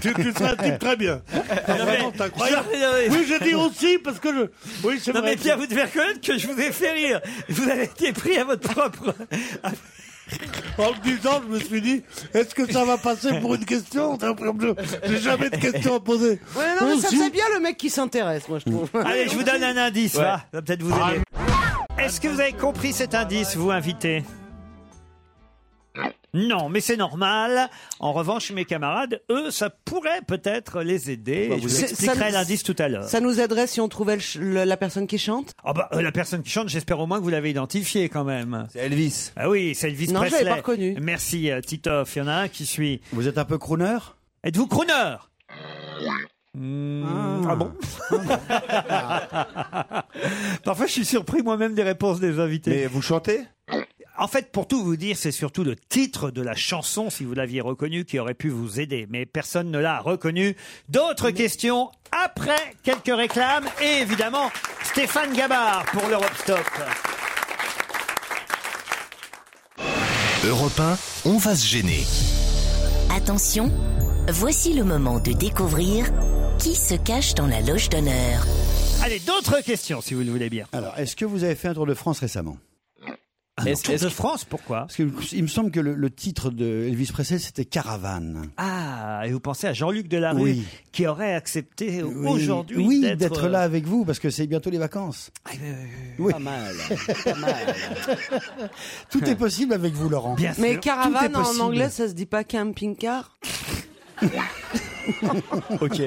Speaker 6: tu, tu serais un type très bien. Ah, vraiment, t'es incroyable.
Speaker 3: Non, mais-
Speaker 6: Oui, je dis aussi parce que je. Oui, c'est
Speaker 3: Non
Speaker 6: vrai.
Speaker 3: mais Pierre, vous devez reconnaître que je vous ai fait rire. Vous avez été pris à votre propre.
Speaker 6: En me disant, je me suis dit, est-ce que ça va passer pour une question Je- J'ai jamais de questions à poser.
Speaker 13: Ouais, non, mais ça
Speaker 6: Aussi.
Speaker 13: c'est bien le mec qui s'intéresse, moi je trouve.
Speaker 3: Allez, je vous donne un indice,
Speaker 13: Ouais.
Speaker 3: va. Ça va peut-être vous aider. Est-ce
Speaker 13: Bah,
Speaker 3: que vous avez compris cet indice, vous invité Non, mais c'est normal. En revanche, mes camarades, eux, ça pourrait peut-être les aider.
Speaker 13: Bah,
Speaker 3: Et je
Speaker 13: vous
Speaker 3: vous
Speaker 13: êtes- ça
Speaker 3: expliquerai
Speaker 13: nous-
Speaker 3: l'indice tout à l'heure.
Speaker 13: Ça nous adresse si on trouvait le ch- le- la personne qui chante
Speaker 3: Ah bah, euh, la personne qui chante, j'espère au moins que vous l'avez identifié quand même.
Speaker 11: C'est Elvis.
Speaker 3: Ah oui, c'est Elvis
Speaker 13: Non, je
Speaker 3: Presley.
Speaker 13: l'avais pas reconnu.
Speaker 3: Merci euh, Titoff. Il y en a un qui suit. Vous êtes un peu crooner Êtes-vous crooner Mmh, ah. bon Parfois, je suis surpris moi-même des réponses des invités.
Speaker 11: Mais vous chantez
Speaker 3: En fait, pour tout vous dire, c'est surtout le titre de la chanson, si vous l'aviez reconnu, qui aurait pu vous aider. Mais personne ne l'a reconnu. D'autres questions après quelques réclames et évidemment Stéphane Gabard pour l'Europe Stop.
Speaker 16: Europe 1, on va se gêner.
Speaker 2: Attention, voici le moment de découvrir qui se cache dans la loge d'honneur.
Speaker 3: Allez, d'autres questions, si vous le voulez bien.
Speaker 14: Alors, est-ce que vous avez fait un Tour de France récemment
Speaker 3: Est-ce Tour de France, pourquoi
Speaker 14: Parce qu'il me semble que le, le titre de Elvis Presley, c'était Caravane.
Speaker 3: Ah, et vous pensez à Jean-Luc Delarue,
Speaker 14: Oui.
Speaker 3: qui aurait accepté
Speaker 14: Oui,
Speaker 3: aujourd'hui
Speaker 14: Oui,
Speaker 3: d'être, euh, Ah,
Speaker 14: d'être là avec vous, parce que c'est bientôt les vacances. Oui.
Speaker 3: Pas mal.
Speaker 14: Tout est possible avec vous, Laurent.
Speaker 13: Mais
Speaker 14: Tout est
Speaker 13: caravane en
Speaker 14: possible.
Speaker 13: anglais, ça se dit pas camping-car
Speaker 8: Ok.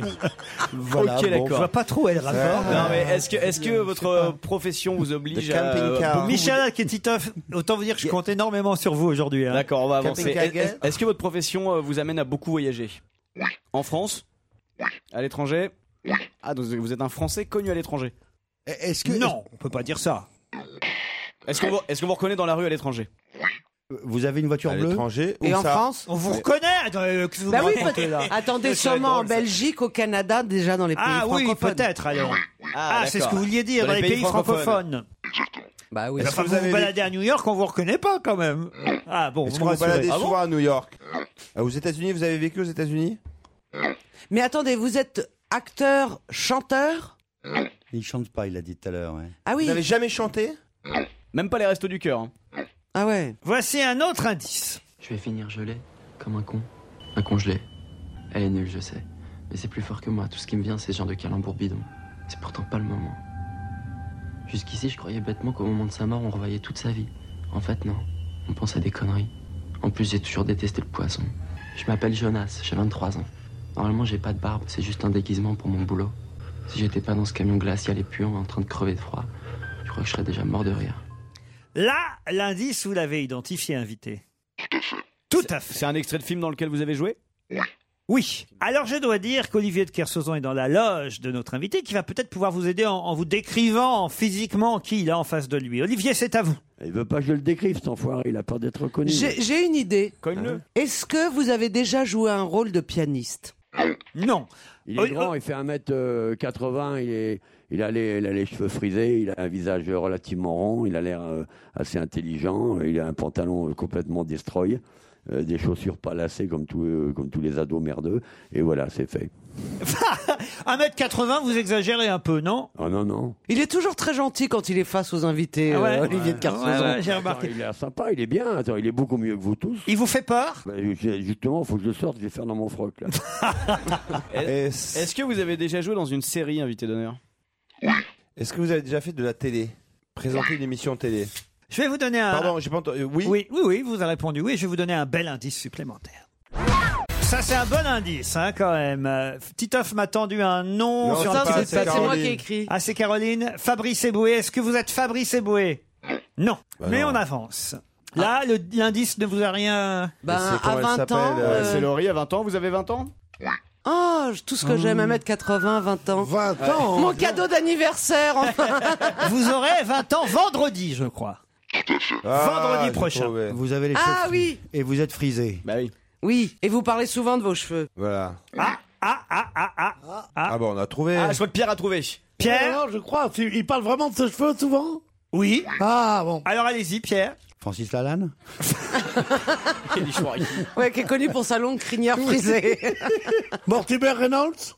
Speaker 8: ok,
Speaker 14: Voilà, bon,
Speaker 8: d'accord.
Speaker 14: je vois
Speaker 3: pas trop elle
Speaker 14: rapport.
Speaker 8: Non, mais est-ce que, est-ce que votre profession vous oblige à. euh,
Speaker 3: Pour Michel et Titoff, autant vous dire que je compte énormément sur vous aujourd'hui. hein.
Speaker 8: D'accord, on va avancer.
Speaker 3: Camping-car
Speaker 8: Est- Est-ce que votre profession euh, vous amène à beaucoup voyager En France À l'étranger Ah, donc vous êtes un Français connu à l'étranger
Speaker 11: Eh,
Speaker 14: Est-ce que.
Speaker 3: Non, on peut pas dire ça.
Speaker 8: Est-ce qu'on vous, est-ce qu'on vous reconnaît dans la rue à l'étranger
Speaker 14: Vous avez une voiture bleue
Speaker 11: l'étranger
Speaker 13: Et en France
Speaker 3: On vous reconnaît euh, que vous
Speaker 13: Bah
Speaker 3: me
Speaker 13: oui,
Speaker 3: racontez,
Speaker 13: peut-
Speaker 3: là.
Speaker 13: Attendez,
Speaker 3: Ça serait
Speaker 13: sûrement en
Speaker 3: drôle, ça.
Speaker 13: Belgique, au Canada, déjà dans les pays
Speaker 3: Ah oui,
Speaker 13: francophones.
Speaker 3: peut-être alors. Ah, c'est ce que vous vouliez dire dans les pays, francophones.
Speaker 13: Bah oui.
Speaker 3: Enfin, vous
Speaker 11: vous
Speaker 3: vous,
Speaker 11: avez-
Speaker 3: baladez à New York, on vous reconnaît pas quand même. Ah bon, vous
Speaker 11: Est-ce que
Speaker 3: me
Speaker 11: vous
Speaker 3: rassurez.
Speaker 11: baladez
Speaker 3: Ah bon
Speaker 11: souvent à New York Euh, Aux États-Unis, vous avez vécu aux États-Unis
Speaker 13: Mais attendez, vous êtes acteur, chanteur
Speaker 14: Il chante pas, il l'a dit tout à l'heure. ouais.
Speaker 13: Ah oui.
Speaker 11: Vous n'avez jamais chanté
Speaker 8: Même pas les restos du cœur. hein.
Speaker 13: Ah ouais.
Speaker 3: Voici un autre indice.
Speaker 20: Je vais finir gelé, comme un con. Un congelé. Elle est nulle, je sais. Mais c'est plus fort que moi. Tout ce qui me vient, c'est ce genre de calembour bidon. C'est pourtant pas le moment. Jusqu'ici, je croyais bêtement qu'au moment de sa mort, on revoyait toute sa vie. En fait, non. On pense à des conneries. En plus, j'ai toujours détesté le poisson. Je m'appelle Jonas, j'ai 23 ans. Normalement, j'ai pas de barbe, c'est juste un déguisement pour mon boulot. Si j'étais pas dans ce camion glacial et puant en train de crever de froid, je crois que je serais déjà mort de rire.
Speaker 3: Là, l'indice, vous l'avez identifié, invité. Tout à fait.
Speaker 8: C'est un extrait de film dans lequel vous avez joué
Speaker 3: Oui. Alors je dois dire qu'Olivier de Kersauzon est dans la loge de notre invité qui va peut-être pouvoir vous aider en, en vous décrivant physiquement qui il a en face de lui. Olivier, c'est à vous.
Speaker 4: Il veut pas que je le décrive, cet enfoiré. Il a peur d'être reconnu.
Speaker 13: J'ai j'ai une idée.
Speaker 8: Cogne-le.
Speaker 13: Est-ce que vous avez déjà joué un rôle de pianiste
Speaker 3: Non. euh.
Speaker 4: Il est grand, il fait 1m80, il, est, il, a les, il a les cheveux frisés, il a un visage relativement rond, il a l'air euh, assez intelligent, il a un pantalon euh, complètement destroy, euh, des chaussures pas lacées comme, tous, euh, comme tous les ados merdeux, et voilà, c'est fait.
Speaker 3: 1m80, vous exagérez un peu, non
Speaker 4: Oh non, non.
Speaker 13: Il est toujours très gentil quand il est face aux invités,
Speaker 3: Ah ouais
Speaker 13: euh, Olivier de Carcezon.
Speaker 3: ouais, j'ai remarqué.
Speaker 4: Attends, il est sympa, il est bien, attends, il est beaucoup mieux que vous tous. Bah,
Speaker 3: Il vous fait peur
Speaker 4: Justement, faut que je le sorte, je vais faire dans mon froc là.
Speaker 8: Ah, Est-ce que vous avez déjà joué dans une série invité d'honneur
Speaker 11: Est-ce que vous avez déjà fait de la télé Présenter une émission télé
Speaker 3: Je vais vous donner un.
Speaker 11: Pardon, j'ai pas entendu. Oui.
Speaker 3: Oui, oui, oui, vous avez répondu oui. Je vais vous donner un bel indice supplémentaire. Ça, c'est un bon indice, hein, quand même. Euh, Titoff m'a tendu un nom
Speaker 13: Non,
Speaker 3: sur
Speaker 13: c'est
Speaker 3: un
Speaker 13: pas-
Speaker 3: petit bout de
Speaker 13: c'est pas- c'est
Speaker 3: papier.
Speaker 13: moi qui ai écrit.
Speaker 3: Ah, c'est Caroline. Fabrice Eboué. Est-ce que vous êtes Fabrice Eboué
Speaker 8: Bah
Speaker 3: Non. Mais on avance.
Speaker 14: Ah.
Speaker 3: Là, le- l'indice ne vous a rien.
Speaker 13: Ben, C'est comment à elle 20 s'appelle, ans, euh, euh,
Speaker 8: C'est Laurie, à 20 ans, vous avez 20 ans
Speaker 13: Oh, tout ce que j'aime, 1m80, 20 ans. 20
Speaker 8: ans,
Speaker 13: Mon
Speaker 8: hein.
Speaker 13: cadeau d'anniversaire, enfin.
Speaker 3: Vous aurez 20 ans vendredi, je crois.
Speaker 8: Ah,
Speaker 13: Vendredi prochain.
Speaker 14: Vous avez les cheveux.
Speaker 13: Ah
Speaker 14: frits
Speaker 13: oui.
Speaker 14: Et vous êtes frisé.
Speaker 8: Bah oui.
Speaker 13: Oui, et vous parlez souvent de vos cheveux.
Speaker 11: Voilà.
Speaker 3: Ah, ah, ah, ah.
Speaker 11: Ah, bon, on a trouvé.
Speaker 8: Ah, je crois que Pierre a trouvé.
Speaker 3: Pierre
Speaker 6: Alors, je crois. Tu- Il parle vraiment de ses cheveux souvent
Speaker 3: Oui.
Speaker 6: Ah bon.
Speaker 3: Alors allez-y, Pierre.
Speaker 14: Francis Lalanne
Speaker 13: Ouais, qui est connu pour sa longue crinière frisée.
Speaker 6: Mortimer Reynolds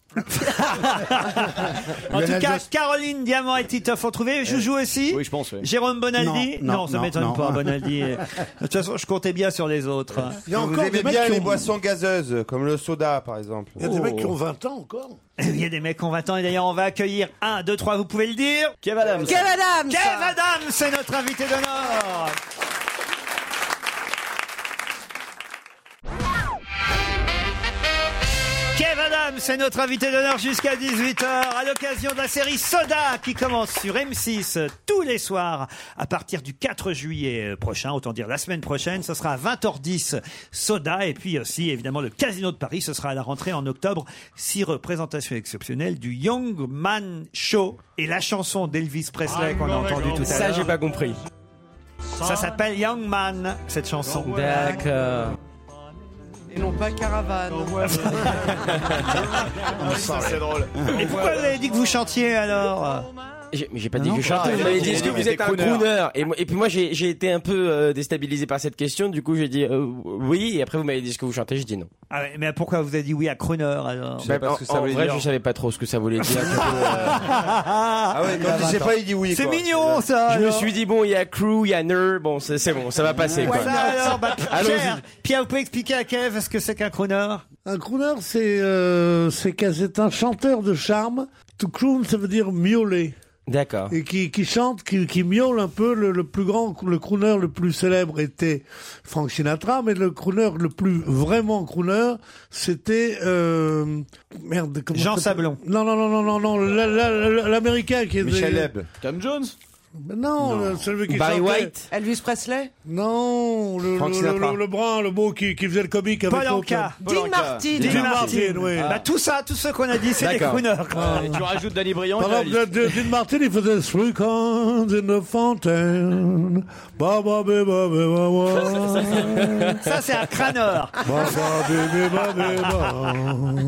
Speaker 3: En
Speaker 6: Lionel
Speaker 3: tout cas,
Speaker 6: Jospin.
Speaker 3: Caroline Diamant et Titoff ont trouvé. Joujou aussi
Speaker 8: Oui, je pense. oui.
Speaker 3: Jérôme Bonaldi
Speaker 8: Non, non,
Speaker 3: ça
Speaker 8: non,
Speaker 3: m'étonne
Speaker 8: non.
Speaker 3: pas, Bonaldi. De toute façon, je comptais bien sur les autres. hein.
Speaker 11: Il y a vous aimez bien les boissons gazeuses, comme le soda, par exemple.
Speaker 3: Il y a des mecs qui ont
Speaker 6: 20 ans encore.
Speaker 3: Il y a des mecs qui ont 20 ans et d'ailleurs on va accueillir 1, 2, 3, vous pouvez le dire.
Speaker 8: Kev Adams.
Speaker 3: Kev Adams c'est notre invité d'honneur. Kev Adams c'est notre invité d'honneur jusqu'à 18h à l'occasion de la série Soda qui commence sur M6 tous les soirs à partir du 4 juillet prochain, autant dire la semaine prochaine, ce sera à 20h10 Soda et puis aussi évidemment le Casino de Paris, ce sera à la rentrée en octobre, six représentations exceptionnelles du Young Man Show et la chanson d'Elvis
Speaker 21: Ah,
Speaker 3: Presley qu'on a entendue tout à l'heure.
Speaker 21: Ça, j'ai pas compris.
Speaker 3: Ça s'appelle Young Man, cette chanson.
Speaker 21: Oh, D'accord.
Speaker 13: Et non pas caravane.
Speaker 21: c'est drôle.
Speaker 3: Et pourquoi vous avez dit que vous chantiez alors
Speaker 21: J'ai mais j'ai pas
Speaker 3: Non,
Speaker 21: dit que
Speaker 3: Ah non,
Speaker 21: je chantais,
Speaker 3: pas.
Speaker 21: vous m'avez dit est-ce que
Speaker 3: Non,
Speaker 21: vous
Speaker 3: mais
Speaker 21: êtes
Speaker 3: t'es
Speaker 21: un
Speaker 3: crooner.
Speaker 21: crooner et, moi- et puis moi j'ai j'ai été un peu euh, déstabilisé par cette question, du coup j'ai dit euh, oui, et après vous m'avez dit ce que vous chantez, j'ai dit non.
Speaker 3: Ah ouais, Mais pourquoi vous avez dit oui à Croner alors
Speaker 21: Bah, en en vrai, je savais pas trop ce que ça voulait dire. euh,
Speaker 3: Ah
Speaker 21: ouais, quand
Speaker 3: il
Speaker 21: je sais
Speaker 3: a
Speaker 21: pas,
Speaker 3: 20
Speaker 21: il dit oui.
Speaker 3: ans. C'est
Speaker 21: quoi.
Speaker 3: mignon ça
Speaker 21: Je me
Speaker 3: alors.
Speaker 21: suis dit bon, il y a crew, il y a ner, bon c'est c'est bon, ça va passer quoi.
Speaker 3: Ça, alors, bah, Pierre,
Speaker 21: Allons-y.
Speaker 3: Pierre, vous pouvez expliquer à Kev ce que c'est qu'un crooner
Speaker 6: Un crooner, c'est euh, c'est qu'un- c'est un chanteur de charme. To croon, ça veut dire miauler.
Speaker 21: D'accord.
Speaker 6: Et qui, qui chante, qui, qui miaule un peu. Le, le plus grand, le crooner le plus célèbre était Frank Sinatra, mais le crooner le plus vraiment crooner, c'était euh, merde. comment
Speaker 3: Jean
Speaker 6: ça s'appelle
Speaker 3: Sablon.
Speaker 6: Non, non, non, non, non, non. la- la- la- L'américain qui est
Speaker 8: Tom Jones
Speaker 6: Mais Non, le- celui qui
Speaker 8: Barry
Speaker 6: chantait.
Speaker 8: White
Speaker 13: Elvis Presley
Speaker 6: Non, le,
Speaker 8: Frank
Speaker 6: le,
Speaker 8: Sinatra.
Speaker 6: le- le brun, le beau qui, qui faisait le comique avec
Speaker 3: Palanca.
Speaker 6: l'autre. Dean Martin, oui.
Speaker 3: Bah, tout ça, tout ce qu'on a dit, c'est des
Speaker 6: D'accord.
Speaker 3: crooners.
Speaker 6: Ah.
Speaker 8: Et tu rajoutes Danny Briand.
Speaker 6: Par
Speaker 8: et la
Speaker 6: exemple, de- de- Dean Martin, il faisait Three coins in the fountain. Ba, ba, ba, ba, ba, ba, Oh. ba.
Speaker 3: Ça, c'est un crâneur.
Speaker 6: Ba, ba, ba, ba, ba, ba, ba.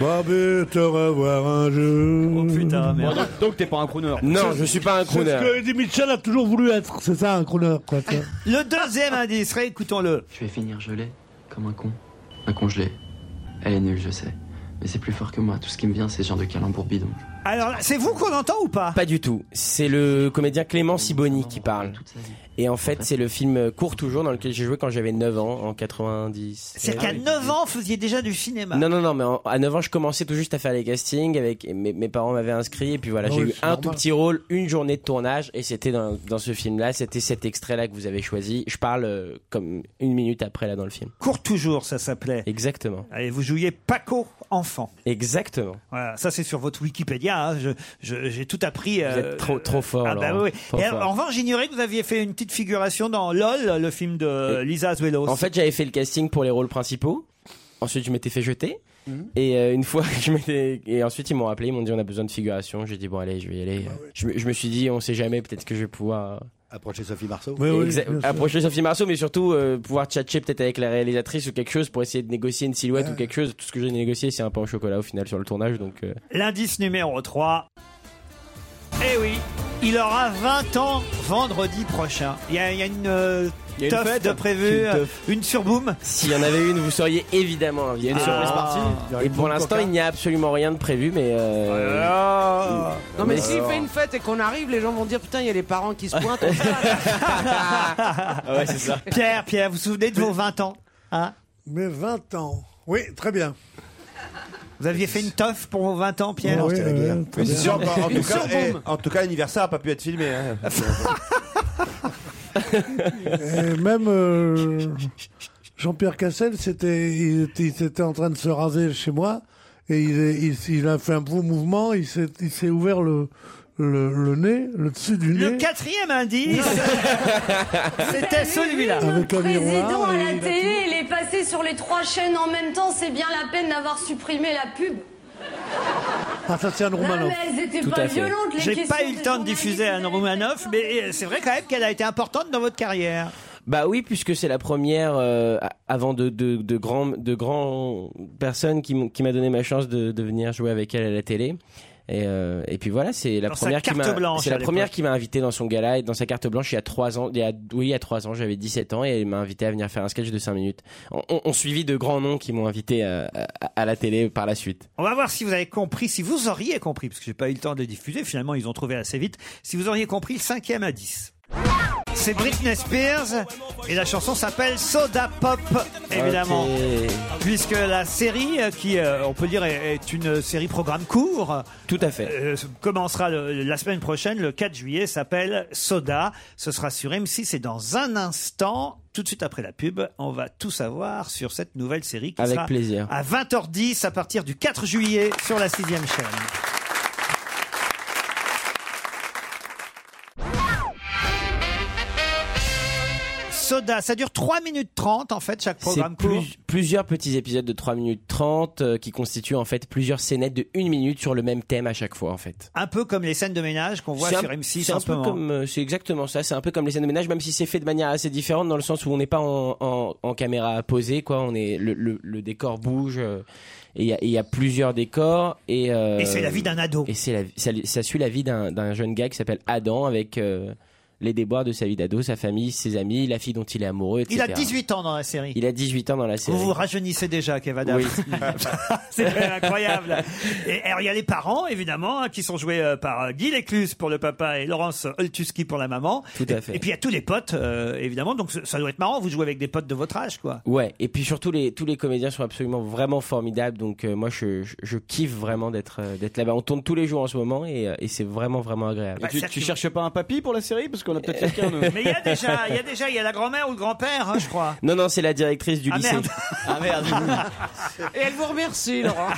Speaker 6: Ba, ba, te revoir un jour. Oh
Speaker 3: putain,
Speaker 8: Bon, donc, donc t'es pas un crooner.
Speaker 21: Non, je suis pas un
Speaker 6: C'est ce que Eddie Mitchell a toujours voulu être. C'est ça, un crooner, quoi. tu vois.
Speaker 3: Le deuxième indice, réécoutons-le.
Speaker 20: Je vais finir gelé, comme un con. Un con gelé. Elle est nulle, je sais. Mais c'est plus fort que moi. Tout ce qui me vient, c'est ce genre de calembour bidon.
Speaker 3: Alors, c'est vous qu'on entend ou pas
Speaker 21: Pas du tout. C'est le comédien Clément Siboni qui parle. Et en fait, c'est le film court toujours dans lequel j'ai joué quand j'avais 9 ans, en Eh 90.
Speaker 3: C'est
Speaker 20: Ah
Speaker 3: qu'à 9 ans, vous faisiez déjà du cinéma.
Speaker 21: Non, non, non, mais en- à 9 ans, je commençais tout juste à faire les castings. Avec, et mes, mes parents m'avaient inscrit. Et puis voilà,
Speaker 3: Ah
Speaker 21: j'ai
Speaker 3: oui,
Speaker 21: eu
Speaker 3: c'est
Speaker 21: un
Speaker 3: normal.
Speaker 21: tout petit rôle, une journée de tournage. Et c'était dans, dans ce film-là. C'était cet extrait-là que vous avez choisi. Je parle euh, comme une minute après, là, dans le film.
Speaker 3: Court toujours, ça s'appelait.
Speaker 21: Exactement.
Speaker 3: Et vous jouiez Paco, enfant.
Speaker 21: Exactement.
Speaker 3: Voilà, ça c'est sur votre Wikipédia. hein. Je- je- J'ai tout appris.
Speaker 21: Vous êtes trop, trop fort.
Speaker 3: Ah bah
Speaker 21: Laurent.
Speaker 3: oui.
Speaker 21: Trop
Speaker 3: Et
Speaker 21: fort.
Speaker 3: en revanche, j'ignorais que vous aviez fait une petite figuration dans LOL, le film de Lisa Azuelos.
Speaker 21: En fait, j'avais fait le casting pour les rôles principaux. Ensuite, je m'étais fait jeter.
Speaker 3: Mhm.
Speaker 21: Et euh, une fois, je m'étais. Et ensuite, ils m'ont appelé, ils m'ont dit on a besoin de figuration. J'ai dit bon, allez, je vais y aller.
Speaker 3: Ah
Speaker 21: je, me- je me suis dit on sait jamais, peut-être que je vais pouvoir. euh,
Speaker 14: Approchez Sophie Marceau.
Speaker 21: Exa- approcher Sophie Marceau, mais surtout euh, pouvoir tchatcher peut-être avec la réalisatrice ou quelque chose pour essayer de négocier une silhouette ou quelque chose. Tout ce que j'ai négocié, c'est un pain au chocolat au final sur le tournage. Donc, euh,
Speaker 3: L'indice numéro 3. Eh oui, il aura 20 ans vendredi prochain. Il y a, il y a une, euh,
Speaker 21: Il y a une
Speaker 3: teuf
Speaker 21: fête
Speaker 3: de prévue,
Speaker 21: Une
Speaker 3: euh,
Speaker 21: teuf.
Speaker 3: une, surboom.
Speaker 21: s'il y en avait une, vous seriez évidemment hein. invité.
Speaker 3: y a une surprise partie. Ah. Il y aura
Speaker 21: Et
Speaker 3: une
Speaker 21: pour
Speaker 3: bombe
Speaker 21: l'instant,
Speaker 3: coca.
Speaker 21: il n'y a absolument rien de prévu, mais. euh,
Speaker 3: Ah.
Speaker 13: Non mais
Speaker 21: mais
Speaker 13: s'il
Speaker 21: alors.
Speaker 13: fait une fête et qu'on arrive, les gens vont dire putain, il y a les parents qui se pointent.
Speaker 3: Ah
Speaker 21: ouais, c'est ça.
Speaker 3: Pierre, Pierre, vous vous souvenez de vos 20 ans hein
Speaker 6: Mais 20 ans. Oui, très bien.
Speaker 3: Vous aviez fait une teuf pour vos 20 ans, Pierre
Speaker 11: Non, c'était la guerre. Mais c'est sûr, bah, en, tout cas, eh, en tout cas, l'anniversaire n'a pas pu être filmé. hein.
Speaker 6: Et même euh, Jean-Pierre Cassel, c'était, il, était- il était en train de se raser chez moi et il, est- il- il a fait un beau mouvement. Il s'est, il s'est ouvert le, le, le nez, le dessus du
Speaker 3: Le
Speaker 6: nez.
Speaker 3: quatrième indice, c'était celui-là.
Speaker 6: Avec un
Speaker 22: Président
Speaker 6: miroir.
Speaker 22: à
Speaker 6: et
Speaker 22: la
Speaker 6: il a
Speaker 22: télé, il est passé sur les trois chaînes en même temps, c'est bien la peine d'avoir supprimé la pub.
Speaker 6: tout- Ah, ça, c'est un
Speaker 3: bah
Speaker 22: Roumanoff. Ah, mais elles étaient Tout pas à fait. violentes, les
Speaker 3: J'ai
Speaker 22: questions
Speaker 3: pas eu le
Speaker 22: des
Speaker 3: temps de diffuser Anne Roumanoff, mais euh, c'est vrai quand même qu'elle a été importante dans votre carrière.
Speaker 21: Bah oui, puisque c'est la première euh, a- avant de de de grands de grands personnes qui m'ont- qui m'a donné ma chance de, de venir jouer avec elle à la télé. Et, euh, et puis voilà, c'est la
Speaker 3: Dans sa
Speaker 21: première qui
Speaker 3: carte
Speaker 21: m'a
Speaker 3: blanche
Speaker 21: c'est la
Speaker 3: à
Speaker 21: première
Speaker 3: l'époque.
Speaker 21: qui m'a invité dans son gala et dans sa carte blanche il y a trois ans il y a oui il y a trois ans j'avais 17 ans et elle m'a invité à venir faire un sketch de 5 minutes. On, on- on suivit de grands noms qui m'ont invité à, à- à la télé par la suite.
Speaker 3: On va voir si vous avez compris, si vous auriez compris, parce que j'ai pas eu le temps de les diffuser, finalement ils ont trouvé assez vite, si vous auriez compris le cinquième à 10. C'est Britney Spears et la chanson s'appelle Soda Pop, évidemment. Puisque la série, euh, qui euh, on peut dire est, est une série programme court, euh,
Speaker 21: tout à fait,
Speaker 3: commencera le- la semaine prochaine, le 4 juillet, s'appelle Soda. Ce sera sur M6 et dans un instant, tout de suite après la pub, on va tout savoir sur cette nouvelle série qui
Speaker 21: Avec
Speaker 3: sera
Speaker 21: plaisir.
Speaker 3: à 20h10 à partir du 4 juillet sur la sixième chaîne. Soda, ça dure 3 minutes 30 en fait chaque
Speaker 21: C'est
Speaker 3: programme court.
Speaker 21: plus- plusieurs petits épisodes de 3 minutes 30 euh, qui constituent en fait plusieurs scénettes de 1 minute sur le même thème à chaque fois en fait.
Speaker 3: Un peu comme les scènes de ménage qu'on voit
Speaker 21: C'est un-
Speaker 3: sur M6
Speaker 21: c'est
Speaker 3: en
Speaker 21: un
Speaker 3: ce
Speaker 21: peu
Speaker 3: moment.
Speaker 21: comme, euh, c'est exactement ça. C'est un peu comme les scènes de ménage, même si c'est fait de manière assez différente, dans le sens où on n'est pas en, en- en caméra posée, quoi. On est le, le- le décor bouge euh, et il y a- et il y, a plusieurs décors et. euh,
Speaker 3: Et c'est la vie d'un ado.
Speaker 21: Et c'est la, ça, ça suit la vie d'un d'un jeune gars qui s'appelle Adam avec euh, les déboires de sa vie d'ado, sa famille, ses amis, la fille dont il est amoureux, etc.
Speaker 3: Il a 18 ans dans la série.
Speaker 21: Il a 18 ans dans la série.
Speaker 3: Vous vous rajeunissez déjà, Kevada.
Speaker 21: Oui.
Speaker 3: c'est quand même incroyable. Et alors, il y a les parents, évidemment, hein, qui sont joués euh, par euh, Guy Lécluse pour le papa et Laurence Oltuski pour la maman.
Speaker 21: Tout à fait.
Speaker 3: Et puis, il y a tous les potes, euh, évidemment. Donc, ce- ça doit être marrant. Vous jouez avec des potes de votre âge, quoi.
Speaker 21: Ouais, et puis surtout les tous les comédiens sont absolument vraiment formidables, donc euh, moi je, je, je kiffe vraiment d'être euh, d'être là-bas. On tourne tous les jours en ce moment et, euh, et c'est vraiment vraiment agréable.
Speaker 8: tu, tu cherches pas un papy pour la série Parce qu'on a peut-être quelqu'un. nous.
Speaker 21: Mais
Speaker 3: Bah, Mais il y a déjà, il y a déjà, il y a la grand-mère ou le grand-père, hein, je crois.
Speaker 21: Non non, c'est la directrice du
Speaker 3: Ah,
Speaker 21: lycée.
Speaker 3: merde.
Speaker 21: Ah merde.
Speaker 13: Et elle vous remercie, Laurent.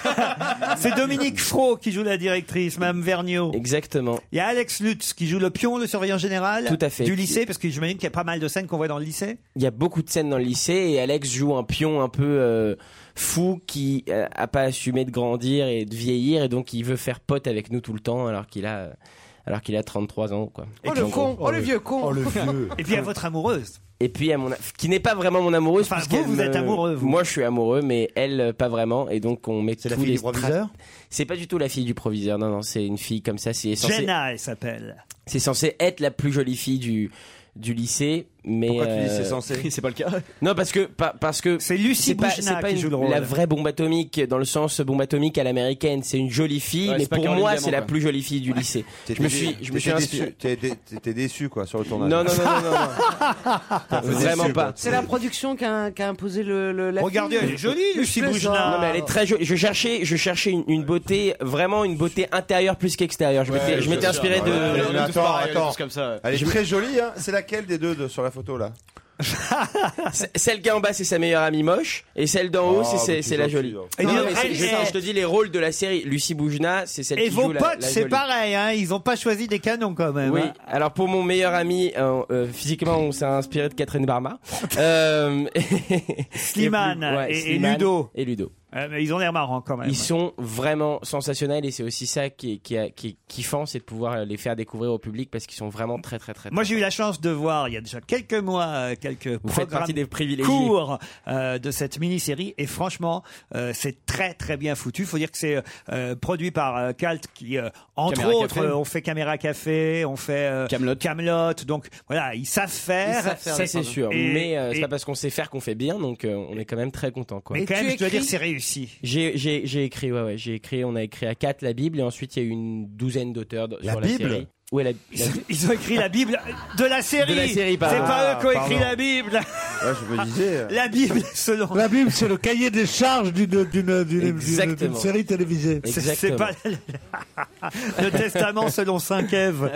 Speaker 3: C'est Dominique Fro qui joue la directrice, Mme Vergniaud.
Speaker 21: Exactement.
Speaker 3: Il y a Alex Lutz qui joue le pion, le surveillant général.
Speaker 21: Tout à fait.
Speaker 3: Du lycée, parce que j'imagine qu'il y a pas mal de scènes qu'on voit dans le lycée.
Speaker 21: Il y a beaucoup de scènes dans le lycée et Alex joue un pion un peu euh, fou qui euh, a pas assumé de grandir et de vieillir et donc il veut faire pote avec nous tout le temps alors qu'il a alors qu'il a 33 ans quoi.
Speaker 13: Oh, le con. Oh, le vieux con.
Speaker 3: Et puis, à votre amoureuse.
Speaker 21: Et puis à mon qui n'est pas vraiment mon amoureuse. Enfin,
Speaker 3: vous, vous êtes amoureux, vous.
Speaker 21: Moi, je suis amoureux, mais elle, euh, pas vraiment. Et donc, on met. C'est
Speaker 3: la fille du proviseur
Speaker 21: C'est pas du tout la fille du proviseur. Non, non, c'est une fille comme ça. C'est censé.
Speaker 3: Jenna, elle s'appelle.
Speaker 21: C'est censé être la plus jolie fille du du lycée, mais. euh,
Speaker 8: C'est pas le cas.
Speaker 21: Non, parce que pa- parce que
Speaker 3: c'est Lucie
Speaker 21: pas,
Speaker 3: Boujna
Speaker 21: c'est pas
Speaker 3: qui
Speaker 21: une-
Speaker 3: joue le rôle.
Speaker 21: la vraie bombe atomique dans le sens bombe atomique à l'américaine. C'est une jolie fille,
Speaker 11: Ouais,
Speaker 21: mais
Speaker 11: c'est pas
Speaker 21: pour
Speaker 11: Caroline
Speaker 21: moi,
Speaker 11: Diamant,
Speaker 21: c'est la
Speaker 11: quoi.
Speaker 21: plus jolie fille du lycée. Je me suis je me suis inspiré.
Speaker 11: T'étais déçu, quoi, sur le tournage.
Speaker 21: Non, non, non, non, non, non. Vraiment pas.
Speaker 13: C'est la production qui a, qui a imposé le, le- la
Speaker 3: Regardez,
Speaker 13: fille.
Speaker 3: elle est jolie,
Speaker 13: Je
Speaker 3: Lucie
Speaker 13: plaisante.
Speaker 3: Brujna.
Speaker 21: Non, mais elle est très jolie. Je cherchais, je cherchais une, une beauté, vraiment une beauté intérieure plus qu'extérieure. Je m'étais, je m'étais inspiré de.
Speaker 11: Mais attends, attends. Elle est
Speaker 21: Je-
Speaker 11: très jolie, hein. C'est laquelle des deux de- sur la photo, là
Speaker 21: c- Celle qui est en bas, c'est sa meilleure amie moche, et celle d'en haut,
Speaker 11: Ah,
Speaker 21: c'est,
Speaker 11: mais
Speaker 21: c'est,
Speaker 11: tu
Speaker 21: c'est la
Speaker 11: gentil,
Speaker 21: jolie.
Speaker 11: hein.
Speaker 3: Et
Speaker 21: Non,
Speaker 3: dis-
Speaker 21: mais c'est-
Speaker 3: elle
Speaker 21: je,
Speaker 3: est-
Speaker 21: non, je te dis les rôles de la série. Lucie Boujna, c'est celle
Speaker 3: Et
Speaker 21: qui
Speaker 3: vos
Speaker 21: joue la-
Speaker 3: potes,
Speaker 21: la
Speaker 3: c'est
Speaker 21: jolie.
Speaker 3: pareil, hein, ils ont pas choisi des canons quand même.
Speaker 21: Oui.
Speaker 3: hein.
Speaker 21: Alors pour mon meilleur ami, euh, euh, physiquement, on s'est inspiré de Catherine Barma, euh,
Speaker 3: Slimane
Speaker 21: Ouais,
Speaker 3: et- et
Speaker 21: Slimane
Speaker 3: Ludo.
Speaker 21: et Ludo.
Speaker 3: Euh, mais ils ont l'air marrants quand même.
Speaker 21: Ils sont vraiment sensationnels et c'est aussi ça qui est, qui, est- qui est kiffant, c'est de pouvoir euh, les faire découvrir au public parce qu'ils sont vraiment très très très.
Speaker 3: Moi, j'ai eu la chance de voir il y a déjà quelques mois euh, quelques
Speaker 21: Vous faites
Speaker 3: programmes
Speaker 21: partie des privilégiés.
Speaker 3: courts euh, de cette mini-série et franchement, euh, c'est très très bien foutu. Faut dire que c'est euh, produit par euh, Calt qui, euh, entre
Speaker 8: Caméra
Speaker 3: autres,
Speaker 8: Café.
Speaker 3: euh, on fait Caméra Café, on fait euh, Camelot. Donc voilà, ils savent faire.
Speaker 21: ça c'est sûr.
Speaker 3: Et-
Speaker 21: mais euh, c'est
Speaker 3: et-
Speaker 21: pas parce qu'on sait faire qu'on fait bien, donc euh, on est quand même très content quoi.
Speaker 3: mais quand même, je dois dire, c'est réussi.
Speaker 21: J'ai j'ai- j'ai écrit, ouais, ouais, j'ai écrit, on a écrit à 4 la Bible et ensuite il y a eu une douzaine d'auteurs d-
Speaker 3: La
Speaker 21: sur
Speaker 3: Bible
Speaker 21: la série. Ouais, la,
Speaker 3: Ils ont écrit la Bible de la série.
Speaker 21: De la série,
Speaker 3: c'est
Speaker 21: pardon.
Speaker 3: pas
Speaker 21: Ah,
Speaker 3: eux qui ont écrit
Speaker 21: pardon.
Speaker 3: la Bible.
Speaker 11: je me disais. euh,
Speaker 3: Ah, La Bible, selon.
Speaker 6: La Bible, c'est le cahier des charges d'une- d'une d'une- d'une- d'une
Speaker 3: Exactement.
Speaker 6: série télévisée.
Speaker 3: C'est- C'est pas le testament selon Saint Ève.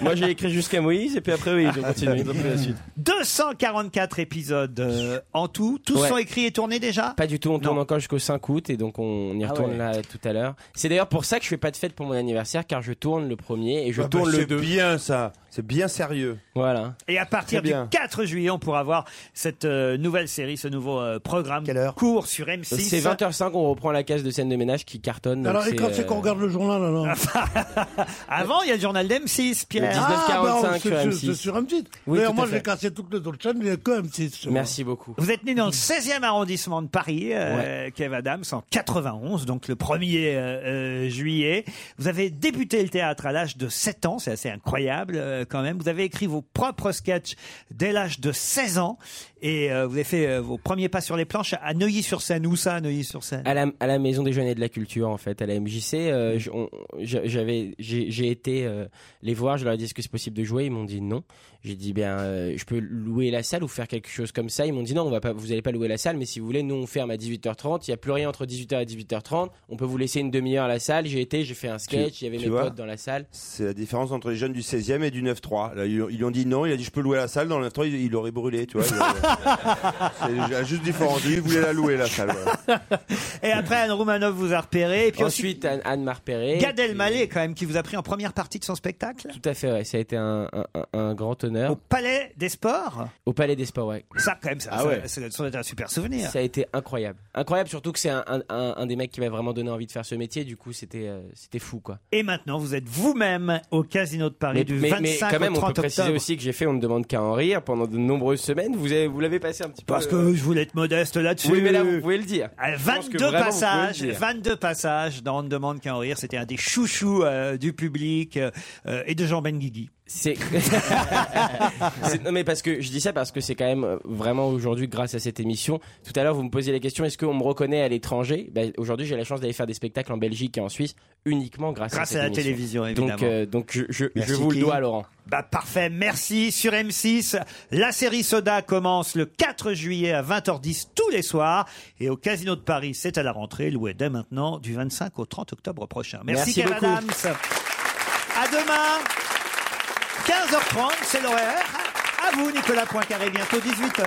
Speaker 21: Moi j'ai écrit jusqu'à Moïse et puis après oui, j'ai continué. Ils ont pris la suite.
Speaker 3: 244 épisodes euh, en tout. Tous
Speaker 21: Ouais.
Speaker 3: sont écrits et tournés déjà
Speaker 21: Pas du tout, on tourne encore jusqu'au 5 août et donc on y
Speaker 3: Ah
Speaker 21: retourne
Speaker 3: ouais.
Speaker 21: là euh, tout à l'heure. C'est d'ailleurs pour ça que je fais pas de fête pour mon anniversaire car je tourne le premier et je
Speaker 11: Ah bah,
Speaker 21: tourne le
Speaker 11: c'est
Speaker 21: 2.
Speaker 11: bien ça, c'est bien sérieux.
Speaker 21: Voilà.
Speaker 3: Et à partir
Speaker 21: Très
Speaker 3: du
Speaker 21: bien.
Speaker 3: 4 juillet, on pourra voir cette euh, nouvelle série, ce nouveau euh, programme court sur M6.
Speaker 21: Euh, C'est 20h05, on reprend la case de scène de ménage qui cartonne. donc
Speaker 6: Alors, et quand c'est
Speaker 21: euh,
Speaker 6: qu'on regarde le journal, alors
Speaker 3: Avant, il y a le journal d'M6, Pierre.
Speaker 6: Ah, bah, on- c'est sur- c'est sur M6.
Speaker 3: Oui,
Speaker 6: D'ailleurs,
Speaker 3: tout
Speaker 6: moi,
Speaker 3: à fait.
Speaker 6: j'ai cassé toutes les autres chaînes, mais il y a que M6. sur-
Speaker 21: beaucoup.
Speaker 3: Vous êtes né dans le 16e arrondissement de Paris, euh, Kev Adams, en 91, donc le 1er euh, euh, juillet. Vous avez débuté le théâtre à l'âge de 7 ans, c'est assez incroyable euh, quand même. Vous avez écrit vos propres sketchs dès l'âge de 16 ans et euh, vous avez fait euh, vos premiers pas sur les planches à Neuilly-sur-Seine. Où ça, à Neuilly-sur-Seine
Speaker 21: à la, à la maison des jeunes et de la culture en fait à la MJC
Speaker 3: Mm.
Speaker 21: euh, j- on- j'a- j'avais j'ai j'ai été euh, les voir je leur ai dit est-ce que c'est possible de jouer ils m'ont dit non j'ai dit ben euh, je peux louer la salle ou faire quelque chose comme ça ils m'ont dit non on va pas vous allez pas louer la salle mais si vous voulez nous on ferme à 18h30 il y a plus rien entre 18h et 18h30 on peut vous laisser une demi-heure à la salle j'ai été j'ai fait un sketch il y avait mes potes dans la salle.
Speaker 11: C'est la différence entre les jeunes du 16e et du 9-3. Là, ils, lui ont- ils lui ont dit non, il a dit je peux louer la salle. Dans le 9-3, il, il aurait brûlé, tu vois. Il aurait- C'est la juste différence. Lui, il voulait la louer, la salle. voilà.
Speaker 3: Et après, Anne Roumanoff vous a repéré. Et puis ensuite,
Speaker 21: ensuite Anne, Anne m'a repéré
Speaker 3: Gad Elmaleh, quand même, qui vous a pris en première partie de son spectacle
Speaker 21: tout à fait ouais. ça a été un, un- un- un grand honneur au
Speaker 3: Palais des Sports
Speaker 21: Palais des Sports ouais
Speaker 3: Ça, quand même, ça,
Speaker 21: Ah
Speaker 3: ça-
Speaker 21: ouais.
Speaker 3: ça- ça doit être un super souvenir.
Speaker 21: Ça a été incroyable. Incroyable, surtout que c'est un, un- un- un des mecs qui m'a vraiment donné envie de faire ce métier. Du coup, c'était euh, c'était fou, quoi.
Speaker 3: Et maintenant, vous êtes vous-même au Casino de Paris
Speaker 21: Mais,
Speaker 3: du
Speaker 21: mais-
Speaker 3: 25
Speaker 21: mais quand même,
Speaker 3: au
Speaker 21: on
Speaker 3: 30
Speaker 21: peut préciser
Speaker 3: octobre.
Speaker 21: aussi que j'ai fait On ne demande qu'à en rire pendant de nombreuses semaines. Vous avez- vous l'avez passé un petit peu.
Speaker 3: Parce que je voulais être modeste là-dessus.
Speaker 21: Euh, Oui, mais là, vous pouvez le dire.
Speaker 3: Euh, À
Speaker 21: Je pense que
Speaker 3: 22
Speaker 21: vraiment, vous pouvez le
Speaker 3: passages,
Speaker 21: dire.
Speaker 3: 22 passages dans On ne demande qu'à en rire. C'était un des chouchous euh, du public euh, euh, et de Jean Benguigui.
Speaker 21: C'est. C'est- non mais parce que je dis ça parce que c'est quand même euh, vraiment aujourd'hui grâce à cette émission. Tout à l'heure vous me posiez la question est-ce qu'on me reconnaît à l'étranger Ben, Aujourd'hui j'ai la chance d'aller faire des spectacles en Belgique et en Suisse uniquement grâce,
Speaker 3: Grâce
Speaker 21: à, cette
Speaker 3: à la
Speaker 21: émission.
Speaker 3: télévision,
Speaker 21: Donc,
Speaker 3: évidemment.
Speaker 21: euh, donc je, je,
Speaker 3: Merci,
Speaker 21: je vous le
Speaker 3: Kim.
Speaker 21: dois Laurent.
Speaker 3: Bah parfait, merci. Sur M6, la série Soda commence le 4 juillet à 20h10 tous les soirs. Et au Casino de Paris, c'est à la rentrée, loué dès maintenant du 25 au 30 octobre prochain. Merci,
Speaker 21: Merci
Speaker 3: Kev
Speaker 21: beaucoup.
Speaker 3: Adams. À demain, 15h30, c'est l'horaire. À vous, Nicolas Poincaré, bientôt 18h.